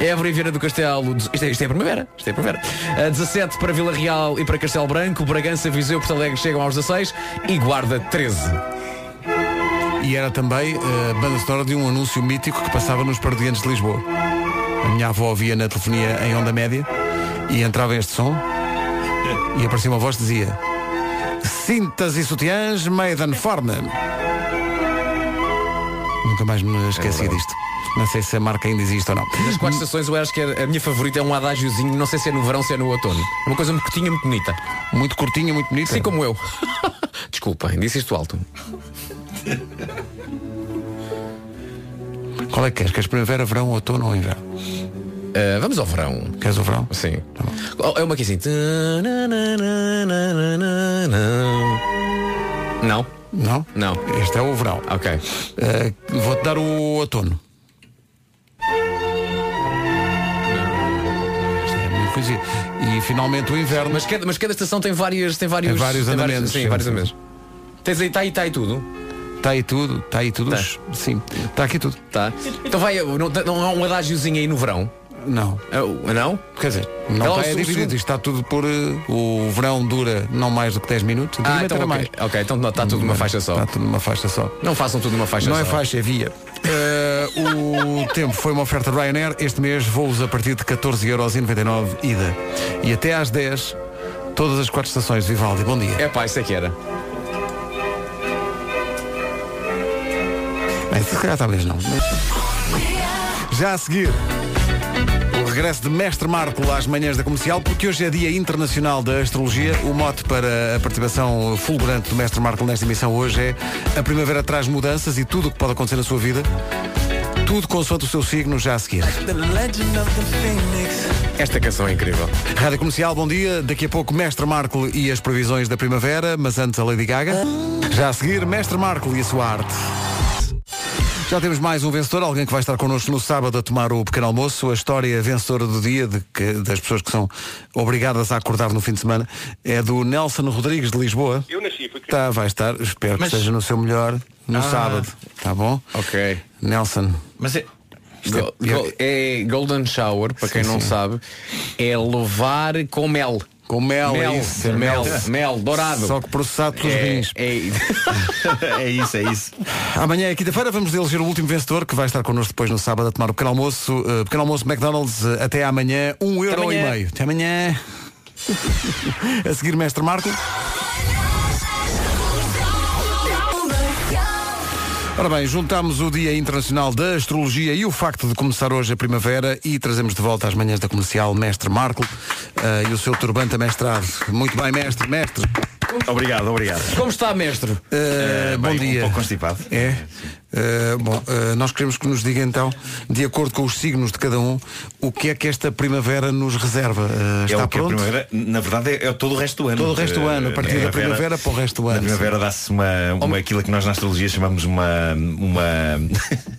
[SPEAKER 3] Évora e Vieira do Castelo, de- isto é, isto é primavera, isto é primavera. Ah, 17 para Vila Real e para Castelo Branco, Bragança, Viseu, Porto Alegre chegam aos 16 e Guarda 13.
[SPEAKER 1] E era também a banda sonora de um anúncio mítico que passava nos Paradiantes de Lisboa. A minha avó ouvia na telefonia em onda média e entrava este som e aparecia uma voz que dizia Cintas e sutiãs made in forma. Nunca mais me
[SPEAKER 3] É
[SPEAKER 1] esqueci disto. Não sei se a marca ainda existe ou não.
[SPEAKER 3] Nas quatro estações eu acho que a a minha favorita é um adagiozinho, não sei se é no verão, se é no outono. É uma coisa muito curtinha, muito bonita.
[SPEAKER 1] Muito curtinha, muito bonita.
[SPEAKER 3] Assim como eu. Desculpem, disse isto alto.
[SPEAKER 1] Qual é que queres? Queres primavera, verão, outono ou inverno?
[SPEAKER 3] Ah, vamos ao verão.
[SPEAKER 1] Queres o verão?
[SPEAKER 3] Sim. Oh, É uma que é assim. Não?
[SPEAKER 1] Não?
[SPEAKER 3] Não.
[SPEAKER 1] Este é o verão.
[SPEAKER 3] Ok.
[SPEAKER 1] Eh, Vou-te dar o outono. Esta é muito conhecida. E finalmente o inverno.
[SPEAKER 3] Mas cada, mas cada estação tem várias. Tem vários,
[SPEAKER 1] Tem vários
[SPEAKER 3] tem
[SPEAKER 1] andamentos,
[SPEAKER 3] Vários, sim,
[SPEAKER 1] sim,
[SPEAKER 3] vários
[SPEAKER 1] sim.
[SPEAKER 3] andamentos. Tens aí, tá aí, tá aí tudo.
[SPEAKER 1] Está aí tudo, está aí tudo. Sim, está aqui tudo.
[SPEAKER 3] Tá. Então vai, não, não há um adagiozinho aí no verão. É
[SPEAKER 1] Não.
[SPEAKER 3] não?
[SPEAKER 1] Quer dizer, não
[SPEAKER 3] Então,
[SPEAKER 1] está é
[SPEAKER 3] o- o
[SPEAKER 1] dividido.
[SPEAKER 3] segundo-
[SPEAKER 1] Isto está tudo por. eh, o verão dura não mais do que 10 minutos.
[SPEAKER 3] Ah,
[SPEAKER 1] Antigamente
[SPEAKER 3] então
[SPEAKER 1] era
[SPEAKER 3] ok.
[SPEAKER 1] mais.
[SPEAKER 3] Ok, então não, está tudo numa faixa só.
[SPEAKER 1] Está tudo numa faixa só.
[SPEAKER 3] Não façam tudo numa faixa
[SPEAKER 1] Hum, tá. não
[SPEAKER 3] só.
[SPEAKER 1] é faixa, é via. Eh, o tempo foi uma oferta Ryanair. Este mês voos a partir de 14,99€ ida. E até às 10, todas as quatro estações de Vivaldi. Bom dia.
[SPEAKER 3] É pá, isso é que era.
[SPEAKER 1] Bem, se calhar talvez não. Já a seguir, o regresso de Mestre Marco às manhãs da comercial, porque hoje é Dia Internacional da Astrologia. O mote para a participação fulgurante do Mestre Marco nesta emissão hoje é A Primavera traz mudanças e tudo o que pode acontecer na sua vida. Tudo consoante o seu signo, já a seguir.
[SPEAKER 3] Esta canção é incrível.
[SPEAKER 1] Rádio Comercial, bom dia. Daqui a pouco, Mestre Marco e as previsões da primavera, mas antes a Lady Gaga. Já a seguir, Mestre Marco e a sua arte. Já temos mais um vencedor, alguém que vai estar connosco no sábado a tomar o pequeno almoço. A história vencedora do dia, de que- das pessoas que são obrigadas a acordar no fim de semana, é do Nelson Rodrigues de Lisboa. Eu nasci, porque... Tá, vai estar, espero
[SPEAKER 11] Mas-
[SPEAKER 1] que esteja no seu melhor no
[SPEAKER 11] Ah.
[SPEAKER 1] sábado. Tá bom?
[SPEAKER 3] Ok.
[SPEAKER 1] Nelson.
[SPEAKER 11] Mas é.
[SPEAKER 3] Go- go- é Golden Shower, para quem não
[SPEAKER 1] sim.
[SPEAKER 3] sabe, é levar com mel.
[SPEAKER 1] Com
[SPEAKER 11] Oh,
[SPEAKER 1] mel,
[SPEAKER 3] mel,
[SPEAKER 1] é isso. é
[SPEAKER 3] mel, mel, dourado.
[SPEAKER 1] Só que processado pelos
[SPEAKER 3] É-
[SPEAKER 1] rins.
[SPEAKER 11] é isso, é isso.
[SPEAKER 1] Amanhã é quinta-feira, vamos eleger o último vencedor que vai estar connosco depois no sábado a tomar o pequeno almoço. Uh, pequeno almoço McDonald's uh, até amanhã, um euro
[SPEAKER 3] amanhã.
[SPEAKER 1] e meio. Até amanhã. a seguir, Mestre Marco. Ora bem, juntámos o Dia Internacional da Astrologia e o facto de começar hoje a primavera e trazemos de volta às manhãs da comercial Mestre Marco uh, e o seu turbante amestrado. Muito bem, mestre, mestre.
[SPEAKER 11] Obrigado, obrigado.
[SPEAKER 3] Como está, mestre?
[SPEAKER 1] Uh, bom
[SPEAKER 11] bem,
[SPEAKER 1] dia.
[SPEAKER 11] Um pouco constipado.
[SPEAKER 1] É. Uh, bom, uh, nós queremos que nos diga então, de acordo com os signos de cada um, o que é que esta primavera nos reserva. Uh,
[SPEAKER 11] é
[SPEAKER 1] está
[SPEAKER 11] o que a
[SPEAKER 1] pronto?
[SPEAKER 11] primavera, na verdade, é, é todo o resto do ano.
[SPEAKER 1] Todo o resto do ano, a
[SPEAKER 11] Eh,
[SPEAKER 1] partir da primavera para o resto do ano,
[SPEAKER 11] Na primavera dá-se uma, uma, aquilo que nós na astrologia chamamos uma. uma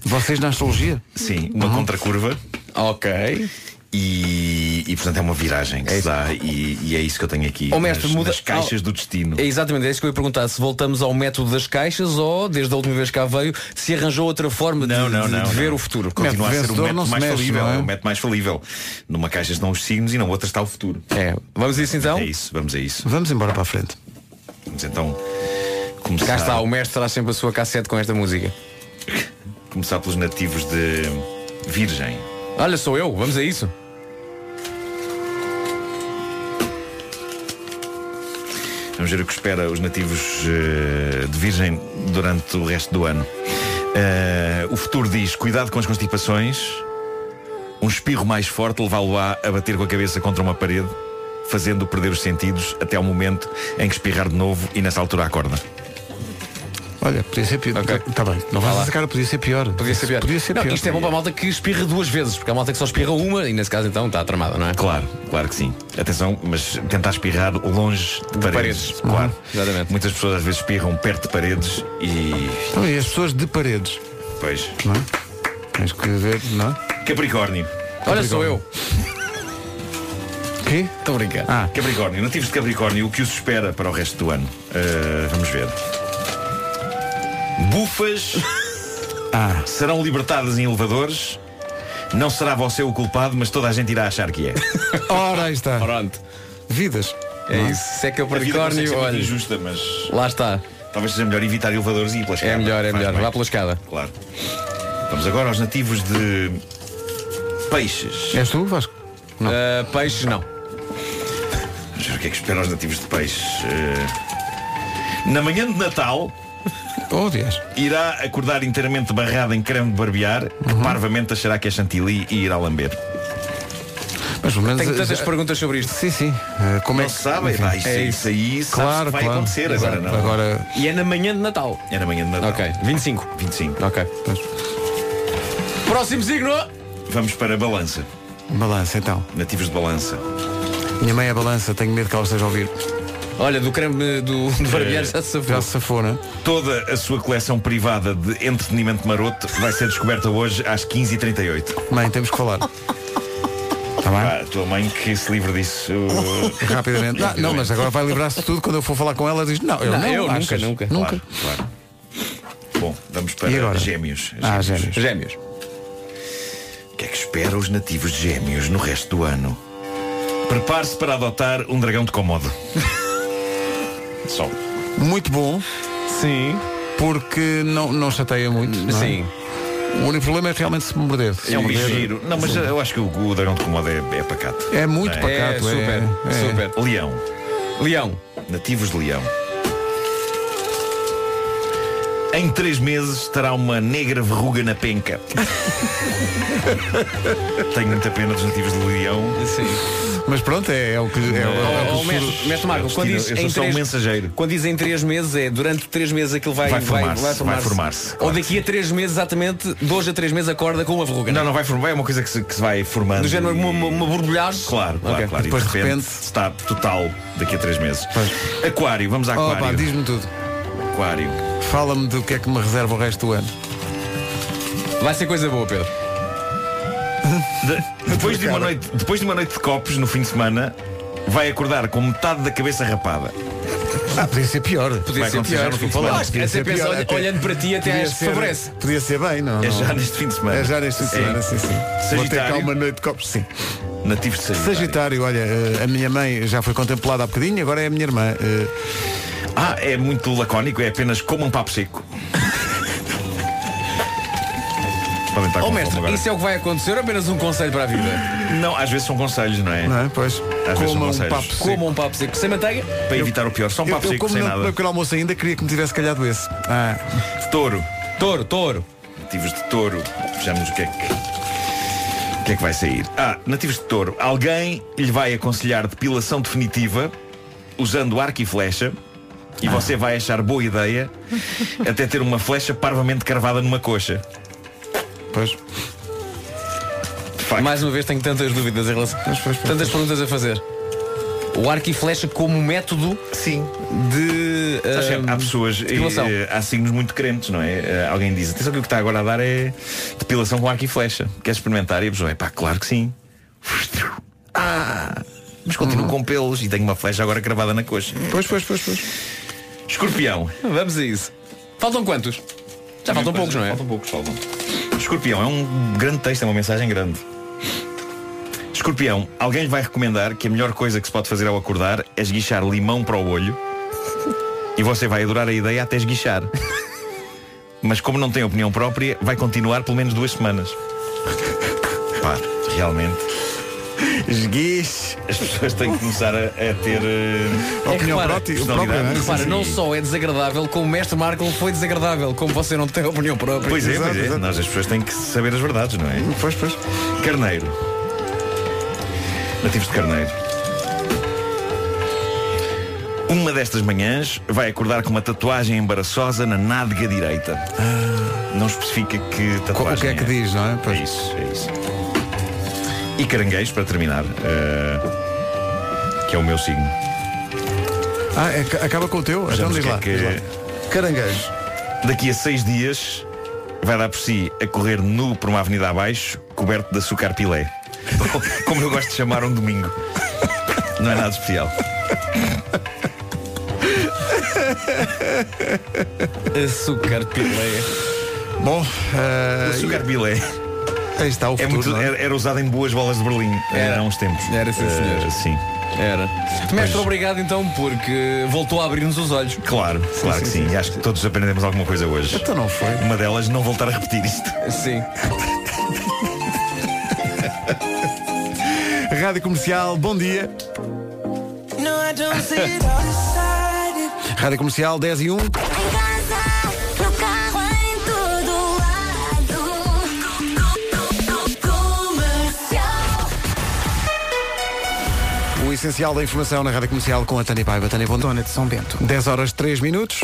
[SPEAKER 1] Vocês na astrologia?
[SPEAKER 11] sim, uma
[SPEAKER 3] Uhum.
[SPEAKER 11] contracurva.
[SPEAKER 3] Ok.
[SPEAKER 11] E, e, portanto é uma viragem que se dá e, e é isso que eu tenho aqui.
[SPEAKER 3] Ó, mestre,
[SPEAKER 11] nas,
[SPEAKER 3] muda-
[SPEAKER 11] nas caixas do destino.
[SPEAKER 3] É exatamente, é isso que eu ia perguntar. Se voltamos ao método das caixas ou, desde a última vez que cá veio, se arranjou outra forma de,
[SPEAKER 11] Não,
[SPEAKER 3] de-
[SPEAKER 11] não,
[SPEAKER 3] de
[SPEAKER 11] não.
[SPEAKER 3] ver
[SPEAKER 11] não.
[SPEAKER 3] o futuro.
[SPEAKER 11] Continua a ser o
[SPEAKER 1] vencedor
[SPEAKER 11] método
[SPEAKER 1] não se
[SPEAKER 11] mais
[SPEAKER 1] mexe,
[SPEAKER 11] falível.
[SPEAKER 1] não é?
[SPEAKER 11] É o método mais falível. Numa caixa estão os signos e na outra está o futuro.
[SPEAKER 3] É. Vamos a isso então?
[SPEAKER 11] É isso, vamos a isso.
[SPEAKER 1] Vamos embora para a frente.
[SPEAKER 11] Vamos então começar.
[SPEAKER 3] Cá está, o mestre traz sempre a sua cassete com esta música.
[SPEAKER 11] Começar pelos nativos de Virgem.
[SPEAKER 3] Olha, sou eu, vamos a isso.
[SPEAKER 11] Vamos ver o que espera os nativos eh, de Virgem durante o resto do ano. Eh, o futuro diz: cuidado com as constipações. Um espirro mais forte levá-lo-á a bater com a cabeça contra uma parede, fazendo-o perder os sentidos até ao momento em que espirrar de novo e nessa altura acorda.
[SPEAKER 1] Olha, podia ser pior. Está bem, não vais a sacar, podia ser pior.
[SPEAKER 3] Podia ser pior.
[SPEAKER 1] Podia ser
[SPEAKER 3] não,
[SPEAKER 1] pior.
[SPEAKER 3] Isto é bom para a malta que espirra duas vezes, porque a malta que só espirra uma e nesse caso então está tramada, não é?
[SPEAKER 11] Claro, claro que sim. Atenção, mas tentar espirrar longe de, paredes. Uhum.
[SPEAKER 3] paredes.
[SPEAKER 11] Claro.
[SPEAKER 3] Exatamente.
[SPEAKER 11] Muitas pessoas às vezes espirram perto de paredes e.
[SPEAKER 1] Então, e as pessoas de paredes,
[SPEAKER 11] Pois.
[SPEAKER 1] não é? Tens que ver, não é?
[SPEAKER 11] Capricórnio.
[SPEAKER 3] Olha, sou eu.
[SPEAKER 1] Quê?
[SPEAKER 3] Estou a brincar.
[SPEAKER 1] Ah,
[SPEAKER 11] Capricórnio, nativos de Capricórnio, o que os espera para o resto do ano? Uh, vamos ver. Bufas
[SPEAKER 1] Ah.
[SPEAKER 11] serão libertadas em elevadores. Não será você o culpado, mas toda a gente irá achar que é.
[SPEAKER 1] ora aí está.
[SPEAKER 3] Pronto.
[SPEAKER 1] Vidas.
[SPEAKER 3] É isso. Se é que eu
[SPEAKER 11] A vida consegue ser
[SPEAKER 3] Capricórnio,
[SPEAKER 11] muito
[SPEAKER 3] olha.
[SPEAKER 11] injusta, mas
[SPEAKER 3] Lá está.
[SPEAKER 11] talvez seja melhor evitar elevadores e ir pela escada.
[SPEAKER 3] É melhor, é
[SPEAKER 11] Faz
[SPEAKER 3] melhor.
[SPEAKER 11] bem.
[SPEAKER 3] Vá pela escada.
[SPEAKER 11] Claro. Vamos agora aos nativos de peixes.
[SPEAKER 1] És tu, Vasco?
[SPEAKER 3] Ah, peixe, não.
[SPEAKER 11] Vamos ver o que é que esperam os nativos de peixes. Eh, Na manhã de Natal,
[SPEAKER 1] Oh, Deus.
[SPEAKER 11] irá acordar inteiramente
[SPEAKER 1] Uhum.
[SPEAKER 11] barrado em creme de barbear, que parvamente achará que é chantilly e irá lamber.
[SPEAKER 1] Mas, pelo menos,
[SPEAKER 3] Tenho
[SPEAKER 1] eh,
[SPEAKER 3] tantas
[SPEAKER 1] já-
[SPEAKER 3] perguntas sobre isto.
[SPEAKER 1] Sim, sim. Eh, Como é
[SPEAKER 11] Não
[SPEAKER 1] que
[SPEAKER 11] sabem, pá, isso- isso aí sabe-se
[SPEAKER 1] claro,
[SPEAKER 11] que vai
[SPEAKER 1] claro.
[SPEAKER 11] acontecer
[SPEAKER 1] Exato.
[SPEAKER 11] agora, não?
[SPEAKER 1] Agora,
[SPEAKER 3] E é na manhã de Natal.
[SPEAKER 11] É na manhã de Natal.
[SPEAKER 3] Ok, 25.
[SPEAKER 11] 25.
[SPEAKER 3] Ok. Próximo signo.
[SPEAKER 11] Vamos para balança.
[SPEAKER 1] Balança, então.
[SPEAKER 11] Nativos de balança.
[SPEAKER 1] Minha mãe é balança, tenho medo que ela esteja a ouvir.
[SPEAKER 3] Olha, do creme do, do barbear já se safou.
[SPEAKER 1] Já se safou, não é?
[SPEAKER 11] Toda a sua coleção privada de entretenimento maroto vai ser descoberta hoje às 15h38.
[SPEAKER 1] Mãe, temos que falar. Tá bem?
[SPEAKER 11] Ah, a tua mãe que se livre disso. uh,
[SPEAKER 1] Rapidamente. Não, não, mas agora vai livrar-se de tudo. Quando eu for falar com ela, diz: Não, eu não,
[SPEAKER 11] Não, eu nunca,
[SPEAKER 1] achas?
[SPEAKER 11] nunca.
[SPEAKER 1] Nunca.
[SPEAKER 11] Claro. Bom, vamos para
[SPEAKER 1] E agora?
[SPEAKER 11] gêmeos.
[SPEAKER 1] Ah,
[SPEAKER 11] gêmeos.
[SPEAKER 3] Gêmeos.
[SPEAKER 11] O que é que espera os nativos de gêmeos no resto do ano? Prepare-se para adotar um dragão de comodo. Só.
[SPEAKER 1] Muito bom.
[SPEAKER 3] Sim.
[SPEAKER 1] Porque não, não chateia muito. não é?
[SPEAKER 11] Sim.
[SPEAKER 1] O único problema é realmente se morder.
[SPEAKER 11] É um
[SPEAKER 1] Morder-
[SPEAKER 11] giro. Não, mas eu acho que o, o dragão de comodo é, é pacato.
[SPEAKER 1] É muito
[SPEAKER 11] Não
[SPEAKER 1] pacato, é, é.
[SPEAKER 11] super. Leão.
[SPEAKER 3] Leão.
[SPEAKER 11] Nativos de leão. Em três meses terá uma negra verruga na penca. Tenho muita pena dos nativos de leão.
[SPEAKER 1] Mas pronto, é, é o que. É, o- é o
[SPEAKER 3] Ó,
[SPEAKER 1] que
[SPEAKER 3] ó,
[SPEAKER 1] o
[SPEAKER 3] mestre,
[SPEAKER 1] futuro-
[SPEAKER 3] mestre Marco, quando diz
[SPEAKER 11] eu sou
[SPEAKER 3] em
[SPEAKER 11] só um
[SPEAKER 3] três,
[SPEAKER 11] mensageiro.
[SPEAKER 3] Quando diz em três meses, é durante três meses aquilo vai
[SPEAKER 11] Vai
[SPEAKER 3] vai,
[SPEAKER 11] formar-se,
[SPEAKER 3] vai
[SPEAKER 11] vai
[SPEAKER 3] formar-se.
[SPEAKER 11] formar-se,
[SPEAKER 3] Ou daqui a três meses, exatamente, de hoje a três meses, acorda com uma verruga.
[SPEAKER 11] Não, não vai formar, é uma coisa que se, que se vai formando.
[SPEAKER 3] Do género,
[SPEAKER 11] e-
[SPEAKER 3] uma, uma, uma borbulhagem.
[SPEAKER 11] Claro, claro,
[SPEAKER 3] Ok.
[SPEAKER 11] claro. E
[SPEAKER 3] Depois
[SPEAKER 11] de repente, está total daqui a três meses. Aquário, vamos a
[SPEAKER 1] Oh, pá,
[SPEAKER 11] aquário.
[SPEAKER 1] diz-me tudo.
[SPEAKER 11] Aquário.
[SPEAKER 1] Fala-me do que é que me reserva o resto do ano.
[SPEAKER 3] Vai ser coisa boa, Pedro.
[SPEAKER 11] De- depois, de uma noite, depois de uma noite de copos no fim de semana, vai acordar com metade da cabeça rapada.
[SPEAKER 1] Ah, podia ser pior.
[SPEAKER 11] Vai acontecer já no fim de semana.
[SPEAKER 1] Acho que até
[SPEAKER 11] Podia ser
[SPEAKER 1] pensa,
[SPEAKER 11] pior,
[SPEAKER 1] olha-
[SPEAKER 11] até-
[SPEAKER 1] olhando para ti, até
[SPEAKER 11] Podia
[SPEAKER 1] acho que
[SPEAKER 11] ser-
[SPEAKER 1] favorece. Podia ser bem, não?
[SPEAKER 11] É
[SPEAKER 1] não.
[SPEAKER 11] já neste fim de semana.
[SPEAKER 1] É já neste fim de
[SPEAKER 11] É.
[SPEAKER 1] semana, sim, sim. Vou ter cá
[SPEAKER 11] Sagitário.
[SPEAKER 1] uma noite de copos, sim.
[SPEAKER 11] Nativos de Sagitário.
[SPEAKER 1] Sagitário, olha, eh, a minha mãe já foi contemplada há bocadinho, agora é a minha irmã. Eh,
[SPEAKER 11] Ah, é muito lacónico, é apenas como um papo seco. Podem
[SPEAKER 1] Oh,
[SPEAKER 11] estar
[SPEAKER 3] Ó
[SPEAKER 11] com fome
[SPEAKER 3] mestre,
[SPEAKER 11] agora.
[SPEAKER 3] isso é o que vai acontecer ou apenas um conselho para a vida?
[SPEAKER 11] Não, às vezes são conselhos, não é?
[SPEAKER 1] é- Não é? Pois.
[SPEAKER 11] Às vezes são
[SPEAKER 1] Coma um
[SPEAKER 11] conselhos.
[SPEAKER 1] papo seco.
[SPEAKER 3] Como um papo seco. Sem manteiga?
[SPEAKER 11] Para evitar o pior, só um
[SPEAKER 1] eu,
[SPEAKER 11] papo
[SPEAKER 1] eu
[SPEAKER 11] seco
[SPEAKER 1] como
[SPEAKER 11] sem
[SPEAKER 1] não
[SPEAKER 11] nada.
[SPEAKER 1] tomei pequeno almoço ainda, queria que me tivesse calhado esse. Ah,
[SPEAKER 11] Touro.
[SPEAKER 3] Touro, touro.
[SPEAKER 11] Nativos de touro. Vejamos o que é que. O que é que vai sair? Ah, nativos de touro. Alguém lhe vai aconselhar depilação definitiva usando arco e flecha.
[SPEAKER 3] Ah.
[SPEAKER 11] E você vai achar boa ideia até ter uma flecha parvamente carvada numa coxa.
[SPEAKER 1] Pois.
[SPEAKER 3] Mais uma vez tenho tantas dúvidas em relação. tantas perguntas a fazer. O arco e flecha como método
[SPEAKER 11] Sim.
[SPEAKER 3] de. eh,
[SPEAKER 11] Sabes que
[SPEAKER 3] ahm,
[SPEAKER 11] há pessoas, e,
[SPEAKER 3] depilação.
[SPEAKER 11] eh, há signos muito crentes, não é? Eh, alguém diz, atenção que o que está agora a dar é depilação com arco e flecha. Queres experimentar? E a pessoa, é pá, claro que sim. Ah, mas continuo com pelos e tenho uma flecha agora cravada na coxa.
[SPEAKER 1] Uhum. Pois, pois, pois, pois.
[SPEAKER 11] Escorpião.
[SPEAKER 3] Vamos a isso. Faltam quantos? Já faltam poucos, não é?
[SPEAKER 11] Faltam poucos, faltam. Escorpião, é um grande texto, é uma mensagem grande. Escorpião, alguém lhe vai recomendar que a melhor coisa que se pode fazer ao acordar é esguichar limão para o olho e você vai adorar a ideia até esguichar. Mas como não tem opinião própria, vai continuar pelo menos duas semanas. Pá, realmente.
[SPEAKER 1] Esguiche.
[SPEAKER 11] As pessoas têm que começar a, a ter. eh,
[SPEAKER 3] É que
[SPEAKER 1] Opinião
[SPEAKER 3] repara,
[SPEAKER 1] própria,
[SPEAKER 11] personalidade.
[SPEAKER 1] própria, não é?
[SPEAKER 3] Repara,
[SPEAKER 11] Sim,
[SPEAKER 3] não
[SPEAKER 11] sim.
[SPEAKER 3] só é desagradável, como o mestre Marco foi desagradável, como você não tem opinião própria.
[SPEAKER 11] Pois é,
[SPEAKER 1] Exato,
[SPEAKER 11] pois é.
[SPEAKER 1] exato. Hum,
[SPEAKER 11] Nós as pessoas têm que saber as verdades, não é?
[SPEAKER 1] Pois, pois.
[SPEAKER 11] Carneiro. Nativos de carneiro. Uma destas manhãs vai acordar com uma tatuagem embaraçosa na nádega direita. Não especifica que
[SPEAKER 1] Ah. Co-
[SPEAKER 11] tatuagem.
[SPEAKER 1] O que é que diz, não é?
[SPEAKER 11] É
[SPEAKER 1] Pois.
[SPEAKER 11] isso, é isso. E caranguejo, para terminar, eh, que é o meu signo.
[SPEAKER 1] Ah, é ca- acaba com o teu? Então
[SPEAKER 11] Vejamos
[SPEAKER 1] diz lá.
[SPEAKER 11] o que é
[SPEAKER 1] diz lá.
[SPEAKER 11] que-
[SPEAKER 1] Caranguejo.
[SPEAKER 11] Daqui a seis dias vai dar por si a correr nu por uma avenida abaixo, coberto de açúcar pilé. Como eu gosto de chamar um domingo. Não é nada especial.
[SPEAKER 3] Açúcar pileia.
[SPEAKER 1] Bom,
[SPEAKER 11] O
[SPEAKER 1] eh,
[SPEAKER 11] açúcar pilé
[SPEAKER 1] aí está o
[SPEAKER 11] é
[SPEAKER 1] futuro.
[SPEAKER 11] muito-
[SPEAKER 1] não é?
[SPEAKER 11] era, era usado em boas bolas de Berlim
[SPEAKER 3] Era.
[SPEAKER 11] era. há uns tempos.
[SPEAKER 3] Era, sim,
[SPEAKER 11] Eh,
[SPEAKER 3] senhor.
[SPEAKER 11] sim.
[SPEAKER 3] Era. Mestre, obrigado então, porque voltou a abrir-nos os olhos.
[SPEAKER 11] Claro, claro que sim. E acho que todos aprendemos alguma coisa hoje.
[SPEAKER 1] Então não foi.
[SPEAKER 11] Uma delas não voltar a repetir isto.
[SPEAKER 3] Sim.
[SPEAKER 1] Rádio Comercial, bom dia. Rádio Comercial 10 e 1.
[SPEAKER 7] Em casa, no carro, em todo lado. Comercial.
[SPEAKER 1] essencial da informação na Rádio Comercial com a Tânia Paiva. Tânia, bom
[SPEAKER 12] de São Bento.
[SPEAKER 1] 10 horas 3 minutos.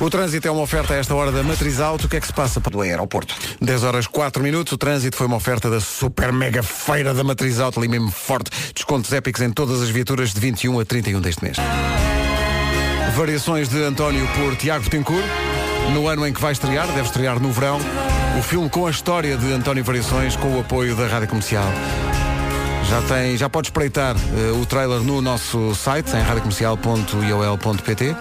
[SPEAKER 1] O trânsito é uma oferta a esta hora da Matriz Auto. O que é que se passa?
[SPEAKER 4] Do aeroporto.
[SPEAKER 1] 10 horas 4 minutos. O trânsito foi uma oferta da super mega feira da Matriz Auto, ali mesmo forte. Descontos épicos em todas as viaturas de 21 a 31 deste mês. Variações de António por Tiago Betancourt. No ano em que vai estrear, deve estrear no verão, o filme com a história de António Variações, com o apoio da Rádio Comercial. Já, tem, já pode espreitar eh, o trailer no nosso site, em radiocomercial.iol.pt.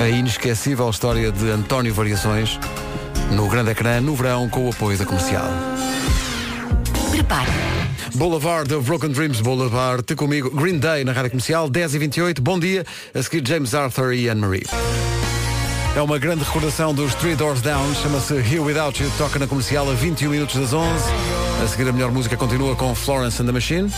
[SPEAKER 1] A inesquecível história de António Variações, no grande ecrã, no verão, com o apoio da Comercial.
[SPEAKER 9] Prepare.
[SPEAKER 1] Boulevard of Broken Dreams Boulevard, te comigo, Green Day na Rádio Comercial, 10 e 28 bom dia, a seguir James Arthur e Anne-Marie. É uma grande recordação dos Three Doors Down, chama-se Here Without You, um toca na comercial a 21 minutos das 11. A seguir a melhor música continua com Florence and the Machine.